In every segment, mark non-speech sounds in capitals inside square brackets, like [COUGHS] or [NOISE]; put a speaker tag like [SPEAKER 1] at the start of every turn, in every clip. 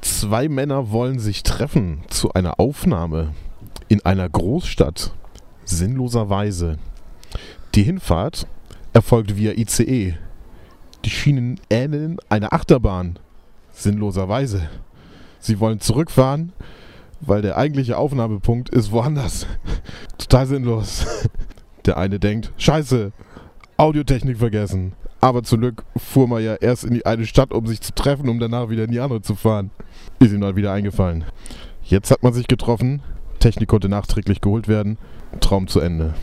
[SPEAKER 1] Zwei Männer wollen sich treffen zu einer Aufnahme in einer Großstadt. Sinnloserweise. Die Hinfahrt erfolgt via ICE. Die Schienen ähneln einer Achterbahn. Sinnloserweise. Sie wollen zurückfahren, weil der eigentliche Aufnahmepunkt ist woanders. [LAUGHS] Total sinnlos. Der eine denkt, scheiße, Audiotechnik vergessen. Aber zum Glück fuhr man ja erst in die eine Stadt, um sich zu treffen, um danach wieder in die andere zu fahren. Ist ihm dann wieder eingefallen. Jetzt hat man sich getroffen, Technik konnte nachträglich geholt werden, Traum zu Ende.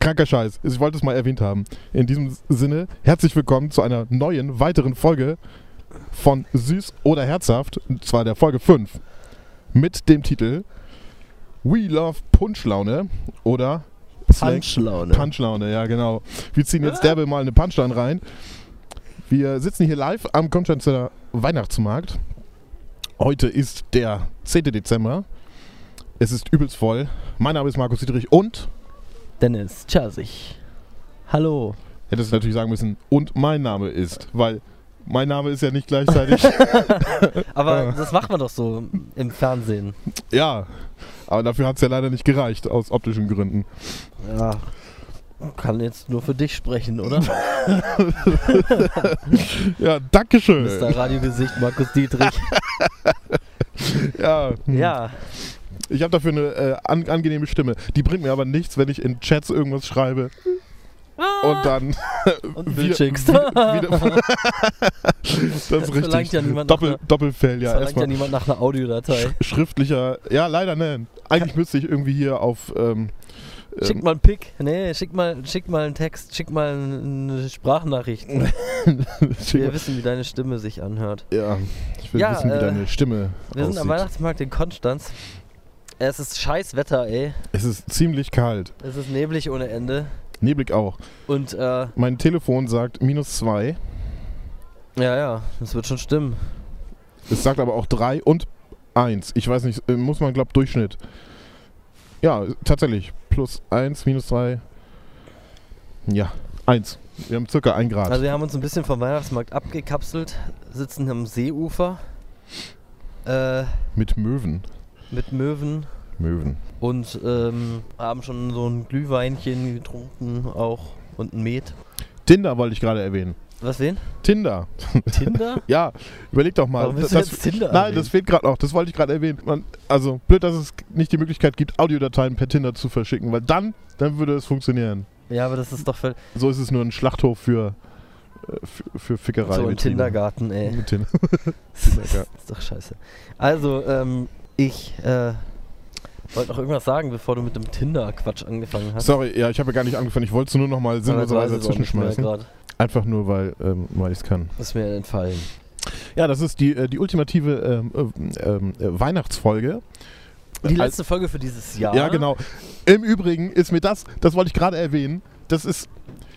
[SPEAKER 1] Kranker Scheiß, ich wollte es mal erwähnt haben. In diesem Sinne, herzlich willkommen zu einer neuen, weiteren Folge von Süß oder Herzhaft, und zwar der Folge 5, mit dem Titel We Love Punschlaune oder Slang-
[SPEAKER 2] Punschlaune.
[SPEAKER 1] Punchlaune, ja genau. Wir ziehen jetzt derbe mal eine Punchline rein. Wir sitzen hier live am Konstanzer Weihnachtsmarkt. Heute ist der 10. Dezember. Es ist übelst voll. Mein Name ist Markus Dietrich und,
[SPEAKER 2] Dennis Chasich.
[SPEAKER 1] [LAUGHS]
[SPEAKER 2] Hallo.
[SPEAKER 1] hättest du natürlich sagen müssen, und mein Name ist, weil mein Name ist ja nicht gleichzeitig.
[SPEAKER 2] Aber
[SPEAKER 1] Ja.
[SPEAKER 2] das macht man doch so im Fernsehen.
[SPEAKER 1] ja, aber dafür hat es ja leider nicht gereicht, aus optischen Gründen.
[SPEAKER 2] Ja. Kann jetzt nur für dich
[SPEAKER 1] [LAUGHS]
[SPEAKER 2] sprechen, oder?
[SPEAKER 1] Ja, Dankeschön.
[SPEAKER 2] Mr. Radiogesicht Markus Dietrich.
[SPEAKER 1] [LAUGHS] Ja, hm.
[SPEAKER 2] ja.
[SPEAKER 1] Ich habe dafür eine äh, an, angenehme Stimme. Die bringt mir aber nichts, wenn ich in Chats irgendwas schreibe
[SPEAKER 2] Ah.
[SPEAKER 1] und
[SPEAKER 2] [LAUGHS]
[SPEAKER 1] dann
[SPEAKER 2] Und
[SPEAKER 1] wir-
[SPEAKER 2] du
[SPEAKER 1] [LAUGHS]
[SPEAKER 2] schickst.
[SPEAKER 1] wieder. das ist richtig.
[SPEAKER 2] verlangt ja niemand
[SPEAKER 1] Doppel,
[SPEAKER 2] nach einer-
[SPEAKER 1] Doppelfail,
[SPEAKER 2] das
[SPEAKER 1] ja.
[SPEAKER 2] verlangt ja
[SPEAKER 1] Erstmal
[SPEAKER 2] niemand nach einer Audiodatei.
[SPEAKER 1] sch- schriftlicher. Ja, leider nein. Eigentlich müsste ich irgendwie hier auf. Ähm,
[SPEAKER 2] Schick
[SPEAKER 1] ähm,
[SPEAKER 2] mal einen Pick. Nee, schick mal, schick mal einen Text, schick mal
[SPEAKER 1] [LAUGHS]
[SPEAKER 2] eine Sprachnachricht.
[SPEAKER 1] [LAUGHS] schick
[SPEAKER 2] Wir
[SPEAKER 1] mal-
[SPEAKER 2] wissen, wie deine Stimme sich anhört.
[SPEAKER 1] ja, ich will
[SPEAKER 2] Ja,
[SPEAKER 1] wissen, wie
[SPEAKER 2] äh,
[SPEAKER 1] deine Stimme
[SPEAKER 2] Wir sind
[SPEAKER 1] aussieht.
[SPEAKER 2] am Weihnachtsmarkt in Konstanz. Es ist scheiß Wetter, ey.
[SPEAKER 1] Es ist ziemlich kalt.
[SPEAKER 2] Es ist neblig ohne Ende.
[SPEAKER 1] Neblig auch.
[SPEAKER 2] Und äh,
[SPEAKER 1] Mein Telefon sagt minus zwei.
[SPEAKER 2] Ja, ja, das wird schon stimmen.
[SPEAKER 1] Es sagt aber auch 3 und 1. Ich weiß nicht, äh, muss man, glaube Durchschnitt. Ja, tatsächlich. Plus 1, minus 3. Ja, 1. Wir haben circa 1 Grad.
[SPEAKER 2] Also wir haben uns ein bisschen vom Weihnachtsmarkt abgekapselt, sitzen am Seeufer äh,
[SPEAKER 1] Mit Möwen.
[SPEAKER 2] mit Möwen
[SPEAKER 1] Möwen.
[SPEAKER 2] und ähm, haben schon so ein Glühweinchen getrunken auch und ein Met.
[SPEAKER 1] Tinder wollte ich gerade erwähnen.
[SPEAKER 2] Was
[SPEAKER 1] [LAUGHS]
[SPEAKER 2] wen?
[SPEAKER 1] Tinder.
[SPEAKER 2] Tinder?
[SPEAKER 1] Ja, überleg doch mal.
[SPEAKER 2] Warum willst du
[SPEAKER 1] Das-
[SPEAKER 2] jetzt Tinder
[SPEAKER 1] Nein,
[SPEAKER 2] erwähnen?
[SPEAKER 1] das fehlt gerade noch. Das wollte ich gerade erwähnen. Man, also, blöd, dass es nicht die Möglichkeit gibt, Audiodateien per Tinder zu verschicken, weil dann, dann würde es funktionieren.
[SPEAKER 2] Ja, aber das ist doch voll
[SPEAKER 1] So ist es nur ein Schlachthof für, äh, für, für Fickerei.
[SPEAKER 2] so ein
[SPEAKER 1] betrieben.
[SPEAKER 2] Kindergarten, ey.
[SPEAKER 1] Mit Tinder. [LAUGHS]
[SPEAKER 2] das [LAUGHS] ist doch scheiße. Also, ähm, ich äh, wollte noch irgendwas sagen, bevor du mit dem Tinder-Quatsch angefangen hast.
[SPEAKER 1] Sorry, ja, ich habe ja gar nicht angefangen. Ich wollte es nur noch mal
[SPEAKER 2] Aber jetzt weiß
[SPEAKER 1] sinnloserweise
[SPEAKER 2] ich's auch nicht mehr
[SPEAKER 1] zwischenschmeißen.
[SPEAKER 2] grad.
[SPEAKER 1] Einfach nur, weil ähm, weil ich es kann.
[SPEAKER 2] Ist mir entfallen.
[SPEAKER 1] Äh, Ja, das ist die, äh, die ultimative ähm, äh, ähm, äh, Weihnachtsfolge.
[SPEAKER 2] Die
[SPEAKER 1] Als-
[SPEAKER 2] letzte Folge für dieses Jahr.
[SPEAKER 1] Ja, genau. Im Übrigen ist mir das, das wollte ich gerade erwähnen, das ist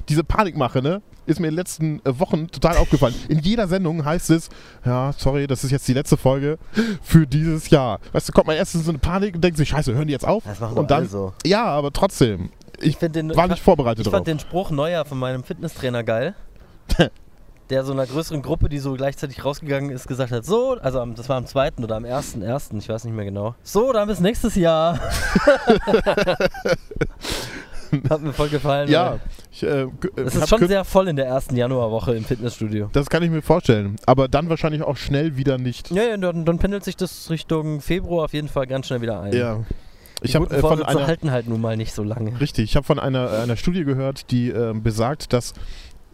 [SPEAKER 1] diese Panikmache, ne? Ist mir in den letzten äh, Wochen total aufgefallen. In jeder Sendung heißt es, ja, sorry, das ist jetzt die letzte Folge für dieses Jahr. Weißt du, kommt man erst in so eine Panik und denkt sich, scheiße, hören die jetzt auf?
[SPEAKER 2] Das machen
[SPEAKER 1] und
[SPEAKER 2] doch
[SPEAKER 1] dann,
[SPEAKER 2] alle so.
[SPEAKER 1] ja, aber trotzdem, ich
[SPEAKER 2] find den,
[SPEAKER 1] war nicht vorbereitet
[SPEAKER 2] ich
[SPEAKER 1] drauf.
[SPEAKER 2] fand den Spruch neuer von meinem Fitnesstrainer [LAUGHS] geil. der so einer größeren Gruppe, die so gleichzeitig rausgegangen ist, gesagt hat, so, also am, das war am zweiten oder am ersten, ersten, ich weiß nicht mehr genau. So, dann bis nächstes [LAUGHS] Jahr. hat mir voll gefallen.
[SPEAKER 1] Ja,
[SPEAKER 2] ey.
[SPEAKER 1] ich, äh, g- äh,
[SPEAKER 2] Es
[SPEAKER 1] hab
[SPEAKER 2] ist schon
[SPEAKER 1] kürzlich-
[SPEAKER 2] sehr voll in der ersten Januarwoche im Fitnessstudio.
[SPEAKER 1] Das kann ich mir vorstellen. Aber dann wahrscheinlich auch schnell wieder nicht.
[SPEAKER 2] Ja, ja, dann, dann pendelt sich das Richtung Februar auf jeden Fall ganz schnell wieder ein.
[SPEAKER 1] Ja. Ich
[SPEAKER 2] Die
[SPEAKER 1] habe
[SPEAKER 2] guten
[SPEAKER 1] äh, von
[SPEAKER 2] Vorsätze
[SPEAKER 1] einer
[SPEAKER 2] halten halt nun mal nicht so lange.
[SPEAKER 1] richtig, ich habe von einer, einer Studie gehört, die ähm, besagt, dass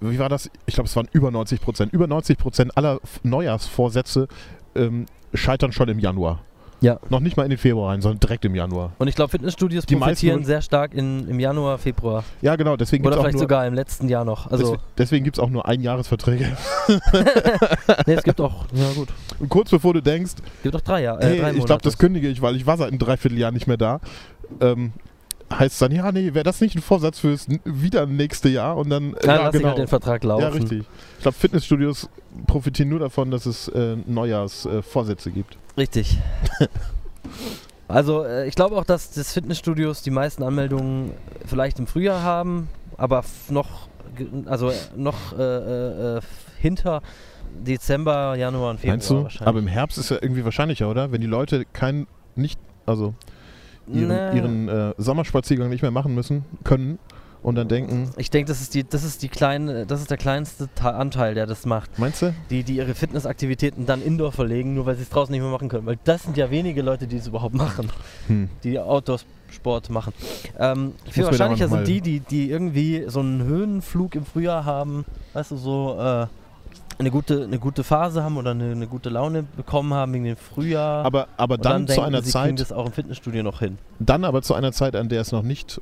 [SPEAKER 1] wie war das? Ich glaube, es waren über 90 Prozent. Über 90 Prozent aller F- Neujahrsvorsätze ähm, scheitern schon im Januar.
[SPEAKER 2] Ja.
[SPEAKER 1] Noch nicht mal in den Februar rein, sondern direkt im Januar.
[SPEAKER 2] Und ich glaube, Fitnessstudios
[SPEAKER 1] Die
[SPEAKER 2] profitieren
[SPEAKER 1] meisten-
[SPEAKER 2] sehr stark in, im Januar, Februar.
[SPEAKER 1] Ja, genau. Deswegen gibt's
[SPEAKER 2] Oder
[SPEAKER 1] auch
[SPEAKER 2] vielleicht
[SPEAKER 1] nur,
[SPEAKER 2] sogar im letzten Jahr noch. Also,
[SPEAKER 1] deswegen, deswegen gibt es auch nur Einjahresverträge.
[SPEAKER 2] nee, es gibt auch, ja gut,
[SPEAKER 1] [LAUGHS] Und kurz bevor du denkst,
[SPEAKER 2] es gibt auch drei Jahre. Äh,
[SPEAKER 1] hey,
[SPEAKER 2] drei
[SPEAKER 1] ich glaube,
[SPEAKER 2] Monate.
[SPEAKER 1] das kündige ich, weil ich war seit einem Dreivierteljahr nicht mehr da. Ähm, heißt dann, ja, nee, wäre das nicht ein Vorsatz fürs n- wieder nächste Jahr? Und dann, äh, ja,
[SPEAKER 2] Dann lass ich
[SPEAKER 1] genau.
[SPEAKER 2] halt den Vertrag laufen.
[SPEAKER 1] ja, richtig. Ich glaube, Fitnessstudios profitieren nur davon, dass es äh, Neujahrsvorsätze äh, Vorsätze gibt. [LAUGHS]
[SPEAKER 2] Richtig. also, äh, ich glaube auch, dass das Fitnessstudios die meisten Anmeldungen vielleicht im Frühjahr haben, aber f- noch, ge- also äh, noch äh, äh, äh, hinter Dezember, Januar und Februar
[SPEAKER 1] Meinst du?
[SPEAKER 2] wahrscheinlich.
[SPEAKER 1] Aber im Herbst ist ja irgendwie wahrscheinlicher, oder? Wenn die Leute keinen, nicht, also ihren,
[SPEAKER 2] Na,
[SPEAKER 1] ihren äh, Sommerspaziergang nicht mehr machen müssen, können und dann denken,
[SPEAKER 2] ich denke, das ist die, das ist die kleine, das ist der kleinste Ta Anteil, der das macht.
[SPEAKER 1] meinst du?
[SPEAKER 2] Die, die ihre Fitnessaktivitäten dann indoor verlegen, nur weil sie es draußen nicht mehr machen können. Weil das sind ja wenige Leute, die es überhaupt machen,
[SPEAKER 1] Hm.
[SPEAKER 2] die Outdoor-Sport machen. Ähm, viel
[SPEAKER 1] mir da
[SPEAKER 2] wahrscheinlicher
[SPEAKER 1] mal-
[SPEAKER 2] sind die, die, die irgendwie so einen Höhenflug im Frühjahr haben, weißt du, so äh, eine, gute, eine gute Phase haben oder eine, eine gute Laune bekommen haben wegen dem Frühjahr.
[SPEAKER 1] Aber, aber
[SPEAKER 2] Und
[SPEAKER 1] dann, zu
[SPEAKER 2] denken
[SPEAKER 1] einer
[SPEAKER 2] sie, kriegen
[SPEAKER 1] Zeit,
[SPEAKER 2] das auch im Fitnessstudio noch hin.
[SPEAKER 1] dann aber zu einer Zeit, an der es noch nicht,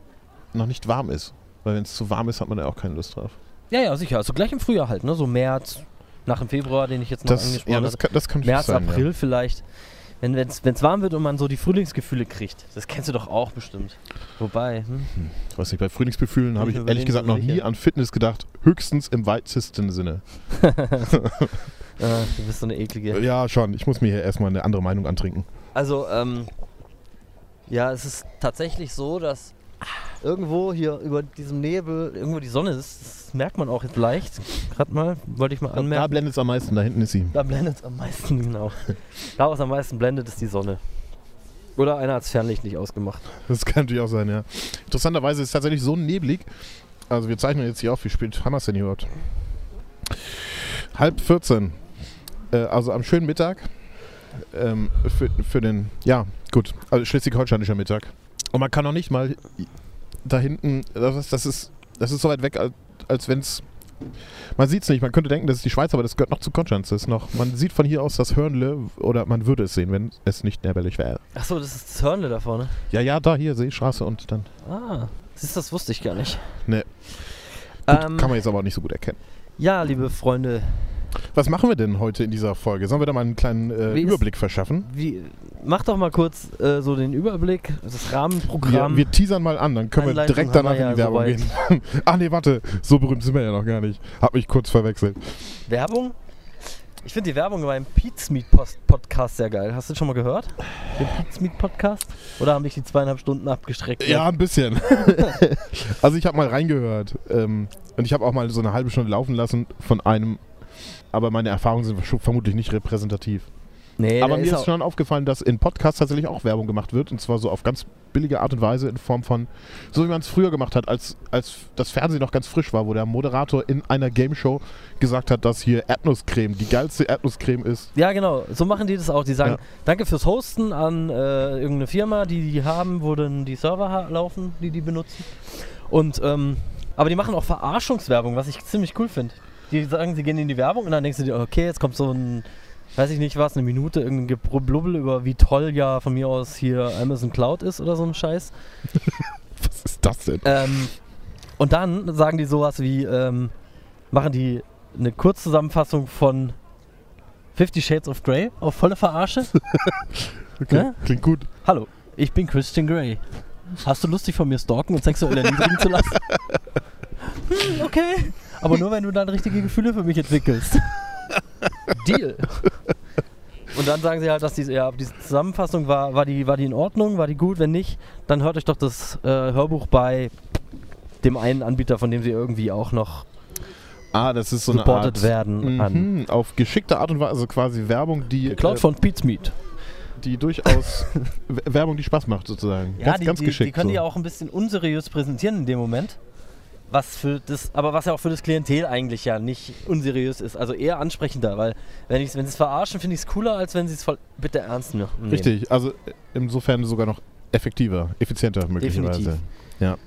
[SPEAKER 1] noch nicht warm ist. Weil wenn es zu warm ist, hat man ja auch keine Lust drauf.
[SPEAKER 2] Ja, ja, sicher. Also gleich im Frühjahr halt, ne? So März, nach dem Februar, den ich jetzt noch
[SPEAKER 1] Das,
[SPEAKER 2] angesprochen
[SPEAKER 1] ja,
[SPEAKER 2] habe.
[SPEAKER 1] das kann, das kann
[SPEAKER 2] März,
[SPEAKER 1] sein, ja.
[SPEAKER 2] April vielleicht. Wenn es warm wird und man so die Frühlingsgefühle kriegt. Das kennst du doch auch bestimmt. Wobei, hm?
[SPEAKER 1] Ich weiß nicht, bei Frühlingsbefühlen habe
[SPEAKER 2] Ich
[SPEAKER 1] ich
[SPEAKER 2] überlege
[SPEAKER 1] ehrlich gesagt
[SPEAKER 2] so
[SPEAKER 1] noch nie
[SPEAKER 2] sicher.
[SPEAKER 1] an Fitness gedacht. Höchstens im weitesten Sinne.
[SPEAKER 2] äh, du bist so eine eklige.
[SPEAKER 1] Ja, schon. Ich muss mir hier erstmal eine andere Meinung antrinken.
[SPEAKER 2] Also, ähm, ja, es ist tatsächlich so, dass irgendwo hier über diesem Nebel irgendwo die Sonne ist. Das merkt man auch jetzt leicht. Gerade mal, wollte ich mal
[SPEAKER 1] Da
[SPEAKER 2] anmerken.
[SPEAKER 1] blendet es am meisten, da hinten ist sie.
[SPEAKER 2] Da blendet es am meisten, genau. Da, was am meisten blendet, ist die Sonne. Oder einer hat es Fernlicht nicht ausgemacht.
[SPEAKER 1] Das kann natürlich auch sein, ja. Interessanterweise ist es tatsächlich so neblig. Also wir zeichnen jetzt hier auf, wie spät haben wir es denn hier überhaupt? Halb 14. Äh, also am schönen Mittag. Ähm, für, für den, ja, gut. Also schleswig-holsteinischer Mittag. Und man kann auch nicht mal da hinten, das ist, das ist, das ist so weit weg, als, als wenn es. Man sieht es nicht, man könnte denken, das ist die Schweiz, aber das gehört noch zu Konstanz. Das ist noch, man sieht von hier aus das Hörnle, oder man würde es sehen, wenn es nicht närbellig wäre.
[SPEAKER 2] Achso, das ist das Hörnle da vorne.
[SPEAKER 1] Ja, ja, da hier, Seestraße und dann.
[SPEAKER 2] Ah, siehst du, das wusste ich gar nicht.
[SPEAKER 1] Nee. Gut,
[SPEAKER 2] Ähm,
[SPEAKER 1] kann man jetzt aber auch nicht so gut erkennen.
[SPEAKER 2] ja, liebe Freunde,
[SPEAKER 1] Was machen wir denn heute in dieser Folge? Sollen wir da mal einen kleinen äh,
[SPEAKER 2] Wie ist-
[SPEAKER 1] Überblick verschaffen?
[SPEAKER 2] wie, mach doch mal kurz äh, so den Überblick, das
[SPEAKER 1] Wir,
[SPEAKER 2] Rahmenprogramm.
[SPEAKER 1] wir teasern mal an, dann können
[SPEAKER 2] Einleitung
[SPEAKER 1] wir direkt
[SPEAKER 2] haben wir
[SPEAKER 1] danach in die Werbung
[SPEAKER 2] ja
[SPEAKER 1] gehen. Ach nee, warte, so berühmt sind wir ja noch gar nicht. Hab mich kurz verwechselt.
[SPEAKER 2] Werbung? Ich finde die Werbung beim Pete's Meat Post Podcast sehr geil. Hast du das schon mal gehört? Den Pete's Meat Podcast? Oder haben dich die zweieinhalb Stunden abgestreckt?
[SPEAKER 1] Ja, ein bisschen. [LAUGHS] also ich habe mal reingehört ähm, und ich habe auch mal so eine halbe Stunde laufen lassen von einem, aber meine Erfahrungen sind schon vermutlich nicht repräsentativ.
[SPEAKER 2] Nee,
[SPEAKER 1] aber
[SPEAKER 2] der
[SPEAKER 1] mir
[SPEAKER 2] ist
[SPEAKER 1] ist,
[SPEAKER 2] auch-
[SPEAKER 1] schon aufgefallen, dass in Podcasts tatsächlich auch Werbung gemacht wird. Und zwar so auf ganz billige Art und Weise in Form von, so wie man es früher gemacht hat, als, als das Fernsehen noch ganz frisch war, wo der Moderator in einer Gameshow gesagt hat, dass hier Erdnusscreme die geilste Erdnusscreme ist.
[SPEAKER 2] Ja, genau. So machen die das auch. Die sagen,
[SPEAKER 1] Ja.
[SPEAKER 2] danke fürs Hosten an äh, irgendeine Firma, die die haben, wo dann die Server ha- laufen, die die benutzen. Und, ähm, aber die machen auch Verarschungswerbung, was ich ziemlich cool finde. Die sagen, sie gehen in die Werbung und dann denkst du dir, okay, jetzt kommt so ein, weiß ich nicht was, eine Minute, irgendein Geblubbel über, wie toll ja von mir aus hier Amazon Cloud ist oder so ein Scheiß.
[SPEAKER 1] Was ist das denn?
[SPEAKER 2] Ähm, und dann sagen die sowas wie, ähm, machen die eine Kurzzusammenfassung von Fifty Shades of Grey auf volle Verarsche.
[SPEAKER 1] Okay,
[SPEAKER 2] ne?
[SPEAKER 1] klingt gut.
[SPEAKER 2] Hallo, ich bin Christian Grey. Hast du Lust, dich von mir stalken und sexuell erniedrigen zu lassen? Hm, okay. Aber nur, wenn du dann richtige Gefühle für mich entwickelst. Deal. Und dann sagen sie halt, dass diese, ja, diese Zusammenfassung war, war, die, war die in Ordnung, war die gut, wenn nicht, dann hört euch doch das äh, Hörbuch bei dem einen Anbieter, von dem sie irgendwie auch noch
[SPEAKER 1] Ah, das ist so eine
[SPEAKER 2] supported
[SPEAKER 1] Art...
[SPEAKER 2] werden an.
[SPEAKER 1] Mhm, auf geschickte Art und Weise, also quasi Werbung, die,
[SPEAKER 2] Geklaut von Pete's Meat.
[SPEAKER 1] äh, die durchaus [LAUGHS] Werbung, die Spaß macht sozusagen.
[SPEAKER 2] Ja,
[SPEAKER 1] ganz,
[SPEAKER 2] die,
[SPEAKER 1] ganz
[SPEAKER 2] die,
[SPEAKER 1] geschickt.
[SPEAKER 2] die können
[SPEAKER 1] so.
[SPEAKER 2] die auch ein bisschen unseriös präsentieren in dem Moment. Was für das, aber was ja auch für das Klientel eigentlich ja nicht unseriös ist, also eher ansprechender, weil wenn ich wenn sie es verarschen, finde ich es cooler, als wenn sie es voll bitte ernst ne- nehmen.
[SPEAKER 1] Richtig, also äh, insofern sogar noch effektiver, effizienter möglicherweise.
[SPEAKER 2] Definitiv.
[SPEAKER 1] Ja.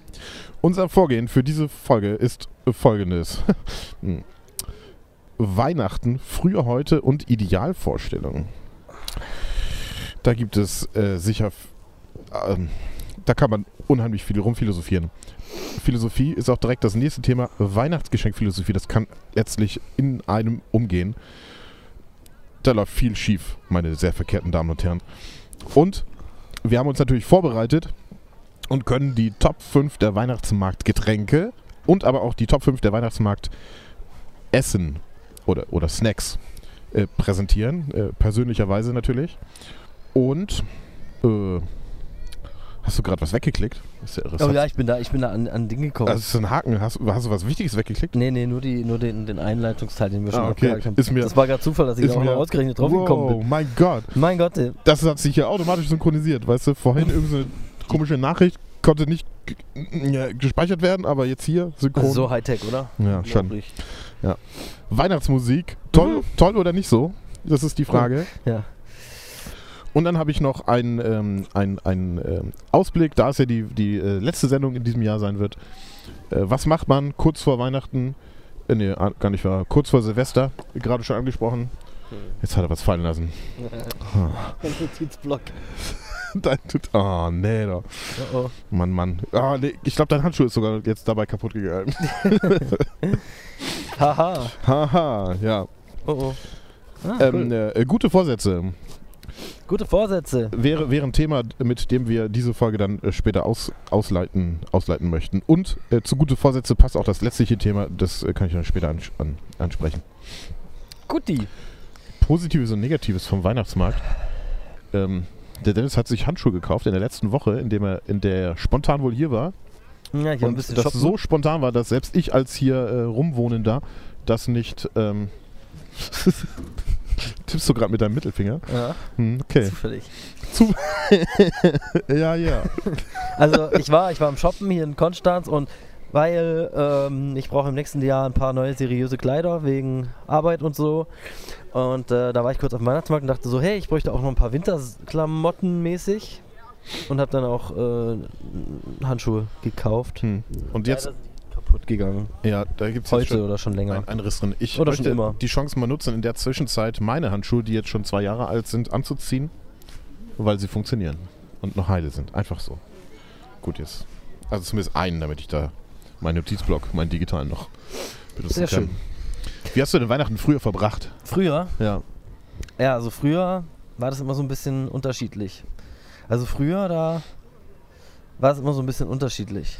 [SPEAKER 1] Unser Vorgehen für diese Folge ist folgendes. [LAUGHS] Hm. Weihnachten, früher heute und Idealvorstellungen. Da gibt es äh, sicher, f- ähm, da kann man unheimlich viel rumphilosophieren. Philosophie ist auch direkt das nächste Thema, Weihnachtsgeschenkphilosophie. Das kann letztlich in einem umgehen. Da läuft viel schief, meine sehr verehrten Damen und Herren. Und wir haben uns natürlich vorbereitet und können die Top 5 der Weihnachtsmarktgetränke und aber auch die Top 5 der Weihnachtsmarktessen oder, oder Snacks äh, präsentieren. Äh, persönlicherweise natürlich. Und äh, Hast du gerade was weggeklickt? Ist ja
[SPEAKER 2] Oh
[SPEAKER 1] interessant.
[SPEAKER 2] ja, ich bin da, ich bin da an, an Ding gekommen.
[SPEAKER 1] Also ist ein Haken. Hast, hast du was Wichtiges weggeklickt?
[SPEAKER 2] nee, nee, nur, die, nur den, den Einleitungsteil, den wir schon
[SPEAKER 1] Ah, okay.
[SPEAKER 2] abgehakt haben.
[SPEAKER 1] Ist mir-
[SPEAKER 2] das war gerade Zufall, dass ich da auch noch ausgerechnet drauf gekommen bin.
[SPEAKER 1] Oh mein Gott.
[SPEAKER 2] Mein Gott, ey.
[SPEAKER 1] Das hat sich ja automatisch synchronisiert. Weißt du, vorhin irgendeine komische Nachricht konnte nicht g- ja, gespeichert werden, aber jetzt hier synchron.
[SPEAKER 2] so Hightech, oder?
[SPEAKER 1] Ja, schon.
[SPEAKER 2] Unglaublich.
[SPEAKER 1] Weihnachtsmusik. Toll, toll oder nicht so? Das ist die Frage.
[SPEAKER 2] Mhm. Ja.
[SPEAKER 1] Und dann habe ich noch einen ähm, ein, ein, ähm, Ausblick, da es ja die, die äh, letzte Sendung in diesem Jahr sein wird. Äh, was macht man kurz vor Weihnachten? Äh, nee, ah, gar nicht wahr. Kurz vor Silvester, gerade schon angesprochen.
[SPEAKER 2] Mhm.
[SPEAKER 1] Jetzt hat er was fallen lassen. [LAUGHS] Hm.
[SPEAKER 2] [LAUGHS] Notizblock.
[SPEAKER 1] Dein Tut- oh, nee, doch.
[SPEAKER 2] Oh, oh.
[SPEAKER 1] Mann, Mann. Ah, nee, ich glaube, dein Handschuh ist sogar jetzt dabei kaputt gegangen. [LAUGHS]
[SPEAKER 2] Haha.
[SPEAKER 1] Haha, ja.
[SPEAKER 2] Oh, oh. Ah,
[SPEAKER 1] Ähm,
[SPEAKER 2] cool.
[SPEAKER 1] äh, gute Vorsätze.
[SPEAKER 2] Gute Vorsätze.
[SPEAKER 1] wäre, wäre ein Thema, mit dem wir diese Folge dann äh, später aus, ausleiten, ausleiten möchten. Und äh, zu gute Vorsätze passt auch das letztliche Thema, das äh, kann ich dann später ans- an, ansprechen.
[SPEAKER 2] Guti.
[SPEAKER 1] Positives und Negatives vom Weihnachtsmarkt. Ähm, der Dennis hat sich Handschuhe gekauft in der letzten Woche, in, dem er, in der er spontan wohl hier war.
[SPEAKER 2] Ja, ich hab ein
[SPEAKER 1] Und
[SPEAKER 2] bisschen
[SPEAKER 1] das
[SPEAKER 2] shoppen.
[SPEAKER 1] so spontan war, dass selbst ich als hier äh, rumwohnender das nicht... Ähm, [LAUGHS] Tippst du gerade mit deinem Mittelfinger?
[SPEAKER 2] ja,
[SPEAKER 1] Hm, okay.
[SPEAKER 2] zufällig.
[SPEAKER 1] [LAUGHS] Ja, ja.
[SPEAKER 2] Also ich war, ich war im Shoppen hier in Konstanz und weil ähm, ich brauche im nächsten Jahr ein paar neue seriöse Kleider wegen Arbeit und so. Und äh, da war ich kurz auf dem Weihnachtsmarkt und dachte so, hey, ich bräuchte auch noch ein paar Winterklamotten mäßig. Und habe dann auch äh, Handschuhe gekauft.
[SPEAKER 1] Hm. Und jetzt,
[SPEAKER 2] Leider sind die kaputt gegangen.
[SPEAKER 1] ja, da gibt es jetzt
[SPEAKER 2] Heute
[SPEAKER 1] schon
[SPEAKER 2] oder schon länger.
[SPEAKER 1] Ein, ein Riss drin. Ich
[SPEAKER 2] Oder schon
[SPEAKER 1] möchte
[SPEAKER 2] immer.
[SPEAKER 1] die Chance mal nutzen, in der Zwischenzeit meine Handschuhe, die jetzt schon zwei Jahre alt sind, anzuziehen, weil sie funktionieren und noch heile sind. Einfach so. Gut jetzt. Also zumindest einen, damit ich da meinen Notizblock, meinen digitalen noch benutzen
[SPEAKER 2] Sehr
[SPEAKER 1] kann. Wie hast du denn Weihnachten früher verbracht?
[SPEAKER 2] Früher
[SPEAKER 1] Ja.
[SPEAKER 2] Ja, also früher war das immer so ein bisschen unterschiedlich. Also früher, da war es immer so ein bisschen unterschiedlich.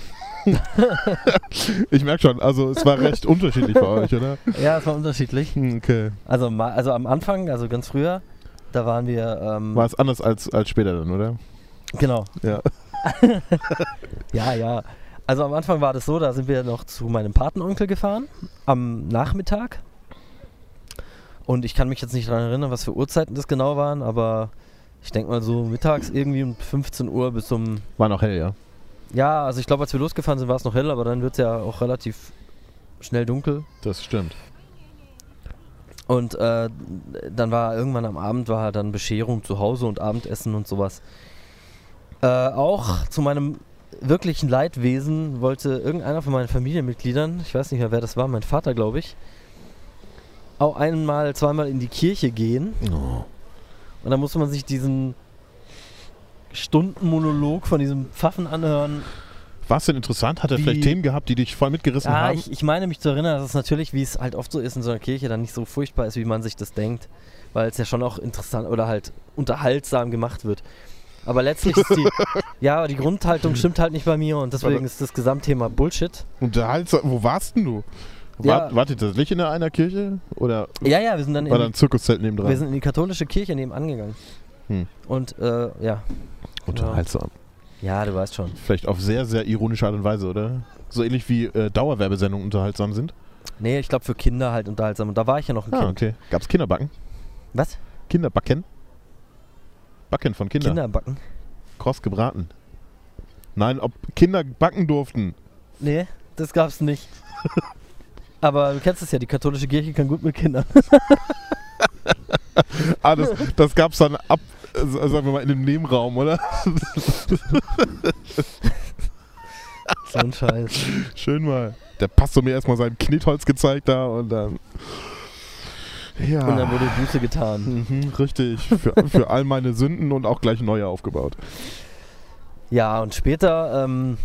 [SPEAKER 1] Ich merke schon, also es war
[SPEAKER 2] [LAUGHS]
[SPEAKER 1] recht unterschiedlich bei euch, oder?
[SPEAKER 2] Ja, es war unterschiedlich.
[SPEAKER 1] Hm, Okay.
[SPEAKER 2] Also, ma- also am Anfang, also ganz früher, da waren wir. Ähm,
[SPEAKER 1] War es anders als, als später dann, oder?
[SPEAKER 2] Genau.
[SPEAKER 1] Ja.
[SPEAKER 2] Ja, ja. Also am Anfang war das so, da sind wir noch zu meinem Patenonkel gefahren am Nachmittag. Und ich kann mich jetzt nicht daran erinnern, was für Uhrzeiten das genau waren, aber ich denke mal so mittags irgendwie um 15 Uhr bis um
[SPEAKER 1] War noch hell, ja.
[SPEAKER 2] Ja, also ich glaube, als wir losgefahren sind, war es noch hell, aber dann wird es ja auch relativ schnell dunkel.
[SPEAKER 1] Das stimmt.
[SPEAKER 2] Und äh, dann war irgendwann am Abend war halt dann Bescherung zu Hause und Abendessen und sowas. Äh, auch zu meinem wirklichen Leidwesen wollte irgendeiner von meinen Familienmitgliedern, ich weiß nicht mehr wer das war, mein Vater glaube ich, auch einmal, zweimal in die Kirche gehen.
[SPEAKER 1] Oh.
[SPEAKER 2] Und dann musste man sich diesen Stundenmonolog von diesem Pfaffen anhören.
[SPEAKER 1] War es denn interessant? Hat er
[SPEAKER 2] Wie-
[SPEAKER 1] vielleicht Themen gehabt, die dich voll mitgerissen
[SPEAKER 2] Ja,
[SPEAKER 1] haben?
[SPEAKER 2] ich, ich meine mich zu erinnern, dass es natürlich, wie es halt oft so ist in so einer Kirche, dann nicht so furchtbar ist, wie man sich das denkt, weil es ja schon auch interessant oder halt unterhaltsam gemacht wird. Aber letztlich ist
[SPEAKER 1] [LAUGHS]
[SPEAKER 2] die, ja, aber die Grundhaltung stimmt halt nicht bei mir und deswegen
[SPEAKER 1] Aber-
[SPEAKER 2] ist das Gesamtthema Bullshit.
[SPEAKER 1] Unterhaltsam. Wo warst denn du?
[SPEAKER 2] Ja.
[SPEAKER 1] War, wart ihr tatsächlich in einer Kirche? Oder
[SPEAKER 2] Ja, ja, wir sind dann
[SPEAKER 1] war da
[SPEAKER 2] in,
[SPEAKER 1] ein Zirkuszelt neben
[SPEAKER 2] wir
[SPEAKER 1] dran?
[SPEAKER 2] sind in die katholische Kirche nebenan gegangen.
[SPEAKER 1] Hm.
[SPEAKER 2] Und äh, ja.
[SPEAKER 1] Unterhaltsam.
[SPEAKER 2] Ja, du weißt schon.
[SPEAKER 1] Vielleicht auf sehr, sehr ironische Art und Weise, oder? So ähnlich wie äh, Dauerwerbesendungen unterhaltsam sind.
[SPEAKER 2] Nee, ich glaube für Kinder halt unterhaltsam. Und da war ich ja noch ein
[SPEAKER 1] Ah,
[SPEAKER 2] Kind.
[SPEAKER 1] okay. Gab es Kinderbacken?
[SPEAKER 2] Was?
[SPEAKER 1] Kinderbacken? Backen von Kindern.
[SPEAKER 2] Kinderbacken?
[SPEAKER 1] Kross gebraten. Nein, ob Kinder backen durften.
[SPEAKER 2] Nee, das
[SPEAKER 1] [LAUGHS]
[SPEAKER 2] gab's nicht. Aber du kennst es ja, die katholische Kirche kann gut
[SPEAKER 1] [LAUGHS]
[SPEAKER 2] mit Kindern.
[SPEAKER 1] Ah, das, das gab es dann ab, äh, sagen wir mal, in dem Nebenraum, oder?
[SPEAKER 2] So ein Scheiß.
[SPEAKER 1] Schön mal. Der Pastor mir erstmal sein Knetholz gezeigt da und dann. Ja.
[SPEAKER 2] Und dann wurde Buße getan.
[SPEAKER 1] Mhm, richtig, für, für all meine Sünden und auch gleich neue aufgebaut.
[SPEAKER 2] Ja, und später, ähm,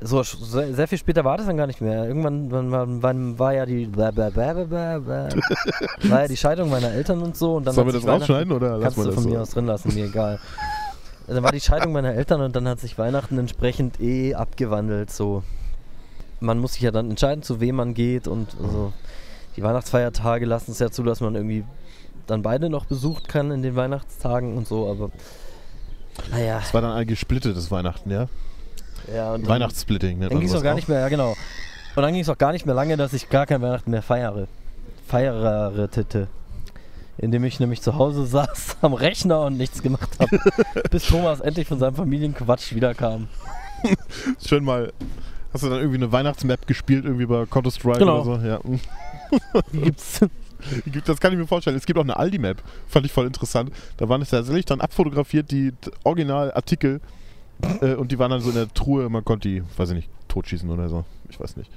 [SPEAKER 2] so sch- sehr sehr viel später war das dann gar nicht mehr. Irgendwann wann, wann, wann war ja die bla bla bla bla bla bla.
[SPEAKER 1] [LAUGHS]
[SPEAKER 2] war ja die Scheidung meiner Eltern und so. Und dann
[SPEAKER 1] Sollen wir
[SPEAKER 2] hat
[SPEAKER 1] das
[SPEAKER 2] sich Weihnachten-
[SPEAKER 1] rausschneiden oder
[SPEAKER 2] Kannst
[SPEAKER 1] lassen
[SPEAKER 2] du
[SPEAKER 1] wir
[SPEAKER 2] von
[SPEAKER 1] das
[SPEAKER 2] mir
[SPEAKER 1] so?
[SPEAKER 2] aus drin lassen, mir egal. Dann war die Scheidung meiner Eltern und dann hat sich Weihnachten entsprechend eh abgewandelt. So, man muss sich ja dann entscheiden, zu wem man geht und also, die Weihnachtsfeiertage lassen es ja zu, dass man irgendwie dann beide noch besucht kann in den Weihnachtstagen und so. Aber Naja,
[SPEAKER 1] Es war dann ein gesplittetes Weihnachten, ja?
[SPEAKER 2] ja, und dann,
[SPEAKER 1] Weihnachtssplitting nennt
[SPEAKER 2] dann
[SPEAKER 1] man
[SPEAKER 2] ging es
[SPEAKER 1] sowas
[SPEAKER 2] auch gar nicht mehr, ja genau. Und dann ging es auch gar nicht mehr lange, dass ich gar kein Weihnachten mehr feiere. Feierertete. Indem ich nämlich zu Hause [LAUGHS] saß am Rechner und nichts gemacht habe. [LAUGHS] bis Thomas endlich von seinem Familienquatsch wiederkam.
[SPEAKER 1] Schön mal. Hast du dann irgendwie eine Weihnachtsmap gespielt, irgendwie bei Counter-Strike
[SPEAKER 2] Genau.
[SPEAKER 1] oder so? Ja. mhm.
[SPEAKER 2] Die [LAUGHS] gibt's.
[SPEAKER 1] Gibt- Das kann ich mir vorstellen. Es gibt auch eine Aldi-Map. Fand ich voll interessant. Da waren es tatsächlich dann abfotografiert, die t- Originalartikel. Äh, und die waren dann so in der Truhe. Man konnte die, weiß ich nicht, totschießen oder so. Ich weiß nicht.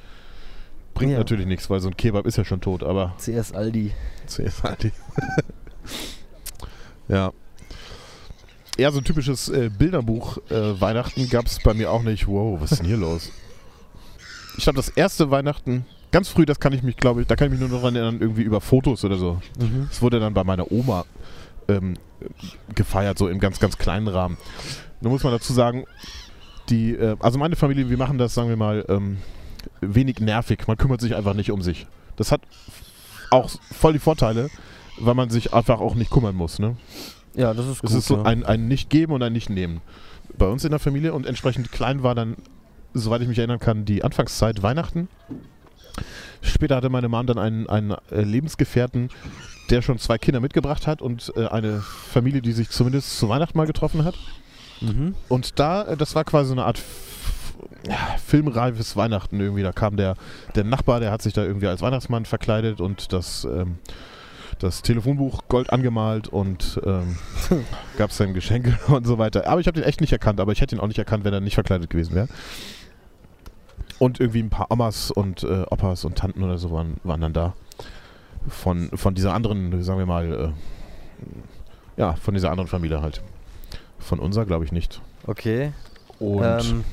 [SPEAKER 1] Bringt
[SPEAKER 2] Ja.
[SPEAKER 1] natürlich nichts, weil so ein Kebab ist ja schon tot, aber [LAUGHS]
[SPEAKER 2] CS Aldi.
[SPEAKER 1] zuerst Aldi. [LAUGHS] ja. Ja, so ein typisches äh, Bilderbuch äh, Weihnachten gab es bei mir auch nicht. Wow, was ist denn hier los? Ich glaube, das erste Weihnachten, ganz früh, das kann ich mich, glaube ich, da kann ich mich nur noch daran erinnern, irgendwie über Fotos oder so.
[SPEAKER 2] Mhm.
[SPEAKER 1] Es wurde dann bei meiner Oma ähm, gefeiert, so im ganz, ganz kleinen Rahmen. Nun muss man dazu sagen, die, äh, also meine Familie, wir machen das, sagen wir mal, ähm, wenig nervig. Man kümmert sich einfach nicht um sich. Das hat auch voll die Vorteile, weil man sich einfach auch nicht kümmern muss. Ne?
[SPEAKER 2] Ja, das ist gut.
[SPEAKER 1] Es ist so
[SPEAKER 2] ja.
[SPEAKER 1] ein, ein Nicht-Geben und ein Nicht-Nehmen. Bei uns in der Familie und entsprechend klein war dann, soweit ich mich erinnern kann, die Anfangszeit Weihnachten. Später hatte meine Mom dann einen, einen äh, Lebensgefährten, der schon zwei Kinder mitgebracht hat und äh, eine Familie, die sich zumindest zu Weihnachten mal getroffen hat.
[SPEAKER 2] Mhm.
[SPEAKER 1] Und da, äh, das war quasi so eine Art f- ja, filmreifes Weihnachten irgendwie. Da kam der, der Nachbar, der hat sich da irgendwie als Weihnachtsmann verkleidet und das, ähm, das Telefonbuch gold angemalt und ähm, gab es dann Geschenke [LAUGHS] und so weiter. Aber ich habe den echt nicht erkannt, aber ich hätte ihn auch nicht erkannt, wenn er nicht verkleidet gewesen wäre. Und irgendwie ein paar Omas und äh, Opas und Tanten oder so waren, waren dann da. Von, von dieser anderen, sagen wir mal, äh, ja, von dieser anderen Familie halt. Von unserer glaube ich nicht.
[SPEAKER 2] Okay.
[SPEAKER 1] Und
[SPEAKER 2] ähm,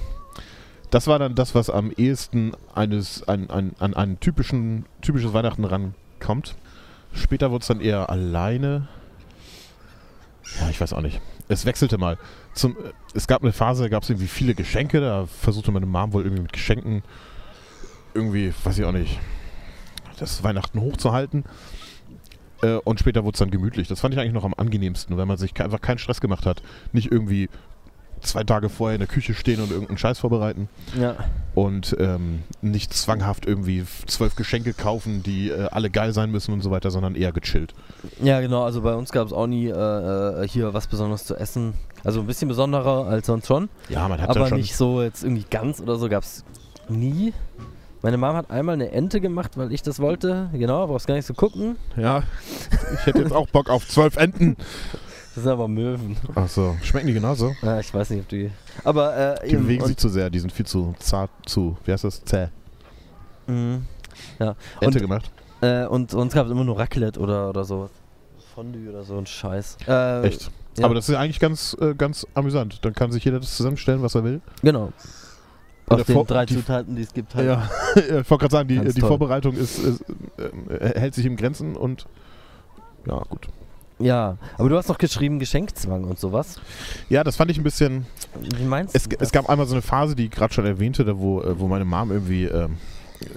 [SPEAKER 1] das war dann das, was am ehesten eines, ein, ein, an ein typischen, typisches Weihnachten rankommt. Später wurde es dann eher alleine. Ja, ich weiß auch nicht. Es wechselte mal. Zum, äh, es gab eine Phase, da gab es irgendwie viele Geschenke. Da versuchte meine Mom wohl irgendwie mit Geschenken irgendwie, weiß ich auch nicht, das Weihnachten hochzuhalten. Äh, Und später wurde es dann gemütlich. Das fand ich eigentlich noch am angenehmsten, weil man sich ke- einfach keinen Stress gemacht hat. Nicht irgendwie zwei Tage vorher in der Küche stehen und irgendeinen Scheiß vorbereiten
[SPEAKER 2] ja.
[SPEAKER 1] und ähm, nicht zwanghaft irgendwie f- zwölf Geschenke kaufen, die äh, alle geil sein müssen und so weiter, sondern eher gechillt.
[SPEAKER 2] ja, genau. Also bei uns gab es auch nie äh, äh, hier was Besonderes zu essen. Also ein bisschen besonderer als sonst schon.
[SPEAKER 1] Ja, man hat
[SPEAKER 2] aber
[SPEAKER 1] da schon. [LAUGHS]
[SPEAKER 2] nicht so jetzt irgendwie ganz oder so gab es nie. Meine Mom hat einmal eine Ente gemacht, weil ich das wollte. Genau, brauchst gar nicht so gucken.
[SPEAKER 1] Ja, ich hätte jetzt auch Bock auf zwölf Enten.
[SPEAKER 2] Das sind aber Möwen. [LAUGHS]
[SPEAKER 1] Ach so, schmecken die genauso?
[SPEAKER 2] Ja, ich weiß nicht, ob die. Aber äh,
[SPEAKER 1] Die
[SPEAKER 2] eben,
[SPEAKER 1] bewegen
[SPEAKER 2] und-
[SPEAKER 1] sich zu sehr, die sind viel zu zart zu, wie heißt das? Zäh.
[SPEAKER 2] Mhm.
[SPEAKER 1] Ente
[SPEAKER 2] Und-
[SPEAKER 1] gemacht.
[SPEAKER 2] Äh, und sonst gab es immer nur Raclette oder, oder so. Fondue oder so ein Scheiß. Äh,
[SPEAKER 1] Echt.
[SPEAKER 2] ja.
[SPEAKER 1] Aber das ist eigentlich ganz, äh, ganz amüsant. Dann kann sich jeder das zusammenstellen, was er will.
[SPEAKER 2] Genau.
[SPEAKER 1] Und
[SPEAKER 2] Aus
[SPEAKER 1] der
[SPEAKER 2] den
[SPEAKER 1] Vor-
[SPEAKER 2] drei
[SPEAKER 1] die-
[SPEAKER 2] Zutaten, die es gibt. Halt.
[SPEAKER 1] Ja, [LAUGHS] ich wollte gerade sagen, die,
[SPEAKER 2] Ganz
[SPEAKER 1] die
[SPEAKER 2] toll.
[SPEAKER 1] Vorbereitung ist, ist, äh, hält sich im Grenzen und ja, gut.
[SPEAKER 2] ja, aber du hast noch geschrieben Geschenkzwang und sowas.
[SPEAKER 1] Ja, das fand ich ein bisschen,
[SPEAKER 2] Wie meinst
[SPEAKER 1] Es,
[SPEAKER 2] du? das?
[SPEAKER 1] es gab einmal so eine Phase, die ich gerade schon erwähnte, da wo, äh, wo meine Mom irgendwie ähm,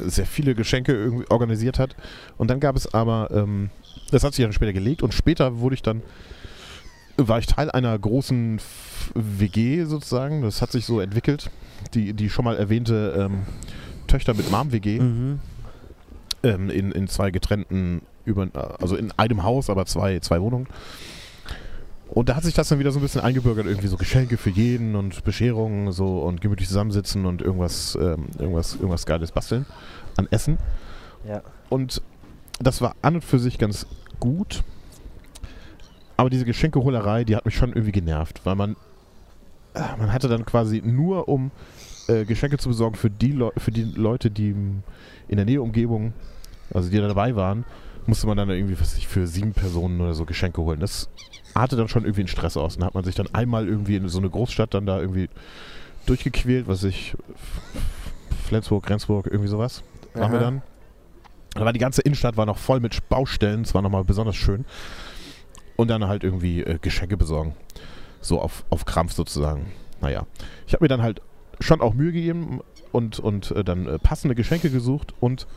[SPEAKER 1] sehr viele Geschenke irgendwie organisiert hat. Und dann gab es aber, ähm, das hat sich dann später gelegt und später wurde ich dann, war ich Teil einer großen F- WG sozusagen. Das hat sich so entwickelt. Die, die schon mal erwähnte ähm, Töchter mit Mom-WG
[SPEAKER 2] Mhm.
[SPEAKER 1] ähm, in, in zwei getrennten, über, also in einem Haus, aber zwei, zwei Wohnungen. Und da hat sich das dann wieder so ein bisschen eingebürgert, irgendwie so Geschenke für jeden und Bescherungen so und gemütlich zusammensitzen und irgendwas, ähm, irgendwas, irgendwas Geiles basteln an Essen.
[SPEAKER 2] Ja.
[SPEAKER 1] Und das war an und für sich ganz gut. Aber diese Geschenkeholerei, die hat mich schon irgendwie genervt, weil man, äh, man hatte dann quasi nur um äh, Geschenke zu besorgen für die, Leu für die Leute, die m, in der Nähe Umgebung, also die da dabei waren, musste man dann irgendwie was weiß ich, für sieben Personen oder so Geschenke holen. Das hatte dann schon irgendwie einen Stress aus. Dann hat man sich dann einmal irgendwie in so eine Großstadt dann da irgendwie durchgequält, was weiß ich, Flensburg, Grenzburg, irgendwie sowas waren wir
[SPEAKER 2] Aha.
[SPEAKER 1] dann. Da war die ganze Innenstadt war noch voll mit Baustellen, es war nochmal besonders schön. Und dann halt irgendwie äh, Geschenke besorgen. So auf, auf Krampf sozusagen. Naja. Ich habe mir dann halt schon auch Mühe gegeben und, und äh, dann äh, passende Geschenke gesucht und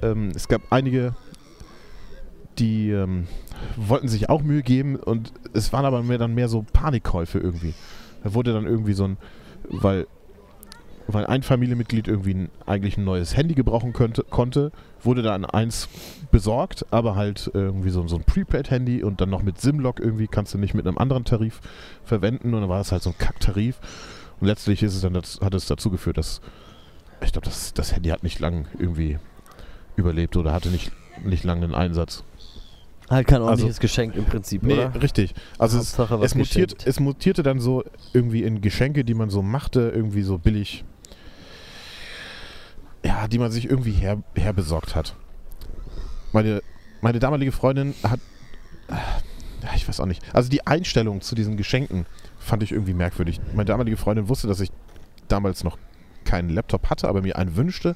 [SPEAKER 1] ähm, es gab einige, die ähm, wollten sich auch Mühe geben und es waren aber mehr, dann mehr so Panikkäufe irgendwie. Da wurde dann irgendwie so ein, weil, weil ein Familienmitglied irgendwie ein, eigentlich ein neues Handy gebrauchen könnte, konnte, wurde dann eins besorgt, aber halt irgendwie so, so ein Prepaid-Handy und dann noch mit SIM-Lock irgendwie, kannst du nicht mit einem anderen Tarif verwenden und dann war das halt so ein Kacktarif. Und letztlich ist es dann das, hat es dazu geführt, dass ich glaube, das, das Handy hat nicht lang irgendwie überlebt oder hatte nicht, nicht lang einen Einsatz.
[SPEAKER 2] Halt kein ordentliches Geschenk im Prinzip,
[SPEAKER 1] Also- Nee,
[SPEAKER 2] oder?
[SPEAKER 1] richtig. Also es,
[SPEAKER 2] Hauptsache, was
[SPEAKER 1] es, mutiert,
[SPEAKER 2] geschenkt.
[SPEAKER 1] es mutierte dann so irgendwie in Geschenke, die man so machte, irgendwie so billig. Ja, die man sich irgendwie her, herbesorgt hat. Meine, meine damalige Freundin hat. Ja, ich weiß auch nicht. Also die Einstellung zu diesen Geschenken fand ich irgendwie merkwürdig. Meine damalige Freundin wusste, dass ich damals noch keinen Laptop hatte, aber mir einen wünschte.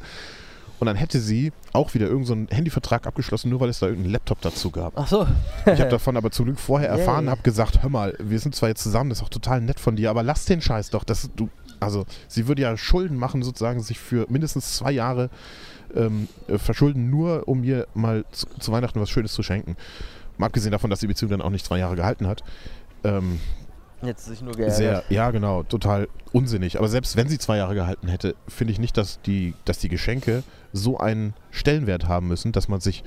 [SPEAKER 1] Und dann hätte sie auch wieder irgendeinen so einen Handyvertrag abgeschlossen, nur weil es da irgendeinen Laptop dazu gab.
[SPEAKER 3] Ach so.
[SPEAKER 1] Ich habe davon aber zum Glück vorher
[SPEAKER 2] Yay.
[SPEAKER 1] erfahren, habe gesagt, hör mal, wir sind zwar jetzt zusammen, das ist auch total nett von dir, aber lass den Scheiß doch, dass du, also sie würde ja Schulden machen, sozusagen sich für mindestens zwei Jahre ähm, äh, verschulden, nur um mir mal zu, zu Weihnachten was Schönes zu schenken. Mal abgesehen davon, dass die Beziehung dann auch nicht zwei Jahre gehalten hat. Ähm,
[SPEAKER 2] Jetzt sich nur geärgert.
[SPEAKER 1] sehr, ja genau, total unsinnig. Aber selbst wenn sie zwei Jahre gehalten hätte, finde ich nicht, dass die, dass die Geschenke so einen Stellenwert haben müssen, dass man sich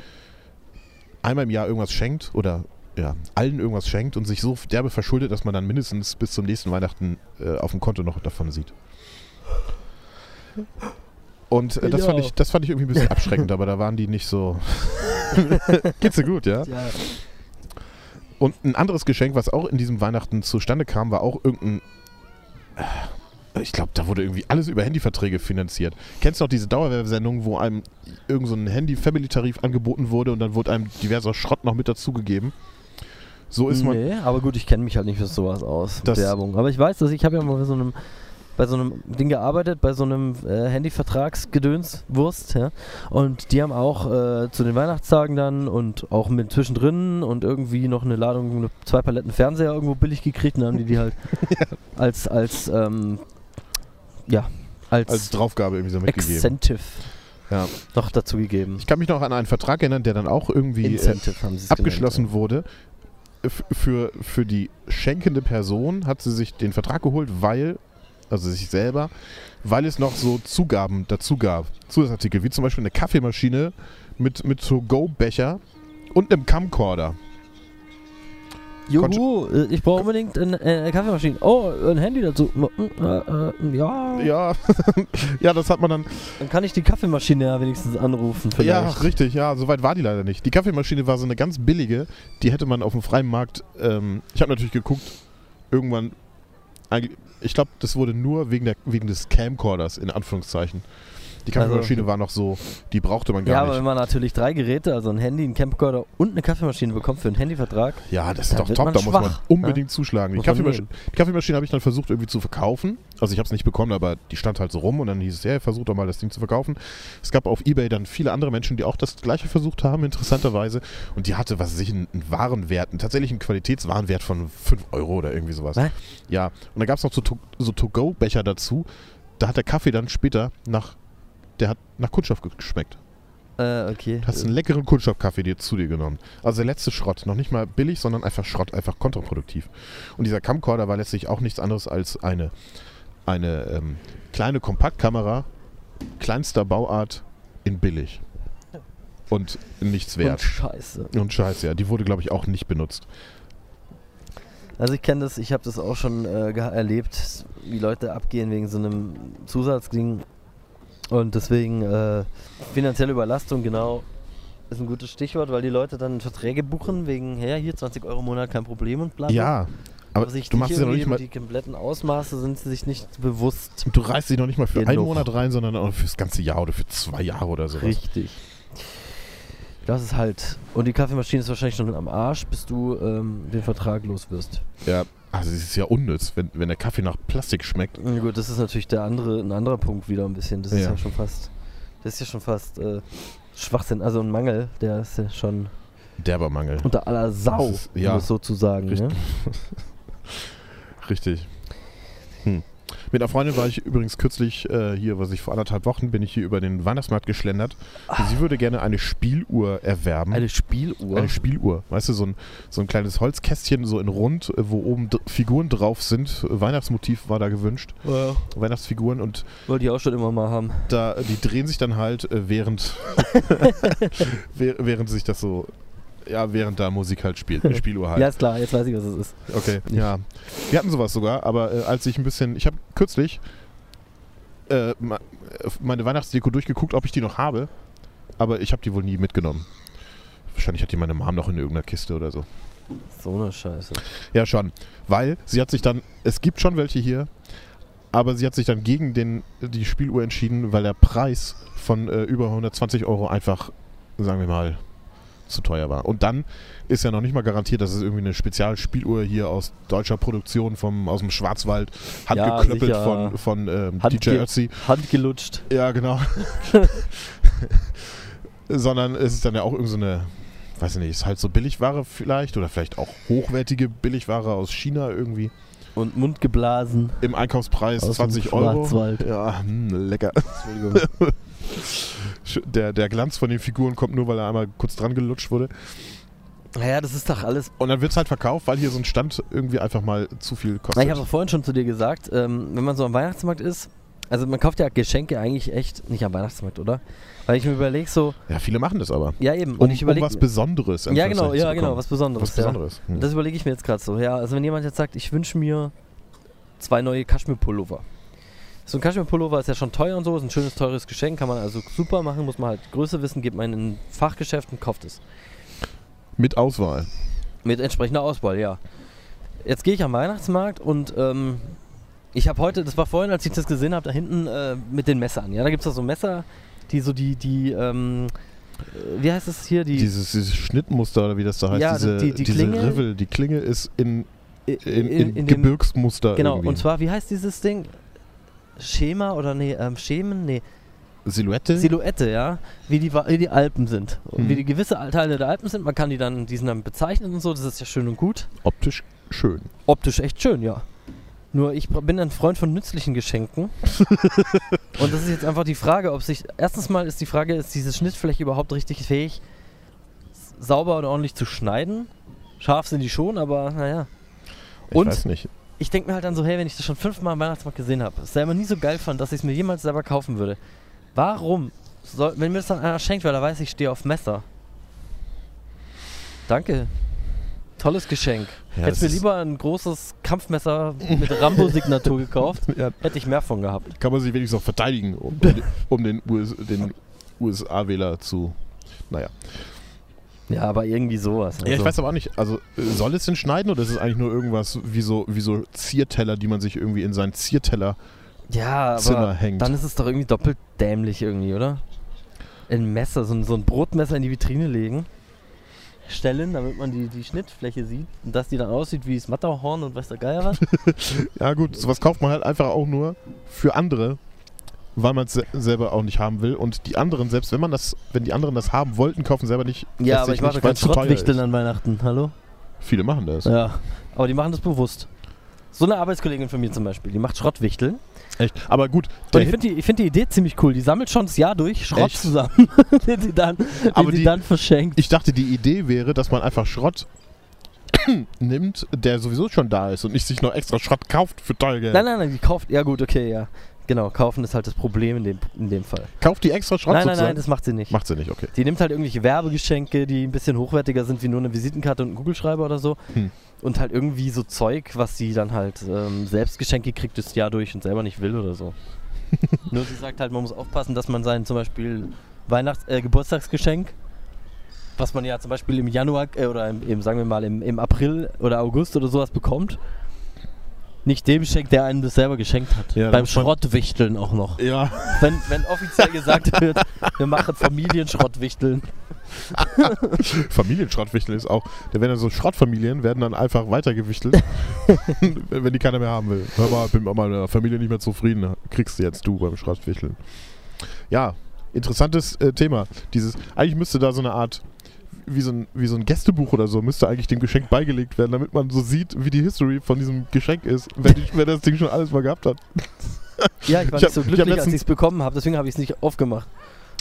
[SPEAKER 1] einmal im Jahr irgendwas schenkt oder ja, allen irgendwas schenkt und sich so derbe verschuldet, dass man dann mindestens bis zum nächsten Weihnachten äh, auf dem Konto noch davon sieht. Und äh, das, fand
[SPEAKER 3] Ja.
[SPEAKER 1] ich, das fand ich irgendwie ein bisschen abschreckend, aber da waren die nicht so. Geht's dir gut, ja?
[SPEAKER 3] Ja.
[SPEAKER 1] Und ein anderes Geschenk, was auch in diesem Weihnachten zustande kam, war auch irgendein. äh, Ich glaube, da wurde irgendwie alles über Handyverträge finanziert. Kennst du noch diese Dauerwerbesendung, wo einem irgendein so ein Handy-Family-Tarif angeboten wurde und dann wurde einem diverser Schrott noch mit dazugegeben? So ist man.
[SPEAKER 2] nee, aber gut, ich kenne mich halt nicht für sowas aus, mit
[SPEAKER 1] Das-
[SPEAKER 2] Werbung. Aber ich weiß, dass ich habe ja mal bei so einem bei so einem Ding gearbeitet, bei so einem äh, Handyvertragsgedöns Wurst, ja. Und die haben auch äh, zu den Weihnachtstagen dann und auch mit zwischendrin und irgendwie noch eine Ladung, eine- zwei Paletten Fernseher irgendwo billig gekriegt und dann haben die die
[SPEAKER 1] [LAUGHS]
[SPEAKER 2] halt als als ähm, ja als,
[SPEAKER 1] Als Draufgabe irgendwie so mitgegeben.
[SPEAKER 2] Incentive
[SPEAKER 1] Ja.
[SPEAKER 2] noch dazu gegeben.
[SPEAKER 1] Ich kann mich noch an einen Vertrag erinnern, der dann auch irgendwie äh,
[SPEAKER 2] Incentive haben sie es
[SPEAKER 1] abgeschlossen
[SPEAKER 2] genannt,
[SPEAKER 1] wurde. Äh, F- Für, für die schenkende Person hat sie sich den Vertrag geholt, weil, also sich selber, weil es noch so Zugaben dazu gab. Zusatzartikel, wie zum Beispiel eine Kaffeemaschine mit, mit To-Go-Becher und einem Camcorder.
[SPEAKER 2] Juhu, äh, ich brauche unbedingt eine, eine Kaffeemaschine. Oh, ein Handy dazu. Hm, äh, äh, Ja.
[SPEAKER 1] Ja, [LAUGHS] ja das hat man dann.
[SPEAKER 2] Dann kann ich die Kaffeemaschine ja wenigstens anrufen. Vielleicht.
[SPEAKER 1] Ja, richtig, ja, soweit war die leider nicht. Die Kaffeemaschine war so eine ganz billige, die hätte man auf dem freien Markt. Ähm, ich habe natürlich geguckt, irgendwann. eigentlich- Ich glaube, das wurde nur wegen, der, wegen des Camcorders, in Anführungszeichen. Die Kaffeemaschine war noch so, die brauchte man
[SPEAKER 2] Ja,
[SPEAKER 1] gar
[SPEAKER 2] aber wenn
[SPEAKER 1] nicht.
[SPEAKER 2] man natürlich drei Geräte, also ein Handy, einen Camcorder und eine Kaffeemaschine bekommt für einen Handyvertrag,
[SPEAKER 1] Ja, das
[SPEAKER 2] Da
[SPEAKER 1] ist doch
[SPEAKER 2] wird
[SPEAKER 1] top,
[SPEAKER 2] man
[SPEAKER 1] da muss man
[SPEAKER 2] schwach, ne?
[SPEAKER 1] unbedingt zuschlagen. Die
[SPEAKER 2] Muss man
[SPEAKER 1] Kaffeemaschine,
[SPEAKER 2] nehmen.
[SPEAKER 1] die Kaffeemaschine habe ich dann versucht irgendwie zu verkaufen. Also ich habe es nicht bekommen, aber die stand halt so rum und dann hieß es, ja, versuch doch mal das Ding zu verkaufen. Es gab auf Ebay dann viele andere Menschen, die auch das gleiche versucht haben, interessanterweise. Und die hatte, was weiß ich, einen, einen Warenwert, einen tatsächlichen Qualitätswarenwert von 5 Euro oder irgendwie sowas.
[SPEAKER 2] Hä?
[SPEAKER 1] Ja, und da gab es noch so, To- so To-Go-Becher dazu. Da hat der Kaffee dann später nach, der hat nach Kunststoff ge- geschmeckt.
[SPEAKER 2] äh, okay.
[SPEAKER 1] Du hast einen leckeren Kunststoffkaffee dir zu dir genommen. Also der letzte Schrott. Noch nicht mal billig, sondern einfach Schrott, einfach kontraproduktiv. Und dieser Camcorder war letztlich auch nichts anderes als eine, eine ähm, kleine Kompaktkamera, kleinster Bauart in billig. Und nichts
[SPEAKER 2] und
[SPEAKER 1] wert.
[SPEAKER 2] scheiße.
[SPEAKER 1] Und, scheiße, ja. Die wurde, glaube ich, auch nicht benutzt.
[SPEAKER 2] Also ich kenne das, ich habe das auch schon äh, geha- erlebt, wie Leute abgehen wegen so einem Zusatzding. Und deswegen äh, finanzielle Überlastung, genau, ist ein gutes Stichwort, weil die Leute dann Verträge buchen wegen, ja, hier 20 Euro im Monat, kein Problem und bla. bla.
[SPEAKER 1] ja, aber
[SPEAKER 2] aber sich
[SPEAKER 1] du
[SPEAKER 2] nicht
[SPEAKER 1] machst sie noch
[SPEAKER 2] irgendwie
[SPEAKER 1] nicht mal.
[SPEAKER 2] Die kompletten Ausmaße sind sie sich nicht bewusst.
[SPEAKER 1] Du reißt dich noch nicht mal für
[SPEAKER 2] Genug.
[SPEAKER 1] einen Monat rein, sondern auch fürs ganze Jahr oder für zwei Jahre oder sowas.
[SPEAKER 2] Richtig. Das ist halt. Und die Kaffeemaschine ist wahrscheinlich schon am Arsch, bis du ähm, den Vertrag los wirst.
[SPEAKER 1] Ja, also es ist ja unnütz, wenn, wenn der Kaffee nach Plastik schmeckt.
[SPEAKER 2] Na gut, das ist natürlich der andere, ein anderer Punkt wieder ein bisschen. Das ist
[SPEAKER 1] Ja.
[SPEAKER 2] ja schon fast. Das ist ja schon fast äh, Schwachsinn. Also ein Mangel, der ist ja schon
[SPEAKER 1] Derber Mangel.
[SPEAKER 2] unter aller Sau,
[SPEAKER 1] Das ist- ja.
[SPEAKER 2] um es so zu sagen. Ne?
[SPEAKER 1] Richtig. Hm. Mit einer Freundin war ich übrigens kürzlich äh, hier, was ich vor anderthalb Wochen bin ich hier über den Weihnachtsmarkt geschlendert. Sie würde gerne eine Spieluhr erwerben.
[SPEAKER 2] Ah. Eine Spieluhr.
[SPEAKER 1] Mhm. Eine Spieluhr. Weißt du, so ein, so ein kleines Holzkästchen, so in rund, äh, wo oben dr- Figuren drauf sind. Weihnachtsmotiv war da gewünscht.
[SPEAKER 2] ja.
[SPEAKER 1] Weihnachtsfiguren und
[SPEAKER 2] Wollte ich auch schon immer mal haben.
[SPEAKER 1] da, die drehen sich dann halt äh, während, [LAUGHS] wäh- während sich das so, ja, während da Musik halt spielt,
[SPEAKER 2] [LAUGHS]
[SPEAKER 1] eine Spieluhr halt.
[SPEAKER 2] Ja, ist klar, jetzt weiß ich, was es ist.
[SPEAKER 1] Okay, ja. Wir hatten sowas sogar, aber äh, als ich ein bisschen, ich habe kürzlich äh, ma- äh, meine Weihnachtsdeko durchgeguckt, ob ich die noch habe, aber ich habe die wohl nie mitgenommen. Wahrscheinlich hat die meine Mom noch in irgendeiner Kiste oder so.
[SPEAKER 2] So eine Scheiße.
[SPEAKER 1] Ja, schon. Weil sie hat sich dann, es gibt schon welche hier, aber sie hat sich dann gegen den, die Spieluhr entschieden, weil der Preis von äh, über 120 Euro einfach, sagen wir mal, zu teuer war. Und dann ist ja noch nicht mal garantiert, dass es irgendwie eine Spezialspieluhr hier aus deutscher Produktion vom, aus dem Schwarzwald, handgeklöppelt
[SPEAKER 2] sicher.
[SPEAKER 1] von, von ähm,
[SPEAKER 2] Handge-
[SPEAKER 1] DJ Ötzi.
[SPEAKER 2] Handgelutscht.
[SPEAKER 1] Ja,
[SPEAKER 2] [LAUGHS]
[SPEAKER 1] genau. Sondern es ist dann ja auch irgendeine, so eine, weiß ich nicht, ist halt so Billigware vielleicht oder vielleicht auch hochwertige Billigware aus China irgendwie.
[SPEAKER 2] Und Mund geblasen.
[SPEAKER 1] Im Einkaufspreis
[SPEAKER 3] Aus dem
[SPEAKER 1] 20 Euro.
[SPEAKER 3] Schwarzwald.
[SPEAKER 1] Ja, hm, lecker.
[SPEAKER 2] Entschuldigung.
[SPEAKER 1] [LAUGHS] Sch- Der, der Glanz von den Figuren kommt nur, weil er einmal kurz dran gelutscht wurde.
[SPEAKER 2] naja, das ist doch alles.
[SPEAKER 1] Und dann wird es halt verkauft, weil hier so ein Stand irgendwie einfach mal zu viel
[SPEAKER 2] Na,
[SPEAKER 1] kostet.
[SPEAKER 2] ich habe doch vorhin schon zu dir gesagt, ähm, wenn man so am Weihnachtsmarkt ist, also man kauft ja Geschenke eigentlich echt nicht am Weihnachtsmarkt, oder? Weil ich mir überlege so,
[SPEAKER 1] ja, viele machen das aber.
[SPEAKER 2] ja eben,
[SPEAKER 1] Um,
[SPEAKER 2] und ich
[SPEAKER 1] um
[SPEAKER 2] überlege.
[SPEAKER 1] was Besonderes.
[SPEAKER 2] ja, genau,
[SPEAKER 1] Anführungszeichen,
[SPEAKER 2] ja,
[SPEAKER 1] zu
[SPEAKER 2] genau,
[SPEAKER 1] bekommen.
[SPEAKER 2] was Besonderes.
[SPEAKER 1] was Besonderes.
[SPEAKER 2] Ja.
[SPEAKER 1] Hm.
[SPEAKER 2] Das überlege ich mir jetzt gerade so, ja. Also wenn jemand jetzt sagt, ich wünsche mir zwei neue Kaschmir-Pullover. So ein Kaschmir-Pullover ist ja schon teuer und so, ist ein schönes, teures Geschenk, kann man also super machen, muss man halt Größe wissen, geht man in ein Fachgeschäft und kauft es.
[SPEAKER 1] Mit Auswahl.
[SPEAKER 2] Mit entsprechender Auswahl, ja. Jetzt gehe ich am Weihnachtsmarkt und ähm, ich habe heute, das war vorhin, als ich das gesehen habe, da hinten äh, mit den Messern. Ja, da gibt es so Messer, die so die, die, ähm, äh, wie heißt es hier? Die,
[SPEAKER 1] Dieses, dieses Schnittmuster oder wie das da heißt,
[SPEAKER 2] Ja,
[SPEAKER 1] diese,
[SPEAKER 2] die- die
[SPEAKER 1] diese
[SPEAKER 2] Klinge-
[SPEAKER 1] Rivel, die Klinge ist in,
[SPEAKER 2] in,
[SPEAKER 1] in, in,
[SPEAKER 2] den-
[SPEAKER 1] Gebirgsmuster.
[SPEAKER 2] Genau,
[SPEAKER 1] irgendwie.
[SPEAKER 2] und zwar, wie heißt dieses Ding? Schema oder nee, ähm, Schemen? Nee,
[SPEAKER 1] Silhouette.
[SPEAKER 2] Silhouette, ja. Wie die, Wa- wie die Alpen sind. Und
[SPEAKER 1] Mhm.
[SPEAKER 2] wie die gewisse Teile der Alpen sind. Man kann die dann, diesen dann bezeichnen und so, das ist ja schön und gut.
[SPEAKER 1] optisch schön.
[SPEAKER 2] Optisch echt schön, ja. Nur ich bra- bin ein Freund von
[SPEAKER 1] [LAUGHS]
[SPEAKER 2] nützlichen Geschenken. und das ist jetzt einfach die Frage, ob sich. Erstens mal ist die Frage, ist diese Schnittfläche überhaupt richtig fähig, s- sauber und ordentlich zu schneiden? Scharf sind die schon, aber naja.
[SPEAKER 1] Ich
[SPEAKER 2] Und-
[SPEAKER 1] weiß nicht.
[SPEAKER 2] Ich denke mir halt dann so, hey, wenn ich das schon fünfmal am Weihnachtsmarkt gesehen habe, es selber nie so geil fand, dass ich es mir jemals selber kaufen würde. Warum? Soll, wenn mir das dann einer schenkt, weil er weiß, ich stehe auf Messer. Danke. Tolles Geschenk.
[SPEAKER 1] Ja, das
[SPEAKER 2] Hätte mir
[SPEAKER 1] ist-
[SPEAKER 2] lieber ein großes Kampfmesser mit Rambo-Signatur gekauft,
[SPEAKER 1] [LAUGHS] Ja,
[SPEAKER 2] hätte ich mehr von gehabt.
[SPEAKER 1] kann man sich wenigstens auch verteidigen, um, um, um den, US, den USA-Wähler zu. Naja.
[SPEAKER 2] Ja, aber irgendwie sowas.
[SPEAKER 1] Ja, ich weiß aber auch nicht, also äh, soll es denn schneiden oder ist es eigentlich nur irgendwas wie so, wie so Zierteller, die man sich irgendwie in sein Ziertellerzimmer
[SPEAKER 2] ja aber
[SPEAKER 1] hängt?
[SPEAKER 2] dann ist es doch irgendwie doppelt dämlich irgendwie, oder? Ein Messer, so ein, so ein Brotmesser in die Vitrine legen, stellen, damit man die, die Schnittfläche sieht und dass die dann aussieht wie das Matterhorn und weiß der
[SPEAKER 1] [LAUGHS]
[SPEAKER 2] Geier was.
[SPEAKER 1] ja, gut, sowas kauft man halt einfach auch nur für andere, weil man es se selber auch nicht haben will. Und die anderen, selbst wenn man das, wenn die anderen das haben wollten, kaufen selber nicht. lässt sich nicht, weil's zu teuer ist.
[SPEAKER 2] an Weihnachten, hallo?
[SPEAKER 1] Viele machen das.
[SPEAKER 2] Ja, aber die machen das bewusst. So eine Arbeitskollegin von mir zum Beispiel, die macht Schrottwichteln.
[SPEAKER 1] Echt. Aber gut,
[SPEAKER 2] Und
[SPEAKER 1] der
[SPEAKER 2] ich
[SPEAKER 1] Hit-
[SPEAKER 2] finde die, ich find die Idee ziemlich cool. Die sammelt schon das Jahr durch Schrott
[SPEAKER 1] Echt?
[SPEAKER 2] zusammen, [LAUGHS] den sie dann, den
[SPEAKER 1] Aber
[SPEAKER 2] sie
[SPEAKER 1] die-
[SPEAKER 2] dann verschenkt.
[SPEAKER 1] Ich dachte, die Idee wäre, dass man einfach Schrott [COUGHS] nimmt, der sowieso schon da ist und nicht sich noch extra Schrott kauft für teuer Geld.
[SPEAKER 2] Nein, nein, nein, die kauft. Ja, gut, okay, ja. Genau, kaufen ist halt das Problem in dem, in dem Fall.
[SPEAKER 1] Kauft die extra Schrott
[SPEAKER 2] nein, nein,
[SPEAKER 1] sozusagen?
[SPEAKER 2] nein, das macht sie nicht.
[SPEAKER 1] Macht sie nicht, okay.
[SPEAKER 2] Die nimmt halt irgendwelche Werbegeschenke, die ein bisschen hochwertiger sind, wie nur eine Visitenkarte und ein Kugelschreiber oder so.
[SPEAKER 1] Hm.
[SPEAKER 2] Und halt irgendwie so Zeug, was sie dann halt ähm, selbst Geschenke kriegt das Jahr durch und selber nicht will
[SPEAKER 1] [LAUGHS]
[SPEAKER 2] oder so. nur sie sagt halt, man muss aufpassen, dass man sein zum Beispiel Weihnachts-, äh, Geburtstagsgeschenk, was man ja zum Beispiel im Januar äh, oder im, im, sagen wir mal im, im April oder August oder sowas bekommt, nicht dem schenkt, der einem das selber geschenkt hat.
[SPEAKER 1] Ja, da
[SPEAKER 2] Beim
[SPEAKER 1] muss man-
[SPEAKER 2] Schrottwichteln auch noch.
[SPEAKER 1] Ja,
[SPEAKER 2] Wenn, wenn offiziell
[SPEAKER 1] [LAUGHS]
[SPEAKER 2] gesagt wird, wir machen Familienschrottwichteln.
[SPEAKER 1] Familienschrottwichteln ist auch. Da werden dann so Schrottfamilien, werden dann einfach [LAUGHS] weitergewichtelt, wenn die keiner mehr haben will. Hör mal, bin mit meiner Familie nicht mehr zufrieden. Kriegst du jetzt du beim Schrottwichteln. Ja, interessantes äh, Thema. Dieses, eigentlich müsste da so eine Art wie so, ein, wie so ein Gästebuch oder so müsste eigentlich dem Geschenk beigelegt werden, damit man so sieht, wie die History von diesem Geschenk ist, wenn, ich, wenn das Ding schon alles mal gehabt hat.
[SPEAKER 2] Ja, ich war
[SPEAKER 1] Ich hab-
[SPEAKER 2] nicht so
[SPEAKER 1] ich hab
[SPEAKER 2] glücklich, als
[SPEAKER 1] letztens-
[SPEAKER 2] ich es bekommen habe, deswegen habe ich es nicht aufgemacht.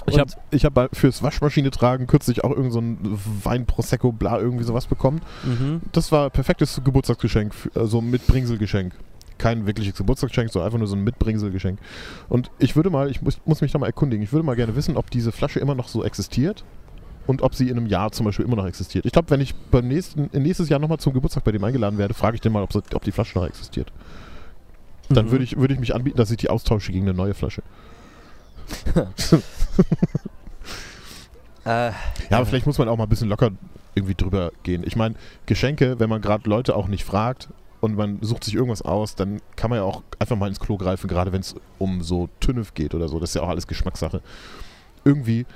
[SPEAKER 1] Ich
[SPEAKER 2] Und-
[SPEAKER 1] habe ich hab bei- fürs Waschmaschine tragen kürzlich auch irgend so ein Wein Prosecco bla irgendwie sowas bekommen.
[SPEAKER 2] Mhm.
[SPEAKER 1] Das war perfektes Geburtstagsgeschenk, f- also ein Mitbringselgeschenk. Kein wirkliches Geburtstagsgeschenk, sondern einfach nur so ein Mitbringselgeschenk. Und ich würde mal, ich muss, muss mich da mal erkundigen, ich würde mal gerne wissen, ob diese Flasche immer noch so existiert und ob sie in einem Jahr zum Beispiel immer noch existiert. Ich glaube, wenn ich beim nächsten, nächstes Jahr nochmal zum Geburtstag bei dem eingeladen werde, frage ich den mal, ob, so- ob die Flasche noch existiert. Dann
[SPEAKER 2] Mhm.
[SPEAKER 1] würde ich, würde ich mich anbieten, dass ich die austausche gegen eine neue Flasche.
[SPEAKER 2] Äh,
[SPEAKER 1] Ja, aber vielleicht muss man auch mal ein bisschen locker irgendwie drüber gehen. Ich meine, Geschenke, wenn man gerade Leute auch nicht fragt und man sucht sich irgendwas aus, dann kann man ja auch einfach mal ins Klo greifen, gerade wenn es um so Tünnef geht oder so. Das ist ja auch alles Geschmackssache. Irgendwie,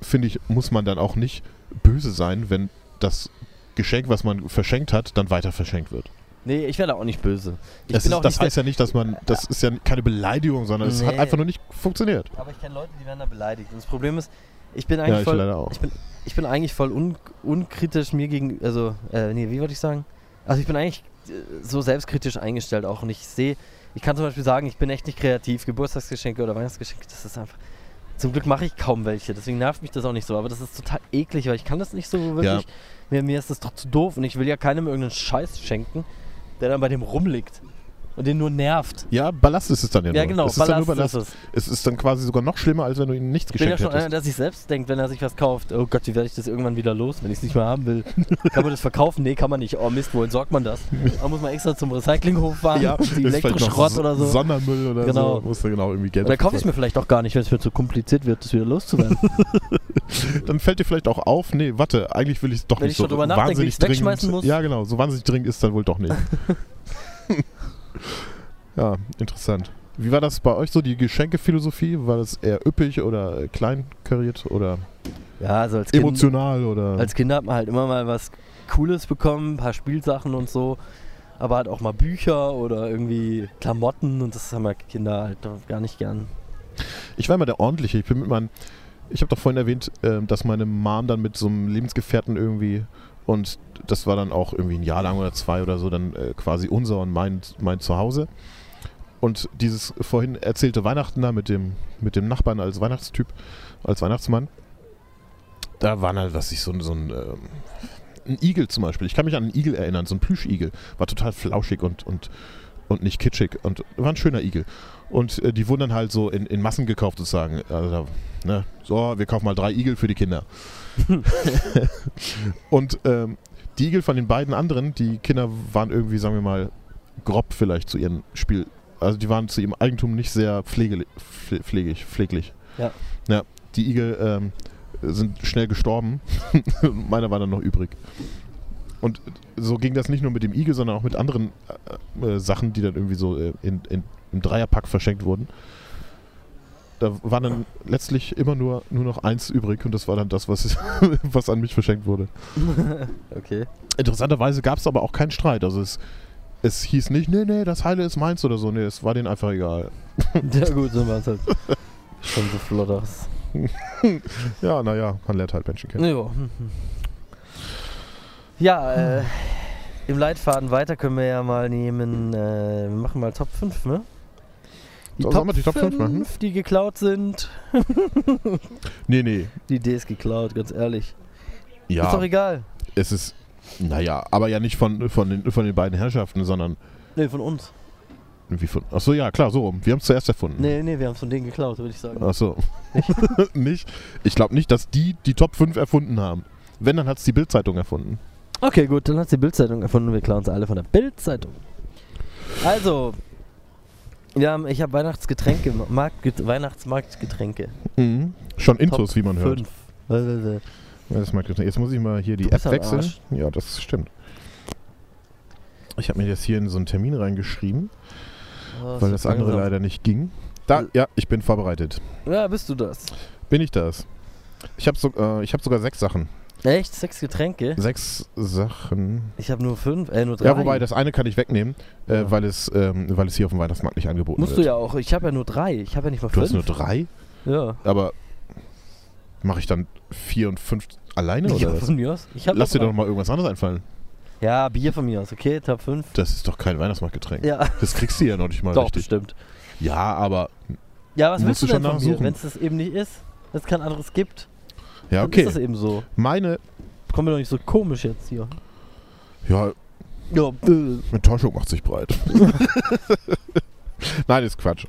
[SPEAKER 1] finde ich, muss man dann auch nicht böse sein, wenn das Geschenk, was man verschenkt hat, dann weiter verschenkt wird.
[SPEAKER 2] nee, ich werde auch nicht böse. Ich
[SPEAKER 1] Das,
[SPEAKER 2] bin
[SPEAKER 1] ist,
[SPEAKER 2] auch
[SPEAKER 1] das
[SPEAKER 2] nicht
[SPEAKER 1] heißt ja nicht, dass man, das ist ja keine Beleidigung, sondern es hat
[SPEAKER 2] Nee.
[SPEAKER 1] einfach nur nicht funktioniert.
[SPEAKER 2] Aber ich kenne Leute, die werden da beleidigt. Und das Problem ist, ich bin eigentlich
[SPEAKER 1] Ja, ich
[SPEAKER 2] voll,
[SPEAKER 1] leider auch.
[SPEAKER 2] ich bin, ich bin eigentlich voll un, unkritisch mir gegen, also, äh, nee, wie wollte ich sagen? Also ich bin eigentlich äh, so selbstkritisch eingestellt auch und ich sehe, ich kann zum Beispiel sagen, ich bin echt nicht kreativ. Geburtstagsgeschenke oder Weihnachtsgeschenke, das ist einfach, zum Glück mache ich kaum welche, deswegen nervt mich das auch nicht so, aber das ist total eklig, weil ich kann das nicht so wirklich, mir, mir ist das doch zu doof und ich will ja keinem irgendeinen Scheiß schenken, der dann bei dem rumliegt und den nur nervt.
[SPEAKER 1] Ja, Ballast ist es dann ja,
[SPEAKER 2] Ja
[SPEAKER 1] nur.
[SPEAKER 2] genau,
[SPEAKER 1] es ist dann nur Ballast.
[SPEAKER 2] ist
[SPEAKER 1] Es
[SPEAKER 2] es.
[SPEAKER 1] ist dann quasi sogar noch schlimmer, als wenn du ihnen nichts
[SPEAKER 2] Ich bin ja
[SPEAKER 1] geschenkt
[SPEAKER 2] schon einer,
[SPEAKER 1] hättest.
[SPEAKER 2] der sich selbst denkt, wenn er sich was kauft. Oh Gott, wie werde ich das irgendwann wieder los, wenn ich es nicht mehr haben will? kann man das verkaufen? Nee, kann man nicht. Oh Mist, wohin sorgt man das? Da muss man extra zum Recyclinghof fahren,
[SPEAKER 1] Ja, [LAUGHS] ist
[SPEAKER 2] [LAUGHS] die
[SPEAKER 1] vielleicht noch
[SPEAKER 2] Elektroschrott
[SPEAKER 1] S-
[SPEAKER 2] oder so.
[SPEAKER 1] Sondermüll oder so.
[SPEAKER 2] Genau.
[SPEAKER 1] Musst du genau irgendwie Geld
[SPEAKER 2] Oder kaufe ich es mir vielleicht auch gar nicht, wenn es mir zu kompliziert wird, das
[SPEAKER 1] [LAUGHS]
[SPEAKER 2] wieder loszuwerden.
[SPEAKER 1] Dann fällt dir vielleicht auch auf, nee, warte, eigentlich will ich es doch
[SPEAKER 2] Wenn
[SPEAKER 1] nicht
[SPEAKER 2] ich
[SPEAKER 1] so
[SPEAKER 2] schon drüber nachdenke, wie
[SPEAKER 1] wahnsinnig
[SPEAKER 2] ich's wegschmeißen
[SPEAKER 1] dringend.
[SPEAKER 2] muss.
[SPEAKER 1] Ja, genau, so wahnsinnig dringend ist dann wohl doch
[SPEAKER 2] [LAUGHS]
[SPEAKER 1] nicht. ja, interessant. Wie war das bei euch so, die Geschenkephilosophie? War das eher üppig oder äh, kleinkariert oder
[SPEAKER 2] ja, also als Kind,
[SPEAKER 1] emotional oder
[SPEAKER 2] als Kind hat man halt immer mal was Cooles bekommen, ein paar Spielsachen und so. Aber halt auch mal Bücher oder irgendwie Klamotten und das haben ja Kinder halt gar nicht gern. [LAUGHS]
[SPEAKER 1] Ich war immer der ordentliche. Ich bin mit meinen. Ich habe doch vorhin erwähnt, ähm, dass meine Mom dann mit so einem Lebensgefährten irgendwie und das war dann auch irgendwie ein Jahr lang oder zwei oder so dann äh, quasi unser und mein, mein Zuhause. Und dieses vorhin erzählte Weihnachten da mit dem, mit dem Nachbarn als Weihnachtstyp, als Weihnachtsmann, da waren halt, was ich so, ein- so ein, ähm, ein Igel zum Beispiel. Ich kann mich an einen Igel erinnern, so ein Plüschigel. War total flauschig und, und, und nicht kitschig und war ein schöner Igel. Und äh, die wurden dann halt so in, in Massen gekauft sozusagen. Also, da, ne? So, wir kaufen mal drei Igel für die Kinder. und ähm, die Igel von den beiden anderen, die Kinder waren irgendwie, sagen wir mal, grob vielleicht zu ihrem Spiel. Also die waren zu ihrem Eigentum nicht sehr pflege, pfle- pflegig, pfleglich.
[SPEAKER 2] Ja.
[SPEAKER 1] ja die Igel ähm, sind schnell gestorben. [LAUGHS] Meiner war dann noch übrig. Und so ging das nicht nur mit dem Igel, sondern auch mit anderen äh, äh, Sachen, die dann irgendwie so äh, in, in im Dreierpack verschenkt wurden. Da war dann letztlich immer nur, nur noch eins übrig und das war dann das, was, [LAUGHS] was an mich verschenkt wurde. [LAUGHS]
[SPEAKER 2] Okay.
[SPEAKER 1] Interessanterweise gab es aber auch keinen Streit. Also es, es hieß nicht, nee, nee, das Heile ist meins oder so. Nee, es war denen einfach egal.
[SPEAKER 2] Ja gut, so war es halt. Schon so flott aus.
[SPEAKER 1] Ja, naja, man lernt halt Menschen kennen.
[SPEAKER 2] Ja. Ja, äh,
[SPEAKER 1] Hm.
[SPEAKER 2] im Leitfaden weiter können wir ja mal nehmen, äh, wir machen mal Top 5, ne?
[SPEAKER 1] So, sollen wir die Top 5 machen?
[SPEAKER 2] die geklaut sind.
[SPEAKER 1] Nee, nee.
[SPEAKER 2] Die Idee ist geklaut, ganz ehrlich. Ist doch
[SPEAKER 1] Ja,
[SPEAKER 2] egal.
[SPEAKER 1] es ist, naja, aber ja nicht von, von, den, von den beiden Herrschaften, sondern
[SPEAKER 2] Nee, von uns.
[SPEAKER 1] irgendwie von. Achso, ja, klar, so rum. Wir haben es zuerst erfunden.
[SPEAKER 2] Nee, nee, wir haben von denen geklaut, würde ich sagen.
[SPEAKER 1] Achso. [LAUGHS] nicht? Ich glaube nicht, dass die die Top 5 erfunden haben. Wenn, dann hat es die Bildzeitung erfunden.
[SPEAKER 2] Okay, gut, dann hat die Bildzeitung erfunden, wir klauen sie alle von der Bildzeitung. Also, wir haben, ich habe Weihnachtsgetränke, Markt, Weihnachtsmarktgetränke.
[SPEAKER 1] Schon Intros, wie man hört.
[SPEAKER 2] Mhm. Fünf. Äh, äh, äh.
[SPEAKER 1] Ja, das mag ich nicht. Jetzt muss ich mal hier die
[SPEAKER 2] Du
[SPEAKER 1] App
[SPEAKER 2] bist am
[SPEAKER 1] wechseln.
[SPEAKER 2] Arsch.
[SPEAKER 1] Ja, das stimmt. Ich habe mir das hier in so einen Termin reingeschrieben,
[SPEAKER 2] Oh,
[SPEAKER 1] weil das
[SPEAKER 2] ist langsam.
[SPEAKER 1] andere leider nicht ging. Da,
[SPEAKER 2] Äh.
[SPEAKER 1] ja, ich bin vorbereitet.
[SPEAKER 2] Ja, bist du das?
[SPEAKER 1] Bin ich das? Ich habe so, äh, ich hab sogar sechs Sachen.
[SPEAKER 2] Echt? Sechs Getränke?
[SPEAKER 1] Sechs Sachen.
[SPEAKER 2] Ich habe nur fünf, äh, nur drei.
[SPEAKER 1] Ja, wobei, das eine kann ich wegnehmen, äh,
[SPEAKER 2] Ja.
[SPEAKER 1] weil, es, ähm, weil es hier auf dem Weihnachtsmarkt nicht angeboten
[SPEAKER 2] Musst du
[SPEAKER 1] wird.
[SPEAKER 2] ja auch. Ich habe ja nur drei. Ich habe ja nicht mal
[SPEAKER 1] du
[SPEAKER 2] fünf.
[SPEAKER 1] hast nur drei?
[SPEAKER 2] ja.
[SPEAKER 1] aber mache ich dann vier und fünf Alleine
[SPEAKER 2] ja,
[SPEAKER 1] oder was?
[SPEAKER 2] von mir aus. Ich hab
[SPEAKER 1] Lass dir
[SPEAKER 2] noch
[SPEAKER 1] doch mal irgendwas anderes einfallen.
[SPEAKER 2] drei. Ja, Bier von mir aus, okay, Top 5.
[SPEAKER 1] Das ist doch kein Weihnachtsmarktgetränk.
[SPEAKER 2] Ja,
[SPEAKER 1] Das kriegst du ja noch nicht mal
[SPEAKER 2] [LAUGHS] doch,
[SPEAKER 1] richtig.
[SPEAKER 2] bestimmt.
[SPEAKER 1] Ja, aber.
[SPEAKER 2] Ja, was
[SPEAKER 1] Musst
[SPEAKER 2] willst du
[SPEAKER 1] du
[SPEAKER 2] denn
[SPEAKER 1] schon
[SPEAKER 2] von mir,
[SPEAKER 1] nachsuchen.
[SPEAKER 2] wenn es das eben nicht ist? Wenn es kein anderes gibt,
[SPEAKER 1] Ja,
[SPEAKER 2] dann
[SPEAKER 1] okay.
[SPEAKER 2] ist das eben so.
[SPEAKER 1] Meine.
[SPEAKER 2] Kommen wir doch nicht so komisch jetzt hier.
[SPEAKER 1] Ja,
[SPEAKER 2] Ja, äh,
[SPEAKER 1] Enttäuschung macht sich breit. [LAUGHS] Nein, ist Quatsch.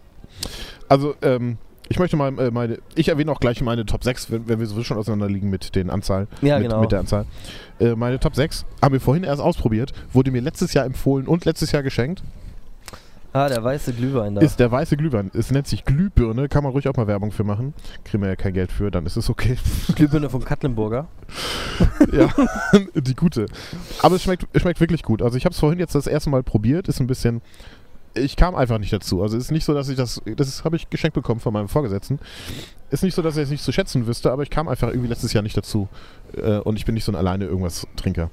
[SPEAKER 1] Also, ähm, ich möchte mal äh, meine. Ich erwähne auch gleich meine Top 6, wenn, wenn wir sowieso schon auseinanderliegen mit den Anzahlen.
[SPEAKER 2] ja
[SPEAKER 1] mit,
[SPEAKER 2] genau.
[SPEAKER 1] mit der Anzahl. Äh, meine Top 6 haben wir vorhin erst ausprobiert, wurde mir letztes Jahr empfohlen und letztes Jahr geschenkt.
[SPEAKER 2] ah, der weiße Glühwein da.
[SPEAKER 1] Ist der weiße Glühwein. Es nennt sich Glühbirne, kann man ruhig auch mal Werbung für machen. Kriegen wir ja kein Geld für, dann ist es okay.
[SPEAKER 2] Glühbirne vom Katlenburger.
[SPEAKER 1] ja, [LAUGHS] die gute. Aber es schmeckt, es schmeckt wirklich gut. Also ich habe es vorhin jetzt das erste Mal probiert, ist ein bisschen. Ich kam einfach nicht dazu. Also es ist nicht so, dass ich das. Das habe ich geschenkt bekommen von meinem Vorgesetzten. Ist nicht so, dass er es nicht zu schätzen wüsste, aber ich kam einfach irgendwie letztes Jahr nicht dazu. Äh, und ich bin nicht so ein alleine irgendwas Trinker.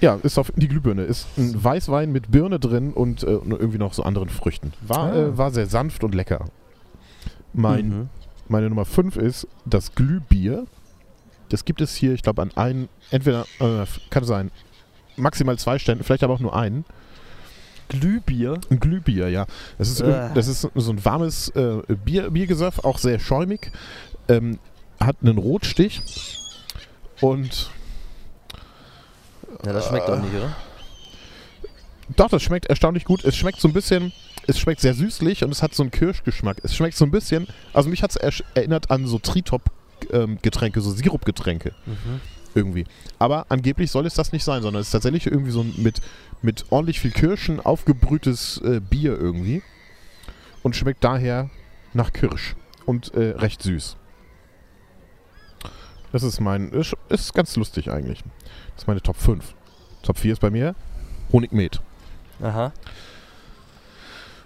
[SPEAKER 1] Ja, ist auf die Glühbirne. Ist ein Weißwein mit Birne drin und äh, irgendwie noch so anderen Früchten. War,
[SPEAKER 2] Ah.
[SPEAKER 1] äh, war sehr sanft und lecker. Mein
[SPEAKER 2] Mhm.
[SPEAKER 1] meine Nummer 5 ist das Glühbier. Das gibt es hier, ich glaube, an einen, entweder, äh, kann sein, maximal zwei Ständen, vielleicht aber auch nur einen.
[SPEAKER 2] Glühbier.
[SPEAKER 1] Ein Glühbier, ja. Das ist,
[SPEAKER 2] Ah.
[SPEAKER 1] das ist so ein warmes äh, Bier, Biergesöff, auch sehr schäumig. Ähm, hat einen Rotstich und
[SPEAKER 2] Ja, das schmeckt doch nicht, oder?
[SPEAKER 1] Doch, das schmeckt erstaunlich gut. Es schmeckt so ein bisschen, es schmeckt sehr süßlich und es hat so einen Kirschgeschmack. Es schmeckt so ein bisschen, also mich hat es erinnert an so Tritop-Getränke, so Sirupgetränke.
[SPEAKER 2] Mhm.
[SPEAKER 1] Irgendwie. Aber angeblich soll es das nicht sein, sondern es ist tatsächlich irgendwie so ein mit, mit ordentlich viel Kirschen aufgebrühtes äh, Bier irgendwie. Und schmeckt daher nach Kirsch. Und äh, recht süß. Das ist mein. Ist, ist ganz lustig eigentlich. Das ist meine Top 5. Top 4 ist bei mir Honigmet.
[SPEAKER 2] Aha.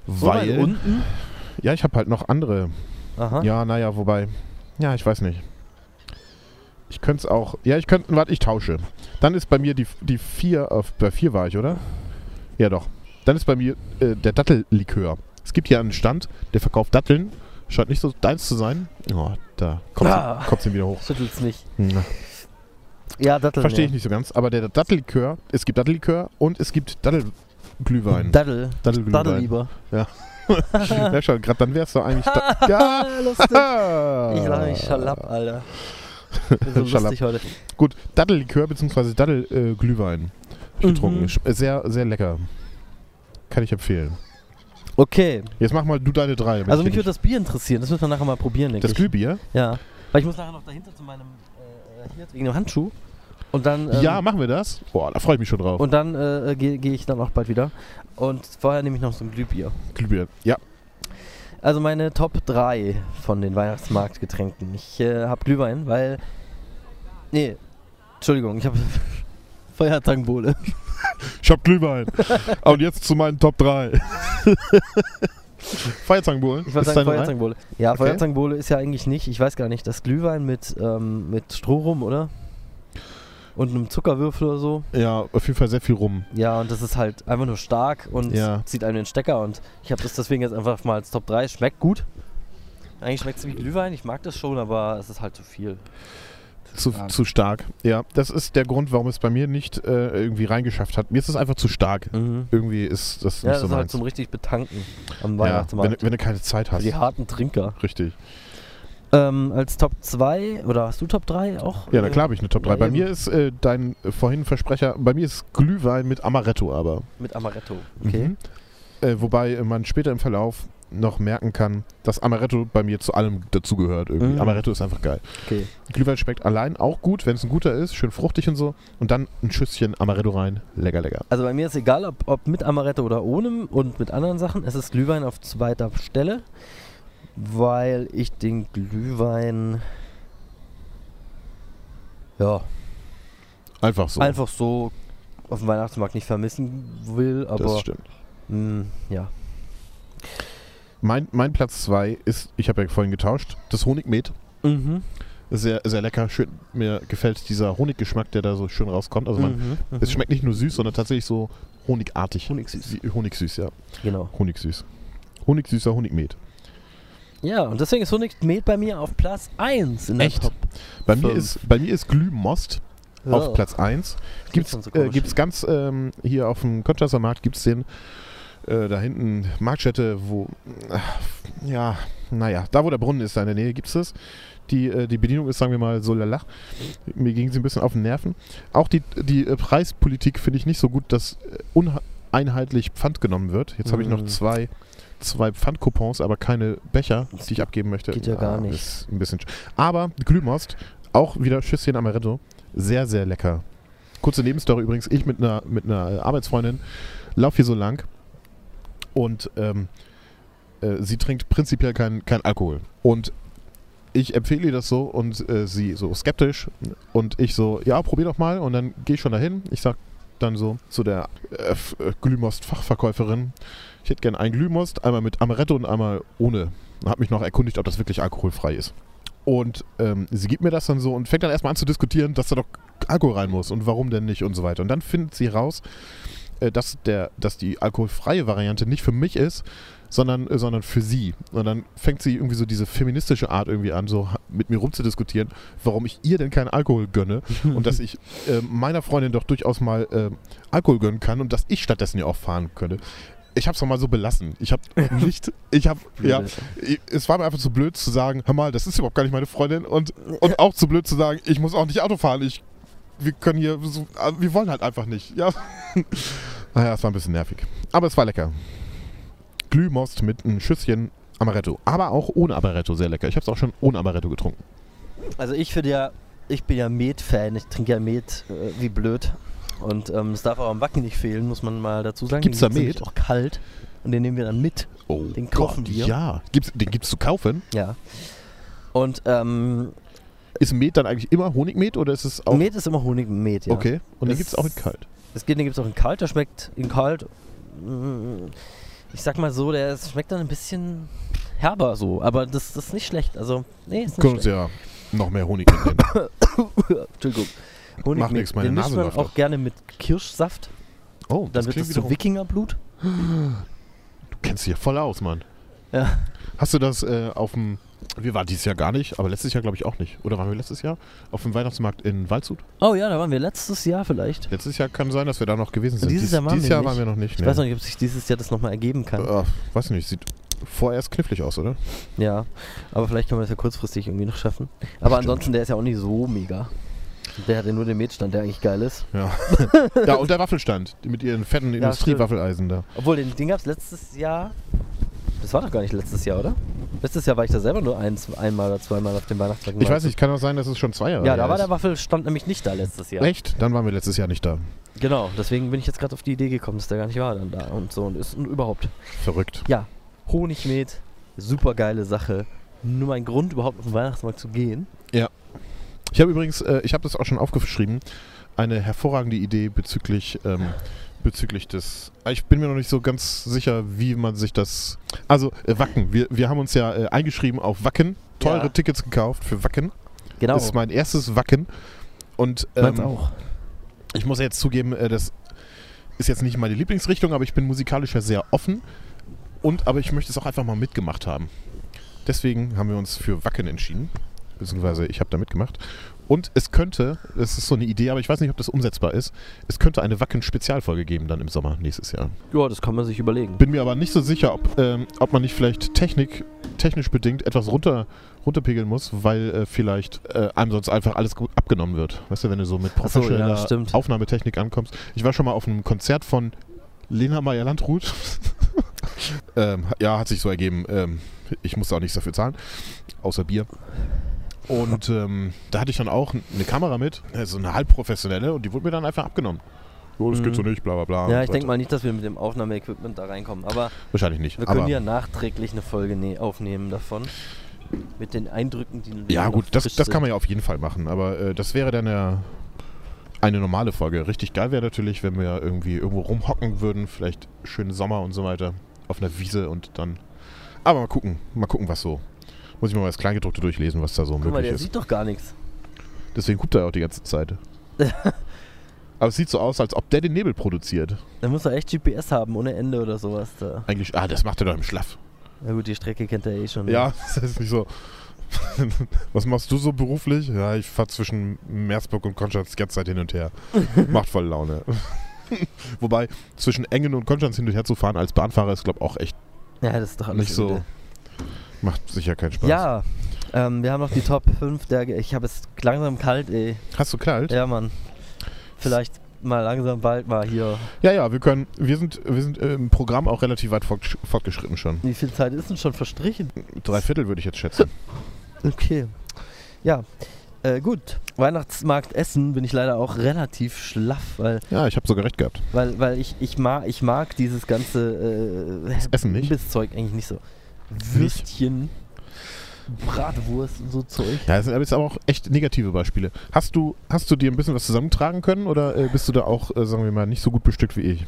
[SPEAKER 2] So weit
[SPEAKER 1] Weil.
[SPEAKER 2] unten.
[SPEAKER 1] Ja, ich habe halt noch andere.
[SPEAKER 2] Aha.
[SPEAKER 1] Ja, naja, wobei. Ja, ich weiß nicht. Ich könnte es auch. Ja, ich könnte. Warte, ich tausche. Dann ist bei mir die, die 4. Auf, bei 4 war ich, oder? Ja, doch. Dann ist bei mir äh, der Dattellikör. Es gibt hier einen Stand, der verkauft Datteln. Scheint nicht so deins zu sein. Oh, da kommt's,
[SPEAKER 2] Ah.
[SPEAKER 1] kommt's ihm wieder hoch.
[SPEAKER 2] Schüttelt's nicht.
[SPEAKER 1] Na,
[SPEAKER 2] Ja, Dattel.
[SPEAKER 1] Verstehe ich nicht so ganz. Aber der Dattellikör. Es gibt Dattellikör und es gibt Dattelglühwein.
[SPEAKER 2] Dattel.
[SPEAKER 1] Dattelglühwein.
[SPEAKER 2] Dattel lieber.
[SPEAKER 1] [LAUGHS] ja, schon. Grad, dann wär's doch
[SPEAKER 2] [LAUGHS]
[SPEAKER 1] eigentlich. Da ja!
[SPEAKER 2] Ah, lustig. [LAUGHS] Ich lache mich schalapp, Alter. Ich bin
[SPEAKER 1] [LAUGHS]
[SPEAKER 2] so lustig heute.
[SPEAKER 1] Gut, Dattellikör bzw. Dattelglühwein äh, Glühwein hab ich
[SPEAKER 2] Mhm.
[SPEAKER 1] getrunken. Sch- äh, Sehr, sehr lecker. Kann ich empfehlen.
[SPEAKER 2] Okay,
[SPEAKER 1] Jetzt mach mal du deine drei. damit
[SPEAKER 2] also
[SPEAKER 1] ich
[SPEAKER 2] mich
[SPEAKER 1] dir
[SPEAKER 2] würde das Bier interessieren. Das müssen wir nachher mal probieren,
[SPEAKER 1] nicht-
[SPEAKER 2] denke
[SPEAKER 1] das
[SPEAKER 2] ich.
[SPEAKER 1] Glühbier?
[SPEAKER 2] Ja. Weil ich muss nachher noch dahinter zu meinem äh, hier wegen dem Handschuh. Und dann. ähm,
[SPEAKER 1] ja, machen wir das. Boah, da freue ich mich schon drauf.
[SPEAKER 2] Und dann äh, gehe geh ich dann auch bald wieder. Und vorher nehme ich noch so ein Glühbier.
[SPEAKER 1] Glühbier. Ja,
[SPEAKER 2] Also meine Top 3 von den Weihnachtsmarktgetränken. Ich äh, habe Glühwein, weil... Nee, Entschuldigung, [LAUGHS] ich habe...
[SPEAKER 3] Feiertagenbowle.
[SPEAKER 1] ich hab
[SPEAKER 2] [LAUGHS]
[SPEAKER 1] Glühwein. Ah, und jetzt zu meinen Top 3. Feierzangenbohlen.
[SPEAKER 2] Ich wollte
[SPEAKER 1] Ist
[SPEAKER 2] sagen
[SPEAKER 1] deine
[SPEAKER 2] Feuerzangenbowle. Ja,
[SPEAKER 1] Okay.
[SPEAKER 2] Feuerzangenbowle ist ja eigentlich nicht. Ich weiß gar nicht, das Glühwein mit, ähm, mit Stroh rum, oder? Und einem Zuckerwürfel oder so.
[SPEAKER 1] drei? Ja, auf jeden Fall sehr viel rum.
[SPEAKER 2] Ja, und das ist halt einfach nur stark und
[SPEAKER 1] Ja.
[SPEAKER 2] zieht einem den Stecker. Und ich habe das deswegen jetzt einfach mal als Top 3. Schmeckt gut. Eigentlich schmeckt es wie Glühwein. Ich mag das schon, aber es ist halt zu viel.
[SPEAKER 1] Zu, zu stark. Ja, das ist der Grund, warum es bei mir nicht äh, irgendwie reingeschafft hat. Mir ist es einfach zu stark.
[SPEAKER 2] Mhm.
[SPEAKER 1] Irgendwie ist das
[SPEAKER 2] Ja,
[SPEAKER 1] nicht
[SPEAKER 2] das
[SPEAKER 1] so
[SPEAKER 2] ist halt
[SPEAKER 1] meins.
[SPEAKER 2] zum richtig Betanken
[SPEAKER 1] ja, wenn, du-
[SPEAKER 2] am Weihnachtsmarkt.
[SPEAKER 1] wenn du keine Zeit
[SPEAKER 2] Für
[SPEAKER 1] hast.
[SPEAKER 2] die harten Trinker.
[SPEAKER 1] Richtig.
[SPEAKER 2] Ähm, als Top 2, oder hast du Top 3 auch?
[SPEAKER 1] Ja, na klar habe ich eine Top
[SPEAKER 2] Ja,
[SPEAKER 1] 3. Bei
[SPEAKER 2] eben.
[SPEAKER 1] mir ist äh, dein äh, vorhin Versprecher, bei mir ist Glühwein mit Amaretto aber.
[SPEAKER 2] Mit Amaretto. Okay.
[SPEAKER 1] Mhm. Äh, wobei äh, man später im Verlauf noch merken kann, dass Amaretto bei mir zu allem dazugehört. irgendwie.
[SPEAKER 2] Mhm.
[SPEAKER 1] Amaretto ist einfach geil.
[SPEAKER 2] Okay.
[SPEAKER 1] Glühwein schmeckt allein auch gut, wenn es ein guter ist, schön fruchtig und so. Und dann ein Schüsschen Amaretto rein. Lecker, lecker.
[SPEAKER 2] Also bei mir ist egal, ob, ob mit Amaretto oder ohne und mit anderen Sachen. Es ist Glühwein auf zweiter Stelle, weil ich den Glühwein ja
[SPEAKER 1] Einfach so.
[SPEAKER 2] einfach so auf dem Weihnachtsmarkt nicht vermissen will.
[SPEAKER 1] das
[SPEAKER 2] Aber
[SPEAKER 1] stimmt.
[SPEAKER 2] mh, ja,
[SPEAKER 1] Mein, mein Platz 2 ist, ich habe ja vorhin getauscht, das Honigmet.
[SPEAKER 2] mhm.
[SPEAKER 1] Sehr, sehr lecker. Schön, mir gefällt dieser Honiggeschmack, der da so schön rauskommt. Also man,
[SPEAKER 2] mhm.
[SPEAKER 1] es schmeckt nicht nur süß, sondern tatsächlich so honigartig.
[SPEAKER 2] Honigsüß.
[SPEAKER 1] Wie- Honigsüß, ja.
[SPEAKER 2] genau.
[SPEAKER 1] Honigsüß. Honigsüßer Honigmet.
[SPEAKER 2] Ja, und deswegen ist Sonic Met bei mir auf Platz 1 in der
[SPEAKER 1] Echt?
[SPEAKER 2] Top.
[SPEAKER 1] Bei mir
[SPEAKER 2] Fünf.
[SPEAKER 1] ist, bei mir ist Glühmost auf Platz 1. Gibt's,
[SPEAKER 2] schon so
[SPEAKER 1] äh,
[SPEAKER 2] komisch.
[SPEAKER 1] gibt's ganz ähm, hier auf dem Konstanzer Markt gibt's den äh, da hinten Marktstätte, wo ach, ja, naja, da wo der Brunnen ist, da in der Nähe gibt's das. Die, äh, die Bedienung ist, sagen wir mal, so lala. Mir ging sie ein bisschen auf den Nerven. Auch die, die äh, Preispolitik finde ich nicht so gut, dass äh, uneinheitlich Pfand genommen wird. Jetzt habe ich noch
[SPEAKER 2] Mm.
[SPEAKER 1] zwei, zwei Pfandcoupons, aber keine Becher, die ich abgeben möchte.
[SPEAKER 2] Geht ja gar nicht.
[SPEAKER 1] Ist ein bisschen sch- aber Glühmost, auch wieder Schüsschen Amaretto, sehr, sehr lecker. Kurze Nebenstory übrigens, ich mit einer, mit einer Arbeitsfreundin laufe hier so lang und ähm, äh, sie trinkt prinzipiell keinen kein Alkohol. Und ich empfehle ihr das so und äh, sie so skeptisch und ich so, ja, probier doch mal und dann gehe ich schon dahin. Ich sag dann so zu der äh, F- äh, Glühmost-Fachverkäuferin, ich hätte gern einen Glühmost, einmal mit Amaretto und einmal ohne. Hab mich noch erkundigt, ob das wirklich alkoholfrei ist. Und ähm, sie gibt mir das dann so und fängt dann erstmal an zu diskutieren, dass da doch Alkohol rein muss und warum denn nicht und so weiter. Und dann findet sie raus, äh, dass, der, dass die alkoholfreie Variante nicht für mich ist, sondern, äh, sondern für sie. Und dann fängt sie irgendwie so diese feministische Art irgendwie an, so ha- mit mir rumzudiskutieren, warum ich ihr denn keinen Alkohol gönne und dass ich äh, meiner Freundin doch durchaus mal äh, Alkohol gönnen kann und dass ich stattdessen ja auch fahren könnte. Ich hab's noch mal so belassen. Ich hab nicht, ich hab, ja, ich- es war mir einfach zu blöd zu sagen, hör mal, das ist überhaupt gar nicht meine Freundin und, und auch zu blöd zu sagen, ich muss auch nicht Auto fahren, ich, wir können hier, so, wir wollen halt einfach nicht, ja. [LAUGHS] Naja, es war ein bisschen nervig. Aber es war lecker. Glühmost mit ein Schüsschen Amaretto. Aber auch ohne Amaretto sehr lecker. Ich habe es auch schon ohne Amaretto getrunken.
[SPEAKER 2] Also ich finde ja, ich bin ja Met-Fan, ich trinke ja Met äh, wie blöd. Und ähm, es darf auch am Wacken nicht fehlen, muss man mal dazu sagen.
[SPEAKER 1] Gibt's
[SPEAKER 2] Den
[SPEAKER 1] da
[SPEAKER 2] nämlich
[SPEAKER 1] Met?
[SPEAKER 2] auch kalt und den nehmen wir dann mit.
[SPEAKER 1] Oh,
[SPEAKER 2] Den kaufen
[SPEAKER 1] Gott,
[SPEAKER 2] wir.
[SPEAKER 1] Ja, gibt's, den gibt's zu kaufen.
[SPEAKER 2] Ja. Und ähm,
[SPEAKER 1] Ist Met dann eigentlich immer Honigmet oder ist es auch...
[SPEAKER 2] Met ist immer Honig mit Met, ja.
[SPEAKER 1] Okay, und den
[SPEAKER 2] Das-
[SPEAKER 1] gibt's auch in kalt.
[SPEAKER 2] Es geht, den gibt es auch in kalt, der schmeckt in kalt. mm, Ich sag mal so, der ist- schmeckt dann ein bisschen herber so, aber das, das ist nicht schlecht. Also, nee, ist
[SPEAKER 1] Können
[SPEAKER 2] nicht
[SPEAKER 1] uns
[SPEAKER 2] schlecht.
[SPEAKER 1] ja noch mehr Honig
[SPEAKER 2] [LAUGHS]
[SPEAKER 1] mitnehmen.
[SPEAKER 2] Entschuldigung. Honig
[SPEAKER 1] Macht
[SPEAKER 2] mit-
[SPEAKER 1] nix, meine
[SPEAKER 2] den mischt
[SPEAKER 1] Nase
[SPEAKER 2] man
[SPEAKER 1] läuft
[SPEAKER 2] auch
[SPEAKER 1] ab.
[SPEAKER 2] gerne mit Kirschsaft,
[SPEAKER 1] Oh,
[SPEAKER 2] dann
[SPEAKER 1] das
[SPEAKER 2] wird
[SPEAKER 1] klingt
[SPEAKER 2] es zu
[SPEAKER 1] wiederum...
[SPEAKER 2] Wikingerblut.
[SPEAKER 1] Du kennst dich ja voll aus, Mann.
[SPEAKER 2] Ja.
[SPEAKER 1] Hast du das äh, auf dem... Wir waren dieses Jahr gar nicht, aber letztes Jahr glaube ich auch nicht. Oder waren wir letztes Jahr auf dem Weihnachtsmarkt in Waldshut?
[SPEAKER 2] Oh ja, da waren wir letztes Jahr vielleicht.
[SPEAKER 1] Letztes Jahr kann sein, dass wir da noch gewesen sind.
[SPEAKER 2] Dieses Jahr waren wir
[SPEAKER 1] Jahr
[SPEAKER 2] nicht.
[SPEAKER 1] waren wir noch nicht.
[SPEAKER 2] Ich weiß noch nicht, ob sich dieses Jahr das nochmal ergeben kann.
[SPEAKER 1] Äh, weiß nicht, sieht vorerst knifflig aus, oder?
[SPEAKER 2] Ja, aber vielleicht kann man das ja kurzfristig irgendwie noch schaffen. Aber
[SPEAKER 1] Stimmt.
[SPEAKER 2] ansonsten, der ist ja auch nicht so mega. Der hat ja nur den Metstand, der eigentlich geil ist. [LAUGHS]
[SPEAKER 1] Ja. ja, und der Waffelstand mit ihren fetten Industriewaffeleisen da.
[SPEAKER 2] Obwohl, den, den gab es letztes Jahr. Das war doch gar nicht letztes Jahr, oder? Letztes Jahr war ich da selber nur eins, einmal oder zweimal auf dem Weihnachtsmarkt.
[SPEAKER 1] Ich weiß nicht, kann auch sein, dass es schon zwei Jahre
[SPEAKER 2] Ja, da
[SPEAKER 1] her
[SPEAKER 2] war
[SPEAKER 1] ist.
[SPEAKER 2] der Waffelstand nämlich nicht da letztes Jahr.
[SPEAKER 1] Echt? Dann waren wir letztes Jahr nicht da.
[SPEAKER 2] Genau, deswegen bin ich jetzt gerade auf die Idee gekommen, dass der gar nicht war dann da und so und ist und überhaupt.
[SPEAKER 1] Verrückt.
[SPEAKER 2] Honigmet, super geile Sache. Nur mein Grund, überhaupt auf den Weihnachtsmarkt zu gehen.
[SPEAKER 1] Ich habe übrigens, äh, ich habe das auch schon aufgeschrieben, eine hervorragende Idee bezüglich, ähm, bezüglich des. Ah, Ich bin mir noch nicht so ganz sicher, wie man sich das. Also, äh, Wacken. Wir, wir haben uns ja äh, eingeschrieben auf Wacken, teure
[SPEAKER 2] Ja.
[SPEAKER 1] Tickets gekauft für Wacken.
[SPEAKER 2] Genau.
[SPEAKER 1] Ist mein erstes Wacken. Und
[SPEAKER 2] Meins
[SPEAKER 1] ähm,
[SPEAKER 2] auch.
[SPEAKER 1] ich muss jetzt zugeben, äh, das ist jetzt nicht meine Lieblingsrichtung, aber ich bin musikalisch ja sehr offen. Und aber ich möchte es auch einfach mal mitgemacht haben. Deswegen haben wir uns für Wacken entschieden. Beziehungsweise ich habe da mitgemacht. Und es könnte, das ist so eine Idee, aber ich weiß nicht, ob das umsetzbar ist, es könnte eine Wacken-Spezialfolge geben dann im Sommer nächstes Jahr.
[SPEAKER 2] Ja, das kann man sich überlegen.
[SPEAKER 1] Bin mir aber nicht so sicher, ob, ähm, ob man nicht vielleicht Technik, technisch bedingt etwas runter, runterpegeln muss, weil äh, vielleicht äh, einem sonst einfach alles gut abgenommen wird. Weißt du, wenn du so mit
[SPEAKER 2] so, ja,
[SPEAKER 1] professioneller
[SPEAKER 2] stimmt.
[SPEAKER 1] Aufnahmetechnik ankommst. Ich war schon mal auf einem Konzert von Lena
[SPEAKER 2] [LAUGHS]
[SPEAKER 1] Meyer-Landrut. ähm, ja, hat sich so ergeben. Ähm, ich musste auch nichts dafür zahlen, außer Bier.
[SPEAKER 2] [LAUGHS]
[SPEAKER 1] Und ähm, da hatte ich dann auch eine Kamera mit, äh, so eine halbprofessionelle, und die wurde mir dann einfach abgenommen. Oh, das
[SPEAKER 2] Mhm.
[SPEAKER 1] geht so nicht, bla bla bla.
[SPEAKER 2] Ja,
[SPEAKER 1] und
[SPEAKER 2] ich
[SPEAKER 1] so
[SPEAKER 2] denke
[SPEAKER 1] weiter.
[SPEAKER 2] mal nicht, dass wir mit dem Aufnahmeequipment da reinkommen, aber
[SPEAKER 1] Wahrscheinlich nicht.
[SPEAKER 2] wir
[SPEAKER 1] aber
[SPEAKER 2] können ja nachträglich eine Folge nä- aufnehmen davon. Mit den Eindrücken, die
[SPEAKER 1] Ja, gut, das, das kann man ja auf jeden Fall machen, aber äh, das wäre dann ja eine normale Folge. Richtig geil wäre natürlich, wenn wir irgendwie irgendwo rumhocken würden, vielleicht schönen Sommer und so weiter, auf einer Wiese und dann. Aber mal gucken, mal gucken, was so. Muss ich mir mal das Kleingedruckte durchlesen, was da so
[SPEAKER 2] Guck mal,
[SPEAKER 1] möglich
[SPEAKER 2] der
[SPEAKER 1] ist.
[SPEAKER 2] sieht doch gar nichts.
[SPEAKER 1] Deswegen guckt er ja auch die ganze
[SPEAKER 2] [LAUGHS]
[SPEAKER 1] Zeit. aber es sieht so aus, als ob der den Nebel produziert.
[SPEAKER 2] Da muss er echt GPS haben, ohne Ende oder sowas. Da.
[SPEAKER 1] Eigentlich, ah, das macht er doch im Schlaf.
[SPEAKER 2] Na gut, die Strecke kennt er eh schon.
[SPEAKER 1] Ja, [LAUGHS] das ist nicht so. Was machst du so beruflich? Ja, ich fahre zwischen Meersburg und Konstanz-Gerzeit hin und
[SPEAKER 2] [LAUGHS]
[SPEAKER 1] her. Macht voll Laune. [LAUGHS] Wobei, zwischen Engen und Konstanz hin und her zu fahren als Bahnfahrer ist, glaube ich, auch echt
[SPEAKER 2] Ja, das ist doch alles
[SPEAKER 1] nicht so.
[SPEAKER 2] wieder-
[SPEAKER 1] Macht sicher keinen Spaß.
[SPEAKER 2] Ja, ähm, wir haben noch die Top 5 der. Ge- Ich habe es langsam kalt, ey.
[SPEAKER 1] Hast du kalt?
[SPEAKER 2] Ja, Mann. Vielleicht mal langsam bald mal hier.
[SPEAKER 1] Ja, ja, wir können. Wir sind, wir sind äh, im Programm auch relativ weit fortgesch- fortgeschritten schon.
[SPEAKER 2] Wie viel Zeit ist denn schon verstrichen?
[SPEAKER 1] Drei Viertel würde ich jetzt
[SPEAKER 2] [LAUGHS]
[SPEAKER 1] schätzen.
[SPEAKER 2] Okay. Ja. Äh, gut, Weihnachtsmarkt Essen bin ich leider auch relativ schlaff, weil,
[SPEAKER 1] Ja, ich habe sogar recht gehabt.
[SPEAKER 2] weil, weil ich, ich, mag, ich mag dieses ganze äh,
[SPEAKER 1] Essen nicht?
[SPEAKER 2] Imbisszeug eigentlich nicht so. Würstchen, Bratwurst und so Zeug.
[SPEAKER 1] Ja, das sind aber jetzt aber auch echt negative Beispiele. Hast du, hast du dir ein bisschen was zusammentragen können oder äh, bist du da auch, äh, sagen wir mal, nicht so gut bestückt wie ich?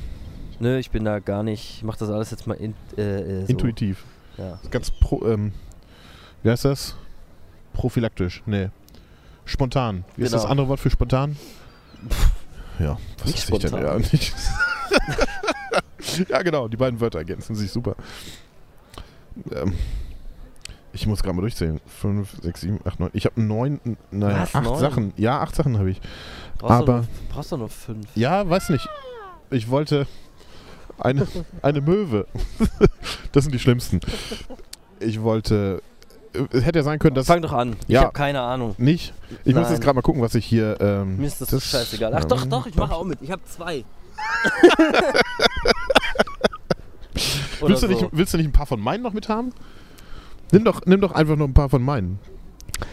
[SPEAKER 2] Nö, ich bin da gar nicht, ich mach das alles jetzt mal in, äh, äh, so.
[SPEAKER 1] Intuitiv.
[SPEAKER 2] Ja.
[SPEAKER 1] Also Ganz pro, ähm, wie heißt das? Prophylaktisch. Nee. Spontan. Wie ist
[SPEAKER 2] Genau.
[SPEAKER 1] das andere Wort für spontan? Ja, was weiß
[SPEAKER 2] Nicht
[SPEAKER 1] ich denn?
[SPEAKER 2] spontan.
[SPEAKER 1] Ja, nicht. [LAUGHS] ja, genau, die beiden Wörter ergänzen sich super. Ähm, ich muss gerade mal durchzählen. 5, 6, 7, 8, 9. Ich habe neun, n- naja,
[SPEAKER 2] Was?
[SPEAKER 1] acht
[SPEAKER 2] Neun?
[SPEAKER 1] Sachen. Ja, acht Sachen habe ich.
[SPEAKER 2] Brauchst du
[SPEAKER 1] Aber-
[SPEAKER 2] noch, brauchst du noch fünf?
[SPEAKER 1] Ja, weiß nicht. Ich wollte eine, eine Möwe. [LAUGHS] Das sind die schlimmsten. Ich wollte. Es hätte ja sein können, dass.
[SPEAKER 2] Fang doch an.
[SPEAKER 1] Ja.
[SPEAKER 2] Ich habe keine Ahnung.
[SPEAKER 1] Nicht. Ich muss
[SPEAKER 2] Nein.
[SPEAKER 1] jetzt gerade mal gucken, was ich hier. Ähm,
[SPEAKER 2] Mir ist das, so scheißegal. Ach doch, doch, ich mache auch mit. Ich habe
[SPEAKER 1] [LAUGHS]
[SPEAKER 2] zwei. Oder
[SPEAKER 1] Willst du,
[SPEAKER 2] so.
[SPEAKER 1] nicht, willst du nicht ein paar von meinen noch mit haben? Nimm doch, nimm doch einfach nur ein paar von meinen.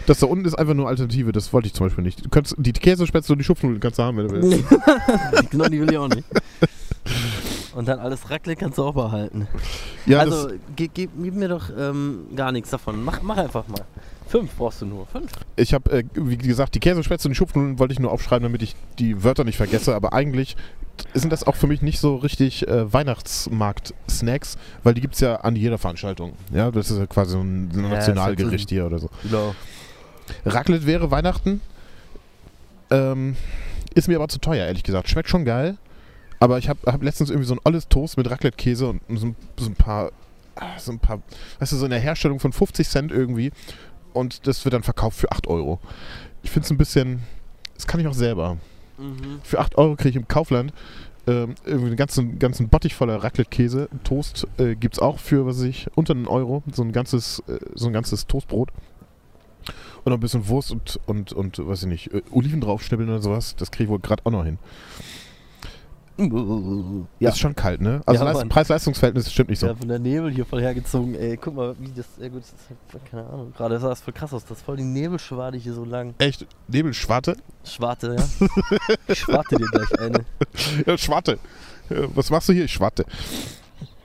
[SPEAKER 1] Das da unten ist einfach nur Alternative, das wollte ich zum Beispiel nicht. Du kannst, die Käsespätzle und die Schupfnudeln kannst du haben,
[SPEAKER 2] [LAUGHS]
[SPEAKER 1] wenn du willst.
[SPEAKER 2] genau, die will ich auch nicht. Und dann alles Raclette kannst du auch behalten.
[SPEAKER 1] Ja,
[SPEAKER 2] also,
[SPEAKER 1] das,
[SPEAKER 2] ge ge gib mir doch ähm, gar nichts davon. Mach, mach einfach mal. Fünf brauchst du nur. Fünf.
[SPEAKER 1] ich habe, äh, wie gesagt, die Käsespätzle und die Schupfnudeln wollte ich nur aufschreiben, damit ich die Wörter nicht vergesse, aber eigentlich sind das auch für mich nicht so richtig äh, Weihnachtsmarkt-Snacks, weil die gibt es ja an jeder Veranstaltung. Ja, das ist ja quasi so ein
[SPEAKER 2] ist halt so
[SPEAKER 1] Nationalgericht hier oder so.
[SPEAKER 2] Genau.
[SPEAKER 1] Raclette wäre Weihnachten. Ähm, ist mir aber zu teuer, ehrlich gesagt. Schmeckt schon geil. Aber ich habe hab letztens irgendwie so ein olles Toast mit Raclette-Käse und so, ein- so ein paar, ah, so ein paar, weißt du, so eine Herstellung von 50 Cent irgendwie. Und das wird dann verkauft für 8 Euro. Ich finde es ein bisschen, das kann ich auch selber.
[SPEAKER 2] Mhm.
[SPEAKER 1] Für 8 Euro kriege ich im Kaufland ähm, irgendwie einen ganzen, ganzen Bottich voller Raclette-Käse. Toast äh, gibt es auch für, was weiß ich, unter einen Euro. So ein ganzes, äh, so ein ganzes Toastbrot. Und noch ein bisschen Wurst und, und, und weiß ich nicht, äh, Oliven draufschnibbeln oder sowas. Das kriege ich wohl gerade auch noch hin.
[SPEAKER 2] Ja.
[SPEAKER 1] Ist schon kalt, ne? Also
[SPEAKER 2] Ja,
[SPEAKER 1] Leist-
[SPEAKER 2] Mann.
[SPEAKER 1] Preis-Leistungs-Verhältnis stimmt nicht so.
[SPEAKER 2] ja, von der Nebel hier voll hergezogen. Ey, guck mal, wie das. Ja, gut, das ist halt, keine Ahnung. Gerade sah das voll krass aus. Das ist voll die Nebelschwade hier so lang.
[SPEAKER 1] Echt, Nebelschwarte?
[SPEAKER 2] Schwarte, ja. ich schwarte dir gleich eine.
[SPEAKER 1] [LAUGHS] Ja, Schwarte. Ja, Was machst du hier? Ich schwarte.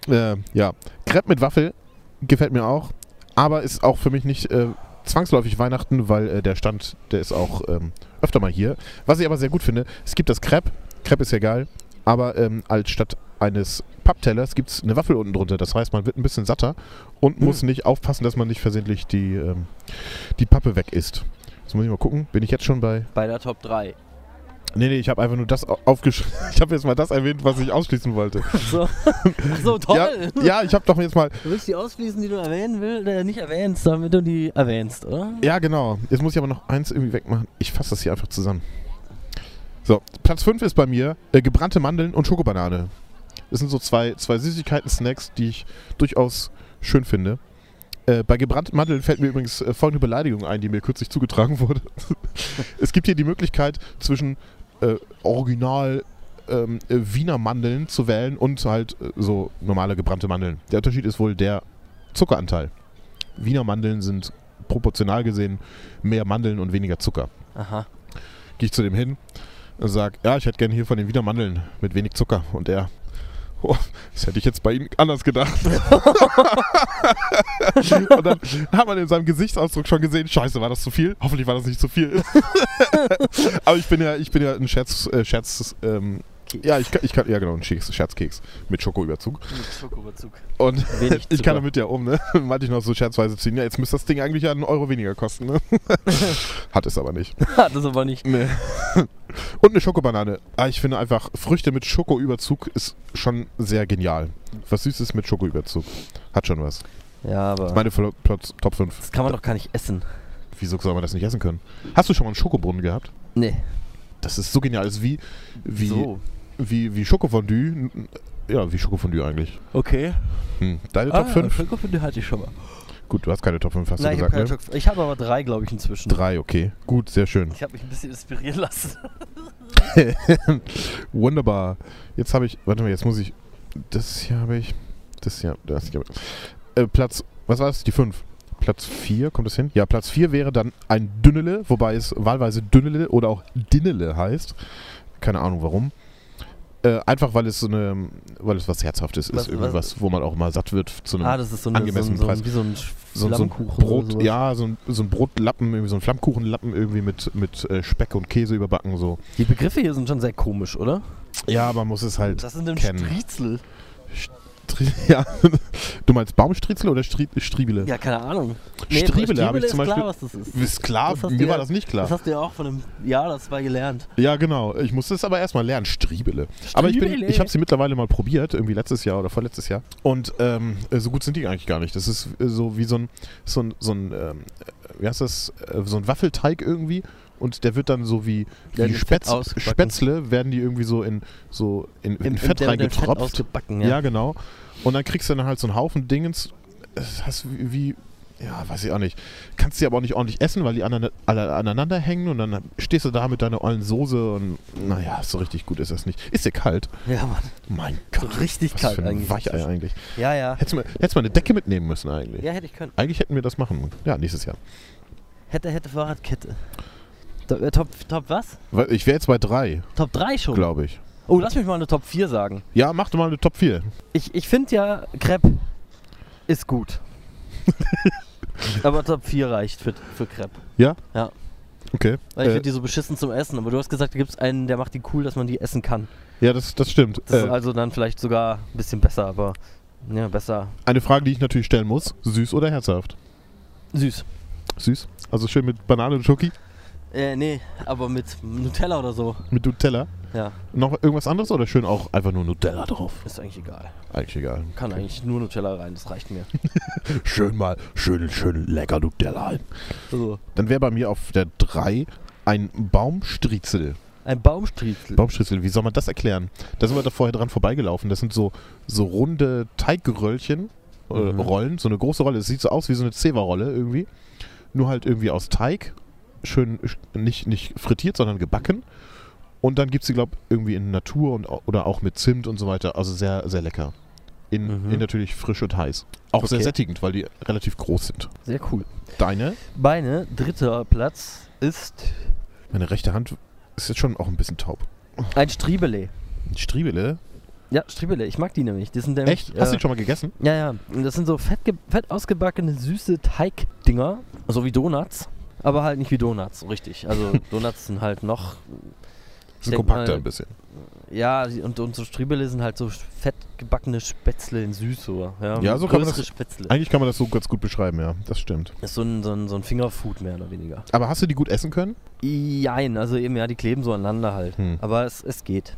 [SPEAKER 1] Äh, ja, Crepe mit Waffel gefällt mir auch, aber ist auch für mich nicht äh, zwangsläufig Weihnachten, weil äh, der Stand, der ist auch ähm, öfter mal hier. Was ich aber sehr gut finde, es gibt das Crepe, Crepe ist ja geil, aber ähm, als statt eines Papptellers gibt es eine Waffel unten drunter. Das heißt, man wird ein bisschen satter und muss nicht aufpassen, dass man nicht versehentlich die, ähm, die Pappe weg isst. Jetzt muss ich mal gucken, bin ich jetzt schon bei
[SPEAKER 2] Bei der Top 3.
[SPEAKER 1] Nee, nee, ich habe einfach nur das au- aufgeschrieben. [LAUGHS] Ich habe jetzt mal das erwähnt, was ich ausschließen wollte.
[SPEAKER 2] So, so toll.
[SPEAKER 1] Ja, ja ich habe doch jetzt mal.
[SPEAKER 2] Du willst die ausschließen, die du erwähnen willst, äh, nicht erwähnst, damit du die erwähnst, oder?
[SPEAKER 1] Ja, genau. Jetzt muss ich aber noch eins irgendwie wegmachen. Ich fasse das hier einfach zusammen. So, Platz 5 ist bei mir äh, gebrannte Mandeln und Schokobanane. Das sind so zwei, zwei Süßigkeiten-Snacks, die ich durchaus schön finde. Äh, bei gebrannten Mandeln fällt mir übrigens äh, folgende Beleidigung ein, die mir kürzlich zugetragen wurde. [LAUGHS] es gibt hier die Möglichkeit, zwischen äh, original ähm, äh, Wiener Mandeln zu wählen und halt äh, so normale gebrannte Mandeln. Der Unterschied ist wohl der Zuckeranteil. Wiener Mandeln sind proportional gesehen mehr Mandeln und weniger Zucker.
[SPEAKER 2] Aha.
[SPEAKER 1] Gehe ich zu dem hin und sage, ja, ich hätte gerne hier von den Wiener Mandeln mit wenig Zucker. Und er, oh, das hätte ich jetzt bei Ihnen anders gedacht. und dann hat man in seinem Gesichtsausdruck schon gesehen, scheiße, war das zu viel? Hoffentlich war das nicht zu viel. Aber ich bin ja, ich bin ja ein Scherz, äh, Scherz, ähm,
[SPEAKER 2] Keks.
[SPEAKER 1] ja, ich kann, ich kann, ja genau, ein Scherz- Scherzkeks mit Schokoüberzug.
[SPEAKER 2] Mit Schokoüberzug.
[SPEAKER 1] Und
[SPEAKER 2] Wenig
[SPEAKER 1] [LAUGHS] ich kann
[SPEAKER 2] Zucker.
[SPEAKER 1] damit ja um, ne? Meinte ich noch so scherzweise ziehen. Ja, jetzt müsste das Ding eigentlich ja einen Euro weniger kosten,
[SPEAKER 2] [LAUGHS]
[SPEAKER 1] ne? Hat es aber nicht.
[SPEAKER 2] Hat [LAUGHS] das aber nicht.
[SPEAKER 1] Nee. Und eine Schokobanane. Ah, ich finde einfach, Früchte mit Schokoüberzug ist schon sehr genial. Was Süßes mit Schokoüberzug. Hat schon was.
[SPEAKER 2] Ja, aber
[SPEAKER 1] Das ist meine Flo- Platz, Top 5.
[SPEAKER 2] das kann man doch gar nicht essen.
[SPEAKER 1] Wieso soll man das nicht essen können? Hast du schon mal einen Schokobrunnen gehabt?
[SPEAKER 2] Nee.
[SPEAKER 1] Das ist so genial. Das ist wie, wie,
[SPEAKER 3] So.
[SPEAKER 1] wie, wie Schokofondue. Ja, wie Schokofondue eigentlich.
[SPEAKER 3] Okay.
[SPEAKER 1] Hm. Deine
[SPEAKER 3] Ah,
[SPEAKER 1] Top 5?
[SPEAKER 3] Schokofondue die hatte ich schon mal.
[SPEAKER 1] Gut, du hast keine Top 5, hast
[SPEAKER 2] Nein,
[SPEAKER 1] du
[SPEAKER 2] ich habe
[SPEAKER 1] gesagt,
[SPEAKER 2] keine
[SPEAKER 1] ne?
[SPEAKER 2] Jokes. Ich habe aber drei, glaube ich, inzwischen.
[SPEAKER 1] Drei, okay. Gut, sehr schön.
[SPEAKER 3] Ich habe mich ein bisschen inspirieren lassen.
[SPEAKER 1] [LAUGHS] Wunderbar. Jetzt habe ich, warte mal, jetzt muss ich, das hier habe ich, das hier, das hier. habe ich. Äh, Platz, was war das? Die 5. Platz 4, kommt das hin? Ja, Platz 4 wäre dann ein Dünnele, wobei es wahlweise Dünnele oder auch Dinnele heißt. Keine Ahnung warum. Äh, einfach weil es so eine, weil es was Herzhaftes ist,
[SPEAKER 2] Was-
[SPEAKER 1] irgendwas, wo man auch mal satt wird zu einem
[SPEAKER 2] Ah, das ist so, eine, so,
[SPEAKER 1] angemessenen
[SPEAKER 2] ein- so,
[SPEAKER 1] Preis.
[SPEAKER 2] ein- wie so ein
[SPEAKER 1] so, so ein
[SPEAKER 2] Flammkuchen. oder
[SPEAKER 1] Brot,
[SPEAKER 2] sowas.
[SPEAKER 1] ja, so ein, so ein Brotlappen, irgendwie so ein Flammkuchenlappen irgendwie mit, mit äh, Speck und Käse überbacken so.
[SPEAKER 2] Die Begriffe hier sind schon sehr komisch, oder?
[SPEAKER 1] Ja, aber muss es halt
[SPEAKER 3] Das sind ein
[SPEAKER 1] Kennen.
[SPEAKER 3] Striezel.
[SPEAKER 1] Stri- [LAUGHS] Ja. Du meinst Baumstriezel oder Stri Striebele?
[SPEAKER 3] Ja, keine Ahnung.
[SPEAKER 1] Striebele habe ich
[SPEAKER 3] ist
[SPEAKER 1] zum
[SPEAKER 3] klar,
[SPEAKER 1] Beispiel.
[SPEAKER 3] was das ist.
[SPEAKER 1] Ist klar,
[SPEAKER 3] Das hast du
[SPEAKER 1] mir
[SPEAKER 3] ja-
[SPEAKER 1] war das nicht
[SPEAKER 3] Das
[SPEAKER 1] klar.
[SPEAKER 3] hast du ja auch von einem Jahr das war gelernt.
[SPEAKER 1] Ja, genau. Ich musste es aber erstmal lernen. Striebele. Aber ich, bin-
[SPEAKER 3] Striebele.
[SPEAKER 1] ich habe sie mittlerweile mal probiert, irgendwie letztes Jahr oder vorletztes Jahr. Und ähm, äh, so gut sind die eigentlich gar nicht. Das ist äh, so wie so ein, so ein, so ein ähm, äh, wie heißt das, Äh, so ein Waffelteig irgendwie. Und der wird dann so wie,
[SPEAKER 2] Werden
[SPEAKER 1] wie
[SPEAKER 2] in Fett
[SPEAKER 1] Spätz
[SPEAKER 2] ausgebacken.
[SPEAKER 1] Spätzle, werden die irgendwie so in, so in, in Fett
[SPEAKER 2] der wird im Fett
[SPEAKER 1] reingetropft.
[SPEAKER 2] ausgebacken,
[SPEAKER 1] Ja.
[SPEAKER 2] ja.
[SPEAKER 1] genau. Und dann kriegst du dann halt so einen Haufen Dingens. Das hast du wie, wie. Ja, weiß ich auch nicht. Kannst die aber auch nicht ordentlich essen, weil die aneinander, alle aneinander hängen und dann stehst du da mit deiner ollen Soße und naja, so richtig gut ist das nicht. Ist dir kalt?
[SPEAKER 2] Ja, Mann.
[SPEAKER 1] Mein
[SPEAKER 2] So
[SPEAKER 1] Gott.
[SPEAKER 2] richtig
[SPEAKER 1] Was
[SPEAKER 2] kalt
[SPEAKER 1] für ein
[SPEAKER 2] eigentlich.
[SPEAKER 1] Weichei eigentlich.
[SPEAKER 2] Ja, ja.
[SPEAKER 1] Hättest du mal, hättest mal eine Decke mitnehmen müssen eigentlich.
[SPEAKER 2] Ja, hätte ich können.
[SPEAKER 1] Eigentlich hätten wir das machen. Ja, nächstes Jahr.
[SPEAKER 2] Hätte, hätte Fahrradkette. Top, äh, top, top was?
[SPEAKER 1] Weil Ich wäre jetzt bei drei,
[SPEAKER 2] Top 3 schon.
[SPEAKER 1] glaube ich.
[SPEAKER 2] Oh, lass mich mal eine Top 4 sagen.
[SPEAKER 1] Ja, mach doch mal eine Top 4.
[SPEAKER 2] Ich, ich finde ja, Crepe
[SPEAKER 1] [LAUGHS]
[SPEAKER 2] ist gut. aber Top 4 reicht für, für Crepe.
[SPEAKER 1] Okay.
[SPEAKER 2] Weil ich
[SPEAKER 1] Äh,
[SPEAKER 2] finde die so beschissen zum Essen. Aber du hast gesagt, da gibt es einen, der macht die cool, dass man die essen kann.
[SPEAKER 1] ja, das, das stimmt.
[SPEAKER 2] Das
[SPEAKER 1] äh,
[SPEAKER 2] ist also dann vielleicht sogar ein bisschen besser, aber ja, besser.
[SPEAKER 1] eine Frage, die ich natürlich stellen muss. Süß oder herzhaft?
[SPEAKER 2] Süß.
[SPEAKER 1] Süß. Also schön mit Banane und Schoki,
[SPEAKER 2] Äh, nee, aber mit Nutella oder so.
[SPEAKER 1] mit Nutella.
[SPEAKER 2] Ja,
[SPEAKER 1] Noch irgendwas anderes oder schön auch einfach nur Nutella drauf?
[SPEAKER 2] ist eigentlich egal.
[SPEAKER 1] Eigentlich egal.
[SPEAKER 2] Kann eigentlich nur Nutella rein, das
[SPEAKER 1] [LAUGHS]
[SPEAKER 2] reicht mir.
[SPEAKER 1] Schön mal, schön, schön lecker Nutella.
[SPEAKER 2] So.
[SPEAKER 1] Dann wäre bei mir auf der 3 ein Baumstriezel.
[SPEAKER 2] Ein Baumstriezel.
[SPEAKER 1] Baumstriezel, wie soll man das erklären? Da sind wir da vorher dran vorbeigelaufen. Das sind so, so runde Teigröllchen, äh,
[SPEAKER 2] Mhm.
[SPEAKER 1] Rollen, so eine große Rolle. Es sieht so aus wie so eine Zewa-Rolle irgendwie. Nur halt irgendwie aus Teig. Schön, sch- nicht, nicht frittiert, sondern gebacken. Und dann gibt es sie, glaube ich, irgendwie in Natur und, au- oder auch mit Zimt und so weiter. Also sehr, sehr lecker. In,
[SPEAKER 2] Mhm.
[SPEAKER 1] in natürlich frisch und heiß. Auch sehr
[SPEAKER 2] Okay.
[SPEAKER 1] sättigend, weil die relativ groß sind.
[SPEAKER 2] Sehr cool.
[SPEAKER 1] Deine,
[SPEAKER 2] Meine dritter Platz ist
[SPEAKER 1] meine rechte Hand ist jetzt schon auch ein bisschen taub.
[SPEAKER 2] ein Striebele.
[SPEAKER 1] Striebele?
[SPEAKER 2] Ja, Striebele, ich mag die nämlich. Die sind nämlich,
[SPEAKER 1] Echt? Hast du
[SPEAKER 2] äh,
[SPEAKER 1] die schon mal gegessen?
[SPEAKER 2] Ja, ja. Und Das sind so fett, ge- fett ausgebackene, süße Teigdinger. So wie Donuts. Aber halt nicht wie Donuts, richtig.
[SPEAKER 1] [LAUGHS]
[SPEAKER 2] Also Donuts sind halt noch
[SPEAKER 1] Sind
[SPEAKER 2] denk
[SPEAKER 1] kompakter
[SPEAKER 2] mal-
[SPEAKER 1] ein bisschen.
[SPEAKER 2] Ja, die- und, und so Striebele sind halt so fett gebackene Spätzle in süß, so. Ja,
[SPEAKER 1] Ja, so kann man
[SPEAKER 2] größere
[SPEAKER 1] das-
[SPEAKER 2] Spätzle.
[SPEAKER 1] Eigentlich kann man das so ganz gut beschreiben, ja. Das stimmt.
[SPEAKER 2] Ist so ein, so ein, so ein Fingerfood mehr oder weniger.
[SPEAKER 1] Aber hast du die gut essen können?
[SPEAKER 2] Jein, also eben, ja, die kleben so aneinander halt.
[SPEAKER 1] Hm.
[SPEAKER 2] Aber es, es geht.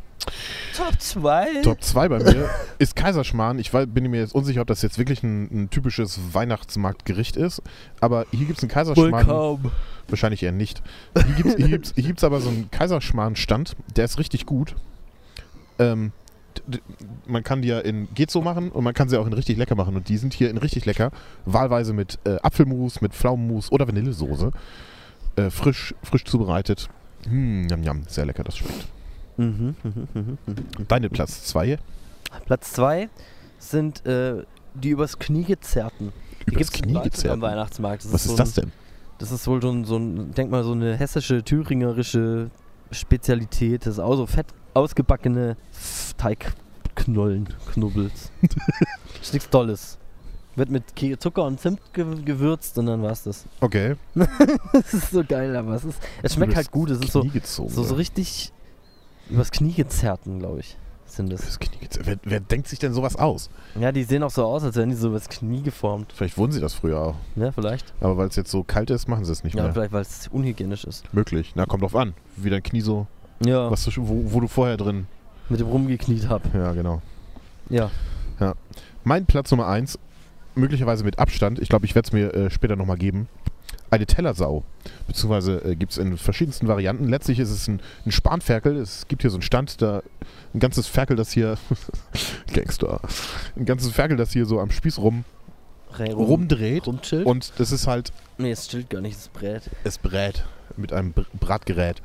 [SPEAKER 2] Top 2?
[SPEAKER 1] Top 2 bei mir ist Kaiserschmarrn. Ich wei- bin mir jetzt unsicher, ob das jetzt wirklich ein, ein typisches Weihnachtsmarktgericht ist. Aber hier gibt es einen Kaiserschmarrn. Wahrscheinlich eher nicht. Hier gibt es hier gibt's, hier gibt's aber so einen Kaiserschmarrn-Stand. Der ist richtig gut. Ähm, d- d- man kann die ja in geht so machen und man kann sie auch in richtig lecker machen. Und die sind hier in richtig lecker. Wahlweise mit äh, Apfelmus, mit Pflaumenmus oder Vanillesoße. Äh, frisch, frisch zubereitet. Hm, yam, yam, sehr lecker, das schmeckt.
[SPEAKER 2] Mhm, mhm, mhm, mhm.
[SPEAKER 1] Deine Platz 2.
[SPEAKER 2] Platz 2 sind äh, die übers Knie gezerrten. Die
[SPEAKER 1] Übers
[SPEAKER 2] gibt's
[SPEAKER 1] Knie
[SPEAKER 2] überall
[SPEAKER 1] gezerrt.
[SPEAKER 2] Am Weihnachtsmarkt. Das
[SPEAKER 1] Was
[SPEAKER 2] so
[SPEAKER 1] ist das
[SPEAKER 2] ein,
[SPEAKER 1] denn?
[SPEAKER 2] Das ist wohl so ein, so ein, denk mal, so eine hessische, thüringerische Spezialität. Das ist auch so fett ausgebackene F- Teigknollen, Knubbels.
[SPEAKER 1] [LAUGHS]
[SPEAKER 2] ist nichts Tolles. Wird mit Ke- Zucker und Zimt ge gewürzt und dann war's das.
[SPEAKER 1] Okay.
[SPEAKER 2] [LAUGHS] Das ist so geil, aber es, ist, es schmeckt
[SPEAKER 1] Übers
[SPEAKER 2] halt gut. Es ist so,
[SPEAKER 1] Knie gezogen. ne?
[SPEAKER 2] so, so
[SPEAKER 1] ja.
[SPEAKER 2] richtig übers Knie gezerrten, glaube ich, sind das.
[SPEAKER 1] Übers Knie gezogen. Wer, wer denkt sich denn sowas aus?
[SPEAKER 2] Ja, die sehen auch so aus, als wären die so übers Knie geformt.
[SPEAKER 1] Vielleicht wurden sie das früher auch.
[SPEAKER 2] Ja, vielleicht.
[SPEAKER 1] Aber weil es jetzt so kalt ist, machen sie es nicht
[SPEAKER 2] Ja,
[SPEAKER 1] mehr.
[SPEAKER 2] vielleicht, weil es unhygienisch ist.
[SPEAKER 1] Möglich. Na, kommt drauf an. Wie dein Knie so,
[SPEAKER 2] Ja,
[SPEAKER 1] was du, schon- wo, wo du vorher drin.
[SPEAKER 2] mit dem rumgekniet hab.
[SPEAKER 1] Ja, genau.
[SPEAKER 2] Ja.
[SPEAKER 1] Mein Platz Nummer 1 möglicherweise mit Abstand, ich glaube, ich werde es mir äh, später nochmal geben, eine Tellersau. Beziehungsweise äh, gibt es in verschiedensten Varianten. Letztlich ist es ein, ein Spanferkel. Es gibt hier so einen Stand, da ein ganzes Ferkel, das hier. [LAUGHS] Gangster. Ein ganzes Ferkel, das hier so am Spieß rum, rumdreht.
[SPEAKER 2] Rumschild?
[SPEAKER 1] Und das ist halt
[SPEAKER 2] nee, es stillt gar nicht, es brät.
[SPEAKER 1] es brät mit einem Br- Bratgerät.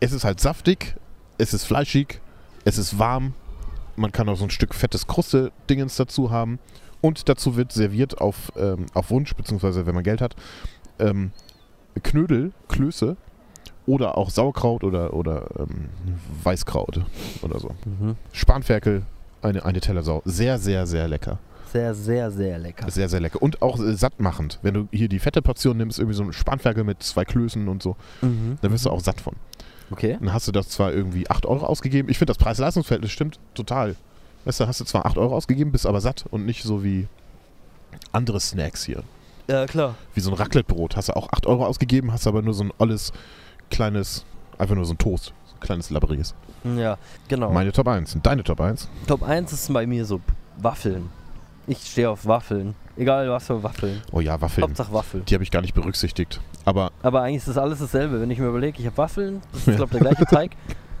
[SPEAKER 1] Es ist halt saftig, es ist fleischig, es ist warm. Man kann auch so ein Stück fettes Kruste-Dingens dazu haben. Und dazu wird serviert auf, ähm, auf Wunsch, beziehungsweise wenn man Geld hat, ähm, Knödel, Klöße oder auch Sauerkraut oder, oder ähm, Weißkraut oder so.
[SPEAKER 2] Mhm.
[SPEAKER 1] Spanferkel, eine, eine Tellersau. Sehr, sehr, sehr lecker.
[SPEAKER 2] Sehr, sehr, sehr lecker.
[SPEAKER 1] Sehr, sehr lecker. Und auch äh, sattmachend. Wenn du hier die fette Portion nimmst, irgendwie so ein Spanferkel mit zwei Klößen und so,
[SPEAKER 2] Mhm.
[SPEAKER 1] dann wirst du auch satt von.
[SPEAKER 2] Okay.
[SPEAKER 1] Dann hast du das zwar irgendwie 8 Euro ausgegeben. Ich finde, das Preis-Leistungs-Verhältnis stimmt total. Weißt du, hast du zwar 8 Euro ausgegeben, bist aber satt und nicht so wie andere Snacks hier.
[SPEAKER 2] Ja, klar.
[SPEAKER 1] Wie so ein Raclette-Brot. Hast du auch 8 Euro ausgegeben, hast aber nur so ein olles, kleines, einfach nur so ein Toast. So ein kleines, labbriges.
[SPEAKER 2] Ja, genau.
[SPEAKER 1] Meine Top 1. Deine Top 1.
[SPEAKER 2] Top 1 ist bei mir so Waffeln. Ich stehe auf Waffeln. Egal was für Waffeln.
[SPEAKER 1] Oh ja, Waffeln.
[SPEAKER 2] Hauptsache Waffel.
[SPEAKER 1] Die habe ich gar nicht berücksichtigt. Aber
[SPEAKER 2] Aber eigentlich ist das alles dasselbe. Wenn ich mir überlege, ich habe Waffeln, das
[SPEAKER 1] Ja.
[SPEAKER 2] ist glaube
[SPEAKER 1] [LAUGHS]
[SPEAKER 2] der gleiche Teig.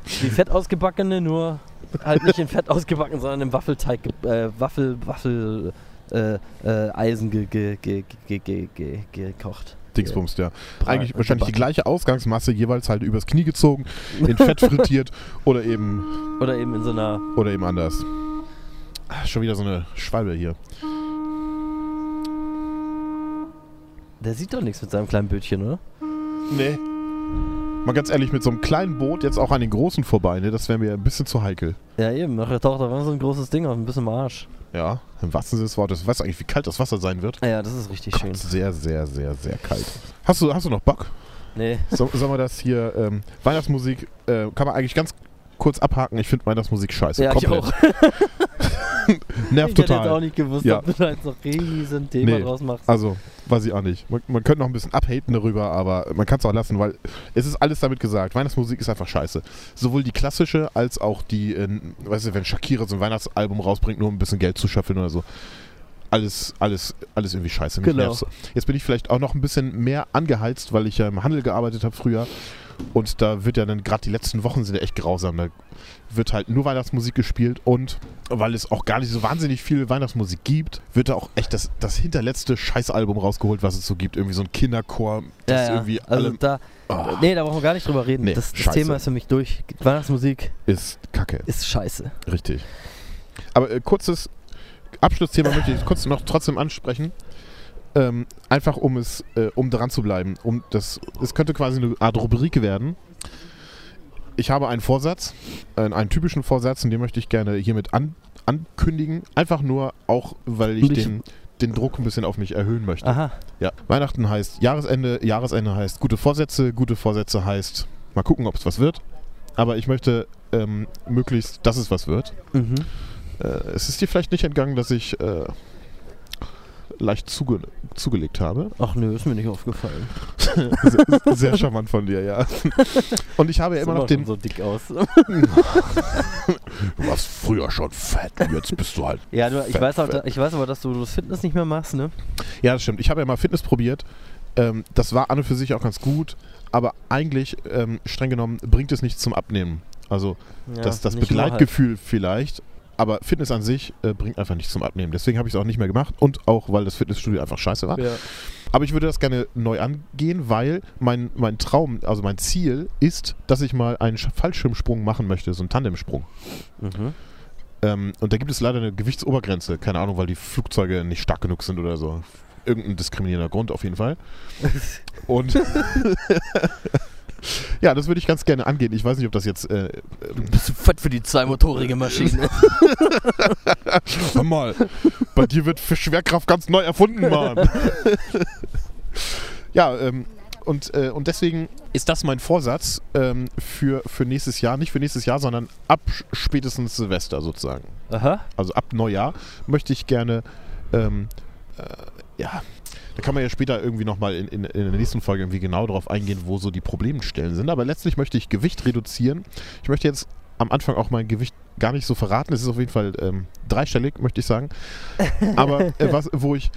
[SPEAKER 2] Die fett ausgebackene, nur halt nicht in Fett ausgebacken, sondern im Waffelteig, ge- äh, Waffel, Waffel, äh, äh, Eisen ge, ge, ge, ge, ge, ge, gekocht.
[SPEAKER 1] Dingsbums, ja.
[SPEAKER 2] Bra-
[SPEAKER 1] Eigentlich wahrscheinlich die
[SPEAKER 2] gebacken.
[SPEAKER 1] gleiche Ausgangsmasse, jeweils halt übers Knie gezogen, in Fett frittiert oder eben
[SPEAKER 2] Oder eben in so einer,
[SPEAKER 1] Oder eben anders. Ah, Schon wieder so eine Schwalbe hier.
[SPEAKER 2] der sieht doch nichts mit seinem kleinen Bötchen, oder?
[SPEAKER 1] Nee. Mal ganz ehrlich, mit so einem kleinen Boot jetzt auch an den großen vorbei, ne? Das wäre mir ein bisschen zu heikel.
[SPEAKER 2] Ja eben, ach, da taucht da so ein großes Ding auf, ein bisschen im Arsch.
[SPEAKER 1] Ja, im wahrsten Sinne des Wortes. Weißt du eigentlich, wie kalt das Wasser sein wird?
[SPEAKER 2] Ah Ja, das ist richtig schön.
[SPEAKER 1] Gott, sehr, sehr, sehr, sehr kalt. Hast du, hast du noch Bock?
[SPEAKER 2] Nee,
[SPEAKER 1] So, sollen wir das hier, ähm, Weihnachtsmusik, äh, kann man eigentlich ganz kurz abhaken. Ich finde Weihnachtsmusik scheiße.
[SPEAKER 2] ja, ich
[SPEAKER 1] Komplett.
[SPEAKER 2] auch.
[SPEAKER 1] Nervt
[SPEAKER 2] ich hätte jetzt auch
[SPEAKER 1] total.
[SPEAKER 2] nicht gewusst,
[SPEAKER 1] Ja.
[SPEAKER 2] ob du da jetzt noch riesen Thema
[SPEAKER 1] Nee.
[SPEAKER 2] draus machst.
[SPEAKER 1] Also, weiß ich auch nicht. Man, man könnte noch ein bisschen abhaten darüber, aber man kann es auch lassen, weil es ist alles damit gesagt. Weihnachtsmusik ist einfach scheiße. Sowohl die klassische als auch die, äh, weißt du, wenn Shakira so ein Weihnachtsalbum rausbringt, nur um ein bisschen Geld zu scheffeln oder so. Alles, alles, alles irgendwie scheiße. Mich
[SPEAKER 2] Genau.
[SPEAKER 1] nervt's. Jetzt bin ich vielleicht auch noch ein bisschen mehr angeheizt, weil ich ja im Handel gearbeitet habe früher. Und da wird ja dann gerade die letzten Wochen sind ja echt grausam. Da wird halt nur Weihnachtsmusik gespielt und weil es auch gar nicht so wahnsinnig viel Weihnachtsmusik gibt, wird da auch echt das, das hinterletzte Scheißalbum rausgeholt, was es so gibt. Irgendwie so ein Kinderchor, das
[SPEAKER 2] ja, ja.
[SPEAKER 1] irgendwie
[SPEAKER 2] also
[SPEAKER 1] alle.
[SPEAKER 2] da,
[SPEAKER 1] Ah,
[SPEAKER 2] Nee, da brauchen wir gar nicht drüber reden.
[SPEAKER 1] Nee,
[SPEAKER 2] das das
[SPEAKER 1] scheiße.
[SPEAKER 2] Thema ist für mich durch. Weihnachtsmusik
[SPEAKER 1] ist kacke.
[SPEAKER 2] ist scheiße.
[SPEAKER 1] Richtig. Aber äh, kurzes Abschlussthema möchte ich kurz noch trotzdem ansprechen. Ähm, einfach um es, äh, um dran zu bleiben. Um das, es könnte quasi eine Art Rubrik werden. Ich habe einen Vorsatz, äh, einen typischen Vorsatz, und den möchte ich gerne hiermit an, ankündigen. Einfach nur auch, weil ich
[SPEAKER 2] Und ich-
[SPEAKER 1] den, den Druck ein bisschen auf mich erhöhen möchte.
[SPEAKER 2] Aha.
[SPEAKER 1] Ja. Weihnachten heißt Jahresende, Jahresende heißt gute Vorsätze, gute Vorsätze heißt mal gucken, ob es was wird. Aber ich möchte ähm, möglichst, dass es was wird.
[SPEAKER 2] Mhm.
[SPEAKER 1] Äh, es ist dir vielleicht nicht entgangen, dass ich äh, leicht zuge zugelegt habe.
[SPEAKER 2] Ach nö, ist mir nicht aufgefallen.
[SPEAKER 1] sehr, sehr charmant von dir, ja. [LAUGHS] Und ich habe ja
[SPEAKER 2] Ist
[SPEAKER 1] immer noch
[SPEAKER 2] schon
[SPEAKER 1] den.
[SPEAKER 2] so dick aus.
[SPEAKER 1] Du warst früher schon fett, jetzt bist du halt.
[SPEAKER 2] [LAUGHS] ja, du, ich
[SPEAKER 1] Fett,
[SPEAKER 2] weiß, auch,
[SPEAKER 1] fett.
[SPEAKER 2] da- ich weiß aber, dass du das Fitness nicht mehr machst, ne?
[SPEAKER 1] Ja, das stimmt. Ich habe ja mal Fitness probiert. Ähm, das war an und für sich auch ganz gut, aber eigentlich, ähm, streng genommen, bringt es nichts zum Abnehmen. Also,
[SPEAKER 2] Ja,
[SPEAKER 1] das, das
[SPEAKER 2] nicht nur halt.
[SPEAKER 1] Begleitgefühl vielleicht. Aber Fitness an sich äh, bringt einfach nichts zum Abnehmen. Deswegen habe ich es auch nicht mehr gemacht und auch, weil das Fitnessstudio einfach scheiße war.
[SPEAKER 2] Halt. Ja.
[SPEAKER 1] Aber ich würde das gerne neu angehen, weil mein, mein Traum, also mein Ziel ist, dass ich mal einen Sch- Fallschirmsprung machen möchte, so einen Tandemsprung.
[SPEAKER 2] Mhm.
[SPEAKER 1] Ähm, und da gibt es leider eine Gewichtsobergrenze. Keine Ahnung, weil die Flugzeuge nicht stark genug sind oder so. Irgendein diskriminierender Grund auf jeden Fall. Und [LAUGHS] ja, das würde ich ganz gerne angehen. Ich weiß nicht, ob das jetzt äh,
[SPEAKER 3] Bist du fett für die zweimotorige Maschine?
[SPEAKER 1] Hör mal, bei dir wird für Schwerkraft ganz neu erfunden, Mann. ja, ähm, und, äh, und deswegen ist das mein Vorsatz ähm, für, für nächstes Jahr. Nicht für nächstes Jahr, sondern ab sch- spätestens Silvester sozusagen.
[SPEAKER 2] Aha.
[SPEAKER 1] Also ab Neujahr möchte ich gerne, ähm, äh, ja, da kann man ja später irgendwie nochmal in, in, in der nächsten Folge irgendwie genau darauf eingehen, wo so die Problemstellen sind. Aber letztlich möchte ich Gewicht reduzieren. Ich möchte jetzt am Anfang auch mein Gewicht gar nicht so verraten. Es ist auf jeden Fall ähm, dreistellig, möchte ich sagen. Aber äh, was, wo ich,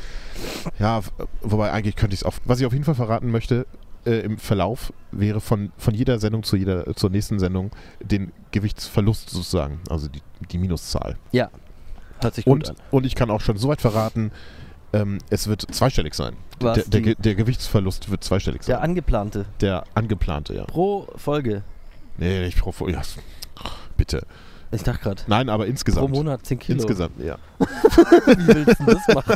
[SPEAKER 1] ja, f- wobei eigentlich könnte ich es auf, was ich auf jeden Fall verraten möchte äh, im Verlauf, wäre von, von jeder Sendung zu jeder, zur nächsten Sendung den Gewichtsverlust sozusagen, also die, die Minuszahl.
[SPEAKER 3] Hört sich gut
[SPEAKER 1] Und,
[SPEAKER 3] an.
[SPEAKER 1] und ich kann auch schon so weit verraten, ähm, es wird zweistellig sein.
[SPEAKER 2] Was
[SPEAKER 1] Der, der,
[SPEAKER 2] die-
[SPEAKER 1] Ge- der Gewichtsverlust wird zweistellig sein.
[SPEAKER 2] Der angeplante.
[SPEAKER 1] Der angeplante, ja.
[SPEAKER 2] Pro Folge.
[SPEAKER 1] Nee, ich brauche. Ja, bitte.
[SPEAKER 2] Ich dachte gerade.
[SPEAKER 1] Nein, aber insgesamt.
[SPEAKER 2] Pro Monat 10 Kilo.
[SPEAKER 1] Insgesamt,
[SPEAKER 2] [LAUGHS]
[SPEAKER 1] ja.
[SPEAKER 2] Wie willst du denn das machen?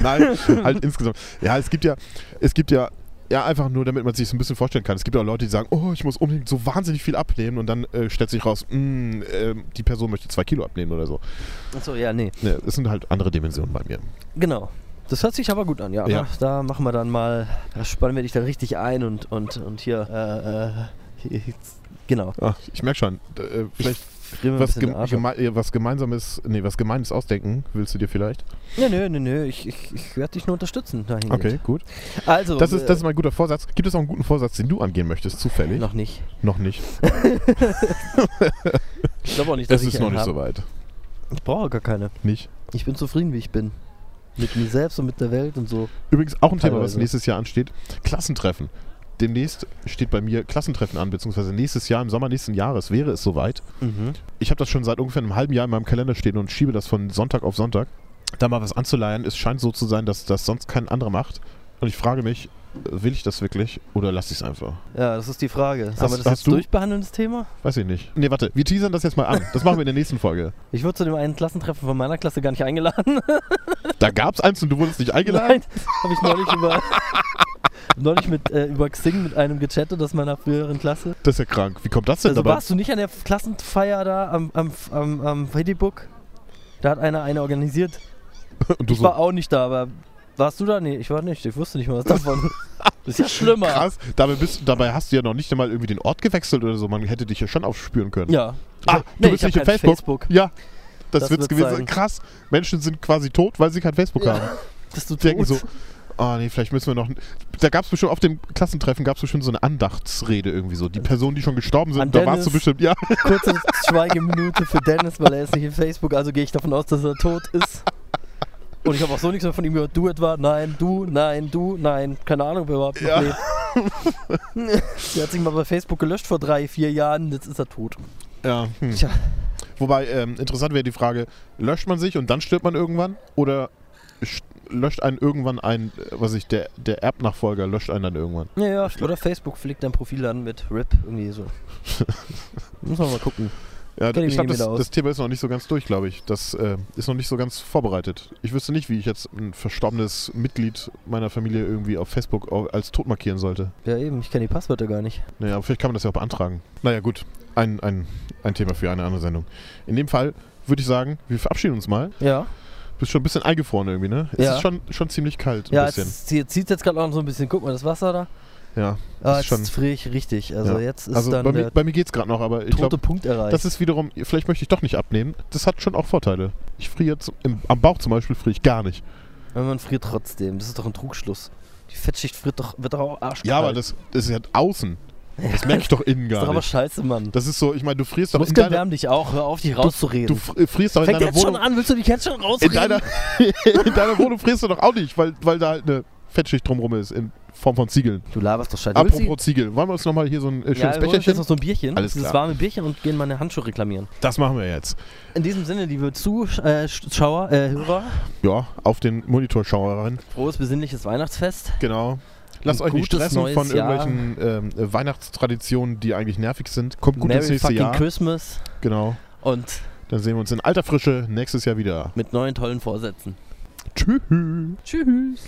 [SPEAKER 1] Nein, halt insgesamt. Ja, es gibt ja, es gibt ja, ja, einfach nur, damit man sich ein bisschen vorstellen kann. Es gibt ja auch Leute, die sagen, oh, ich muss unbedingt so wahnsinnig viel abnehmen und dann äh, stellt sich raus, mm, ähm, die Person möchte zwei Kilo abnehmen oder so.
[SPEAKER 2] Achso, ja, nee.
[SPEAKER 1] Ne, es sind halt andere Dimensionen bei mir.
[SPEAKER 2] Genau. Das hört sich aber gut an, ja.
[SPEAKER 1] Ja.
[SPEAKER 2] Da, da machen wir dann mal, da spannen wir dich dann richtig ein und, und, und hier, äh, äh, hier, hier- genau.
[SPEAKER 1] Ach, ich merke schon, d- äh, vielleicht
[SPEAKER 2] frieren wir
[SPEAKER 1] was,
[SPEAKER 2] ein bisschen
[SPEAKER 1] gem
[SPEAKER 2] den Arsch
[SPEAKER 1] geme äh, was gemeinsames, nee, was gemeines ausdenken willst du dir vielleicht?
[SPEAKER 2] ab. Nö, nö, nö, nö, ich, ich, ich werde dich nur unterstützen dahin.
[SPEAKER 1] Okay, gut.
[SPEAKER 2] Also,
[SPEAKER 1] Das ist, das ist
[SPEAKER 2] äh,
[SPEAKER 1] mein guter Vorsatz. Gibt es auch einen guten Vorsatz, den du angehen möchtest, zufällig?
[SPEAKER 2] noch nicht.
[SPEAKER 1] Noch nicht.
[SPEAKER 3] Ich glaube auch nicht, dass
[SPEAKER 1] Es
[SPEAKER 3] ich
[SPEAKER 1] ist noch
[SPEAKER 3] einen
[SPEAKER 1] nicht
[SPEAKER 3] hab.
[SPEAKER 1] so weit.
[SPEAKER 2] Ich brauche gar keine.
[SPEAKER 1] Nicht.
[SPEAKER 2] Ich bin zufrieden, wie ich bin. Mit mir selbst und mit der Welt und so.
[SPEAKER 1] Übrigens auch ein Thema, was
[SPEAKER 2] Teilweise.
[SPEAKER 1] nächstes Jahr ansteht: Klassentreffen. Demnächst steht bei mir Klassentreffen an, beziehungsweise nächstes Jahr, im Sommer nächsten Jahres, wäre es soweit. Ich habe das schon seit ungefähr einem halben Jahr in meinem Kalender stehen und schiebe das von Sonntag auf Sonntag. Da mal was anzuleihen, es scheint so zu sein, dass das sonst kein anderer macht. Und ich frage mich, äh, will ich das wirklich oder lasse ich es einfach?
[SPEAKER 2] Ja, das ist die Frage. Sollen wir
[SPEAKER 1] Hast-
[SPEAKER 2] das
[SPEAKER 1] hast
[SPEAKER 2] jetzt
[SPEAKER 1] du-
[SPEAKER 2] durchbehandeln, das Thema?
[SPEAKER 1] Weiß ich nicht. Nee, warte, wir teasern das jetzt mal an. Das machen wir in der nächsten Folge.
[SPEAKER 2] Ich wurde zu dem einen Klassentreffen von meiner Klasse gar nicht eingeladen.
[SPEAKER 1] Da gab es eins und du wurdest nicht eingeladen?
[SPEAKER 2] Nein, habe ich neulich über [LAUGHS] neulich mit äh, über Xing mit einem gechattet aus meiner früheren Klasse.
[SPEAKER 1] Das ist ja krank. Wie kommt das denn
[SPEAKER 2] Also
[SPEAKER 1] dabei?
[SPEAKER 2] warst du nicht an der Klassenfeier da am am am, am Fedibook? Da hat einer eine organisiert.
[SPEAKER 1] Und du
[SPEAKER 2] Ich war auch nicht da, aber warst du da? Nee, ich war nicht. Ich wusste nicht mal was davon.
[SPEAKER 1] [LAUGHS]
[SPEAKER 2] Das ist ja schlimmer.
[SPEAKER 1] Krass, dabei, bist, dabei hast du ja noch nicht einmal irgendwie den Ort gewechselt oder so. Man hätte dich ja schon aufspüren können.
[SPEAKER 2] Ja.
[SPEAKER 1] Ah, du
[SPEAKER 2] Nee,
[SPEAKER 1] bist
[SPEAKER 2] ich
[SPEAKER 1] nicht
[SPEAKER 2] hab
[SPEAKER 1] im
[SPEAKER 2] kein
[SPEAKER 1] Facebook?
[SPEAKER 2] Facebook.
[SPEAKER 1] Ja, das, wird's
[SPEAKER 2] Das wird's
[SPEAKER 1] gewesen sein.
[SPEAKER 2] sein.
[SPEAKER 1] Krass, Menschen sind quasi tot, weil sie kein Facebook
[SPEAKER 2] Ja.
[SPEAKER 1] haben.
[SPEAKER 2] Bist du
[SPEAKER 1] Die Denken
[SPEAKER 2] tot?
[SPEAKER 1] so, oh nee, vielleicht müssen wir noch. Da gab es bestimmt auf dem Klassentreffen gab es bestimmt so eine Andachtsrede irgendwie so. Die Personen, die schon gestorben sind,
[SPEAKER 2] Äh, An
[SPEAKER 1] da warst du
[SPEAKER 2] Dennis.
[SPEAKER 1] bestimmt, ja.
[SPEAKER 2] [LAUGHS] Kurze Schweigeminute für Dennis, weil er ist nicht in Facebook, also gehe ich davon aus, dass er tot ist. Und ich habe auch so nichts mehr von ihm gehört. Du etwa? Nein, du, nein, du, nein. Keine Ahnung, wer überhaupt noch
[SPEAKER 1] Ja.
[SPEAKER 2] lebt. [LAUGHS] er hat sich mal bei Facebook gelöscht vor drei, vier Jahren, jetzt ist er tot.
[SPEAKER 1] ja. Hm.
[SPEAKER 2] Tja.
[SPEAKER 1] Wobei, ähm, interessant wäre die Frage, löscht man sich und dann stirbt man irgendwann? Oder sch- löscht einen irgendwann ein, äh, was ich, der, der Erbnachfolger löscht einen dann irgendwann?
[SPEAKER 2] Ja, ja. Oder Facebook fliegt dein Profil an mit RIP,
[SPEAKER 1] [LAUGHS]
[SPEAKER 2] irgendwie so. Muss man mal gucken.
[SPEAKER 1] Ja,
[SPEAKER 2] Kenn ich
[SPEAKER 1] ich
[SPEAKER 2] mich
[SPEAKER 1] glaube,
[SPEAKER 2] nicht
[SPEAKER 1] das,
[SPEAKER 2] mehr aus.
[SPEAKER 1] das Thema ist noch nicht so ganz durch, glaube ich. Das äh, ist noch nicht so ganz vorbereitet. Ich wüsste nicht, wie ich jetzt ein verstorbenes Mitglied meiner Familie irgendwie auf Facebook au- als tot markieren sollte.
[SPEAKER 2] Ja, eben, ich kenne die Passwörter gar nicht.
[SPEAKER 1] Naja, aber vielleicht kann man das ja auch beantragen. Naja, gut. Ein, ein, ein Thema für eine andere Sendung. In dem Fall würde ich sagen, wir verabschieden uns mal.
[SPEAKER 2] Ja.
[SPEAKER 1] Bist schon ein bisschen eingefroren irgendwie, ne? Es
[SPEAKER 2] Ja.
[SPEAKER 1] ist schon, schon ziemlich kalt, ein
[SPEAKER 2] Ja,
[SPEAKER 1] bisschen.
[SPEAKER 2] jetzt zieht jetzt gerade auch so ein bisschen. Guck mal, das Wasser da.
[SPEAKER 1] Ja.
[SPEAKER 2] Ah,
[SPEAKER 1] Ist
[SPEAKER 2] jetzt
[SPEAKER 1] schon-
[SPEAKER 2] friere ich richtig. Also
[SPEAKER 1] Ja.
[SPEAKER 2] jetzt ist
[SPEAKER 1] Also
[SPEAKER 2] dann
[SPEAKER 1] bei mir,
[SPEAKER 2] der
[SPEAKER 1] bei mir geht es gerade noch, aber ich
[SPEAKER 2] tote
[SPEAKER 1] glaube,
[SPEAKER 2] Punkt erreicht.
[SPEAKER 1] das ist wiederum, vielleicht möchte ich doch nicht abnehmen. Das hat schon auch Vorteile. Ich friere zum- im- am Bauch zum Beispiel friere ich gar nicht.
[SPEAKER 2] Aber man friert trotzdem. Das ist doch ein Trugschluss. Die Fettschicht friert doch, wird doch auch arschkalt.
[SPEAKER 1] Ja, aber das, das ist ja außen. Das
[SPEAKER 2] [LAUGHS]
[SPEAKER 1] merke ich doch innen
[SPEAKER 2] ist doch
[SPEAKER 1] gar
[SPEAKER 2] aber
[SPEAKER 1] nicht.
[SPEAKER 2] scheiße, Mann.
[SPEAKER 1] Das ist so, ich meine, du frierst doch in
[SPEAKER 2] Muskeln
[SPEAKER 1] deiner,
[SPEAKER 2] wärmen dich auch. Hör auf, dich
[SPEAKER 1] du
[SPEAKER 2] rauszureden.
[SPEAKER 1] fr- frierst doch in
[SPEAKER 2] Fängt
[SPEAKER 1] deiner
[SPEAKER 2] jetzt schon
[SPEAKER 1] Wohnung.
[SPEAKER 2] an. Willst du dich jetzt schon
[SPEAKER 1] In
[SPEAKER 2] rausreden? [LAUGHS]
[SPEAKER 1] deiner, in deiner Wohnung frierst du doch auch nicht, weil, weil da halt eine Fettschicht drumrum ist in Form von Ziegeln.
[SPEAKER 2] du laberst doch Scheiße. Willst du-
[SPEAKER 1] Apropos Ziegel, wollen wir uns nochmal hier so ein äh,
[SPEAKER 2] ja,
[SPEAKER 1] schönes
[SPEAKER 2] wir holen uns jetzt
[SPEAKER 1] Becherchen?
[SPEAKER 2] noch so ein Bierchen.
[SPEAKER 1] Alles
[SPEAKER 2] Dieses
[SPEAKER 1] klar.
[SPEAKER 2] warme Bierchen und gehen meine Handschuhe reklamieren.
[SPEAKER 1] Das machen wir jetzt.
[SPEAKER 2] In diesem Sinne, liebe Zuschauer, äh, Hörer,
[SPEAKER 1] Ja, auf den Monitorschauer rein.
[SPEAKER 2] frohes, besinnliches Weihnachtsfest.
[SPEAKER 1] Genau. Lasst
[SPEAKER 2] Ein
[SPEAKER 1] euch nicht
[SPEAKER 2] gutes
[SPEAKER 1] stressen
[SPEAKER 2] neues
[SPEAKER 1] von
[SPEAKER 2] Jahr.
[SPEAKER 1] irgendwelchen ähm, äh, Weihnachtstraditionen, die eigentlich nervig sind. Kommt gut ins
[SPEAKER 2] Merry
[SPEAKER 1] nächste
[SPEAKER 2] fucking
[SPEAKER 1] Jahr.
[SPEAKER 2] Christmas.
[SPEAKER 1] Genau.
[SPEAKER 2] Und
[SPEAKER 1] Dann sehen wir uns in alter Frische nächstes Jahr wieder.
[SPEAKER 2] mit neuen tollen Vorsätzen.
[SPEAKER 1] Tschüss.
[SPEAKER 2] Tschüss.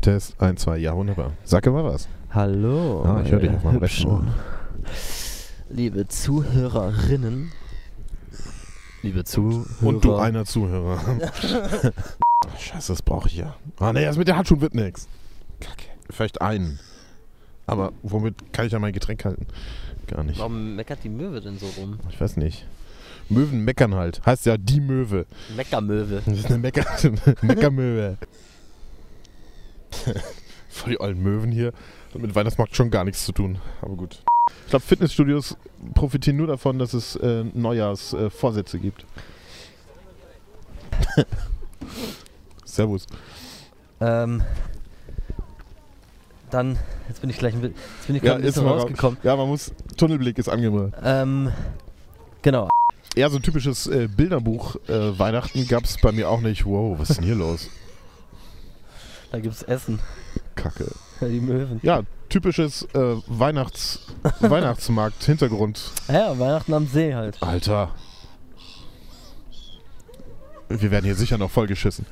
[SPEAKER 1] Test 1, 2, ja, wunderbar. Sag mal was.
[SPEAKER 2] Hallo.
[SPEAKER 1] Ah, ich hör dich
[SPEAKER 2] ihr
[SPEAKER 1] auf meinem
[SPEAKER 2] Hübschen.
[SPEAKER 1] rechten Ohr.
[SPEAKER 2] Liebe Zuhörerinnen. Liebe Zuhörer.
[SPEAKER 1] Und du einer
[SPEAKER 2] [LAUGHS]
[SPEAKER 1] Zuhörer. Ach, Scheiße, das brauche ich ja. Ah, nee, das mit der Handschuhe wird nix. Kacke. Vielleicht einen. Aber womit kann ich ja mein Getränk halten? Gar nicht.
[SPEAKER 2] Warum meckert die Möwe denn so rum?
[SPEAKER 1] Ich weiß nicht. Möwen meckern halt. Heißt ja die Möwe.
[SPEAKER 2] Meckermöwe.
[SPEAKER 1] Das ist eine Mecker [LAUGHS] Meckermöwe. Voll die alten Möwen hier. Hat mit Weihnachtsmarkt schon gar nichts zu tun. Aber gut. glaube, Fitnessstudios profitieren nur davon, dass es äh, Neujahrsvorsätze äh, Vorsätze gibt. [LAUGHS] Servus.
[SPEAKER 2] Ähm, dann, jetzt bin ich gleich ein bi- jetzt bin ich
[SPEAKER 1] Ja,
[SPEAKER 2] gerade ein
[SPEAKER 1] jetzt
[SPEAKER 2] bisschen
[SPEAKER 1] mal raus.
[SPEAKER 2] rausgekommen.
[SPEAKER 1] Ja, man muss. Tunnelblick ist angebracht.
[SPEAKER 2] Ähm, genau.
[SPEAKER 1] Ja, so ein typisches äh, Bilderbuch äh, Weihnachten gab es bei mir auch nicht. Wow, was ist denn hier los?
[SPEAKER 2] Da gibt's Essen.
[SPEAKER 1] Kacke.
[SPEAKER 2] Die Möwen.
[SPEAKER 1] Ja, typisches äh, [LAUGHS] Weihnachts Weihnachtsmarkt-Hintergrund.
[SPEAKER 2] Ja, Weihnachten am See halt.
[SPEAKER 1] Alter. Wir werden hier sicher noch vollgeschissen.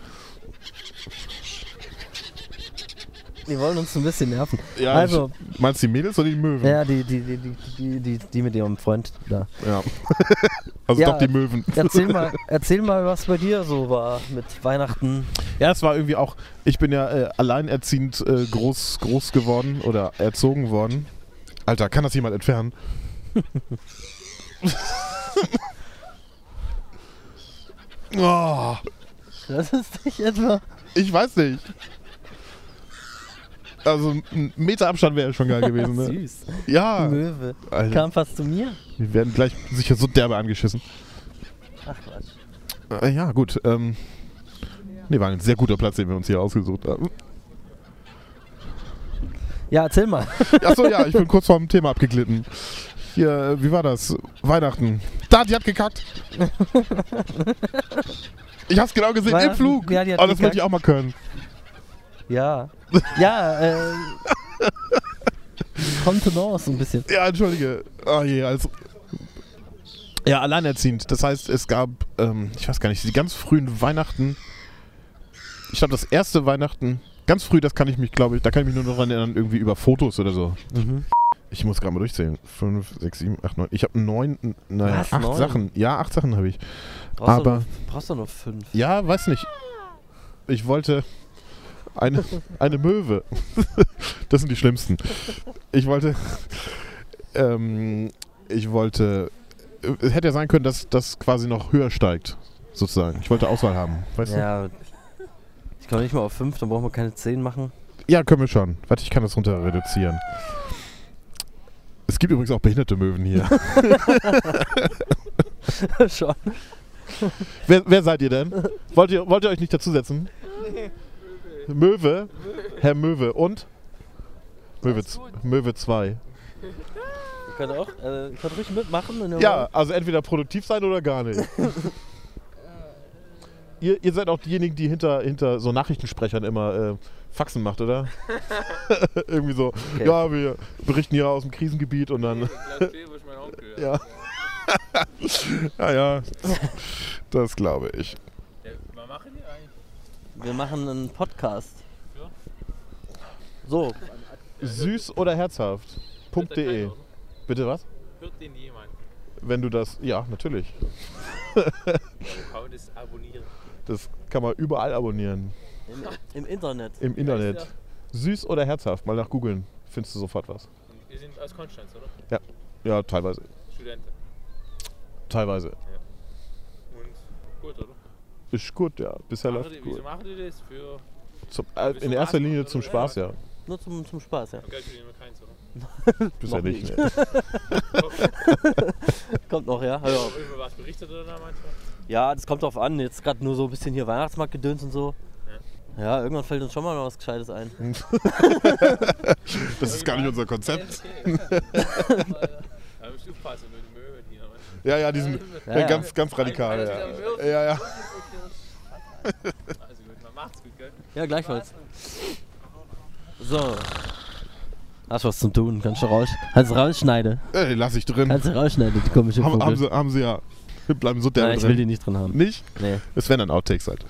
[SPEAKER 2] Die wollen uns ein bisschen nerven.
[SPEAKER 1] Ja,
[SPEAKER 2] also,
[SPEAKER 1] ich, meinst du die Mädels oder die Möwen?
[SPEAKER 2] ja, die, die, die, die, die, die, die mit ihrem Freund da.
[SPEAKER 1] Ja. [LAUGHS] also
[SPEAKER 2] Ja.
[SPEAKER 1] doch die Möwen. [LAUGHS]
[SPEAKER 2] Erzähl mal, erzähl mal, was bei dir so war mit Weihnachten.
[SPEAKER 1] Ja, es war irgendwie auch, ich bin ja äh, alleinerziehend äh, groß, groß geworden oder erzogen worden. Alter, kann das jemand entfernen? [LAUGHS] oh,
[SPEAKER 3] Das ist nicht etwa.
[SPEAKER 1] ich weiß nicht. Also ein Meter Abstand wäre schon geil gewesen. Ne?
[SPEAKER 2] [LAUGHS] Süß. Die
[SPEAKER 1] Ja,
[SPEAKER 2] Möwe.
[SPEAKER 1] Alter,
[SPEAKER 2] Kam fast zu mir.
[SPEAKER 1] wir werden gleich sicher so derbe angeschissen.
[SPEAKER 2] Ach Quatsch.
[SPEAKER 1] Äh, ja, gut. Ähm, nee, war ein sehr guter Platz, den wir uns hier ausgesucht haben.
[SPEAKER 2] Ja, erzähl mal.
[SPEAKER 1] Achso, ja, ich bin kurz vorm Thema abgeglitten. Hier, äh, wie war das? Weihnachten. Da, die hat gekackt. Ich hab's genau gesehen, im
[SPEAKER 2] Weihnachten,
[SPEAKER 1] Flug.
[SPEAKER 2] ja, die hat
[SPEAKER 1] oh, das möchte ich auch mal können.
[SPEAKER 2] Ja. Ja, äh. Kontenance ein bisschen.
[SPEAKER 1] Ja, entschuldige. Ah je, also. Ja, alleinerziehend. Das heißt, es gab, ähm, ich weiß gar nicht, die ganz frühen Weihnachten. Ich glaube, das erste Weihnachten, ganz früh, das kann ich mich, glaube ich, da kann ich mich nur noch dran erinnern, irgendwie über Fotos oder so.
[SPEAKER 2] Mhm.
[SPEAKER 1] Ich muss gerade mal durchzählen. 5, 6, 7, 8, 9. Ich habe neun, n- naja,
[SPEAKER 2] Was?
[SPEAKER 1] acht
[SPEAKER 2] Neun?
[SPEAKER 1] Sachen. Ja, acht Sachen habe ich.
[SPEAKER 2] Brauchst
[SPEAKER 1] Aber-
[SPEAKER 2] Du nur, brauchst du nur fünf.
[SPEAKER 1] Ja, weiß nicht. Ich wollte eine, eine Möwe. [LAUGHS] Das sind die schlimmsten. Ich wollte. Ähm, ich wollte. Es hätte ja sein können, dass das quasi noch höher steigt, sozusagen. Ich wollte Auswahl haben. Weißt du?
[SPEAKER 2] Ja. Ich komme nicht mal auf fünf, dann brauchen wir keine zehn machen.
[SPEAKER 1] Ja, können wir schon. Warte, ich kann das runter reduzieren. Es gibt übrigens auch behinderte Möwen hier.
[SPEAKER 2] Schon.
[SPEAKER 1] Wer, wer seid ihr denn? Wollt ihr, wollt ihr euch nicht dazusetzen? Möwe. Herr Möwe. Und? Möwe, z- Möwe 2.
[SPEAKER 2] Ihr könnt auch, äh, ihr könnt ruhig mitmachen. Wenn ihr
[SPEAKER 1] Ja,
[SPEAKER 2] wollt.
[SPEAKER 1] also entweder produktiv sein oder gar nicht. ihr, ihr seid auch diejenigen, die hinter, hinter so Nachrichtensprechern immer äh, Faxen macht, oder? Irgendwie so,
[SPEAKER 2] Okay.
[SPEAKER 1] ja, wir berichten hier aus dem Krisengebiet und dann,
[SPEAKER 4] Gladbebisch, mein Onkel.
[SPEAKER 1] ja. ja, ja, das glaube ich.
[SPEAKER 4] Der, was machen die eigentlich?
[SPEAKER 2] Wir machen einen Podcast.
[SPEAKER 4] Ja.
[SPEAKER 2] So,
[SPEAKER 1] Süß oder herzhaft?
[SPEAKER 4] Hört der
[SPEAKER 1] .de.
[SPEAKER 4] keiner, oder?
[SPEAKER 1] Bitte was?
[SPEAKER 4] Hört den jemand?
[SPEAKER 1] Wenn du das, ja, natürlich.
[SPEAKER 4] Hau das abonnieren.
[SPEAKER 1] Das kann man überall abonnieren.
[SPEAKER 2] im, im Internet.
[SPEAKER 1] Im Internet. Süß oder herzhaft? Mal nach googeln. Findest du sofort was.
[SPEAKER 4] Und Wir sind aus Konstanz, oder?
[SPEAKER 1] Ja, teilweise.
[SPEAKER 4] Studenten.
[SPEAKER 1] Teilweise.
[SPEAKER 4] Und gut, oder?
[SPEAKER 1] Ist gut, ja. Bisher
[SPEAKER 4] Machen
[SPEAKER 1] läuft
[SPEAKER 4] die,
[SPEAKER 1] gut.
[SPEAKER 4] wieso machen die das? Für
[SPEAKER 1] Zum, äh, in
[SPEAKER 4] Zum
[SPEAKER 1] erster
[SPEAKER 4] Spaß
[SPEAKER 1] Linie
[SPEAKER 4] oder
[SPEAKER 1] zum
[SPEAKER 4] was?
[SPEAKER 1] Spaß, ja.
[SPEAKER 2] Nur zum, zum Spaß, ja.
[SPEAKER 4] Geld verdienen wir keins, oder?
[SPEAKER 1] Bisher
[SPEAKER 2] Noch
[SPEAKER 1] nicht.
[SPEAKER 2] nicht.
[SPEAKER 1] ne.
[SPEAKER 2] Kommt noch, ja?
[SPEAKER 4] Ja.
[SPEAKER 2] Ja,
[SPEAKER 4] Über was berichtet oder da manchmal?
[SPEAKER 2] ja das kommt drauf an. Jetzt gerade nur so ein bisschen hier Weihnachtsmarkt gedöns und so. Ja, irgendwann fällt uns schon mal noch was Gescheites ein.
[SPEAKER 1] [LAUGHS] Das ist gar nicht unser Konzept.
[SPEAKER 4] Okay. Da musst du aufpassen mit den Möwen hier. Mann.
[SPEAKER 1] Ja, ja, diesen
[SPEAKER 2] Ja, ja.
[SPEAKER 1] ganz, ganz radikal. Ja, ja. ja.
[SPEAKER 4] Also gut, man macht's gut, gell?
[SPEAKER 2] Ja, gleichfalls. So. Hast was zum Tun, kannst du raus. Kannst du rausschneiden.
[SPEAKER 1] Ey, lass ich drin.
[SPEAKER 2] Kannst du rausschneiden, die komische
[SPEAKER 1] Haben, haben,
[SPEAKER 2] Vogel.
[SPEAKER 1] sie, haben sie ja. Wir bleiben so der
[SPEAKER 2] Nein, ich will
[SPEAKER 1] drin.
[SPEAKER 2] die nicht drin haben.
[SPEAKER 1] Nicht?
[SPEAKER 2] Nee.
[SPEAKER 1] Es wären dann Outtakes halt.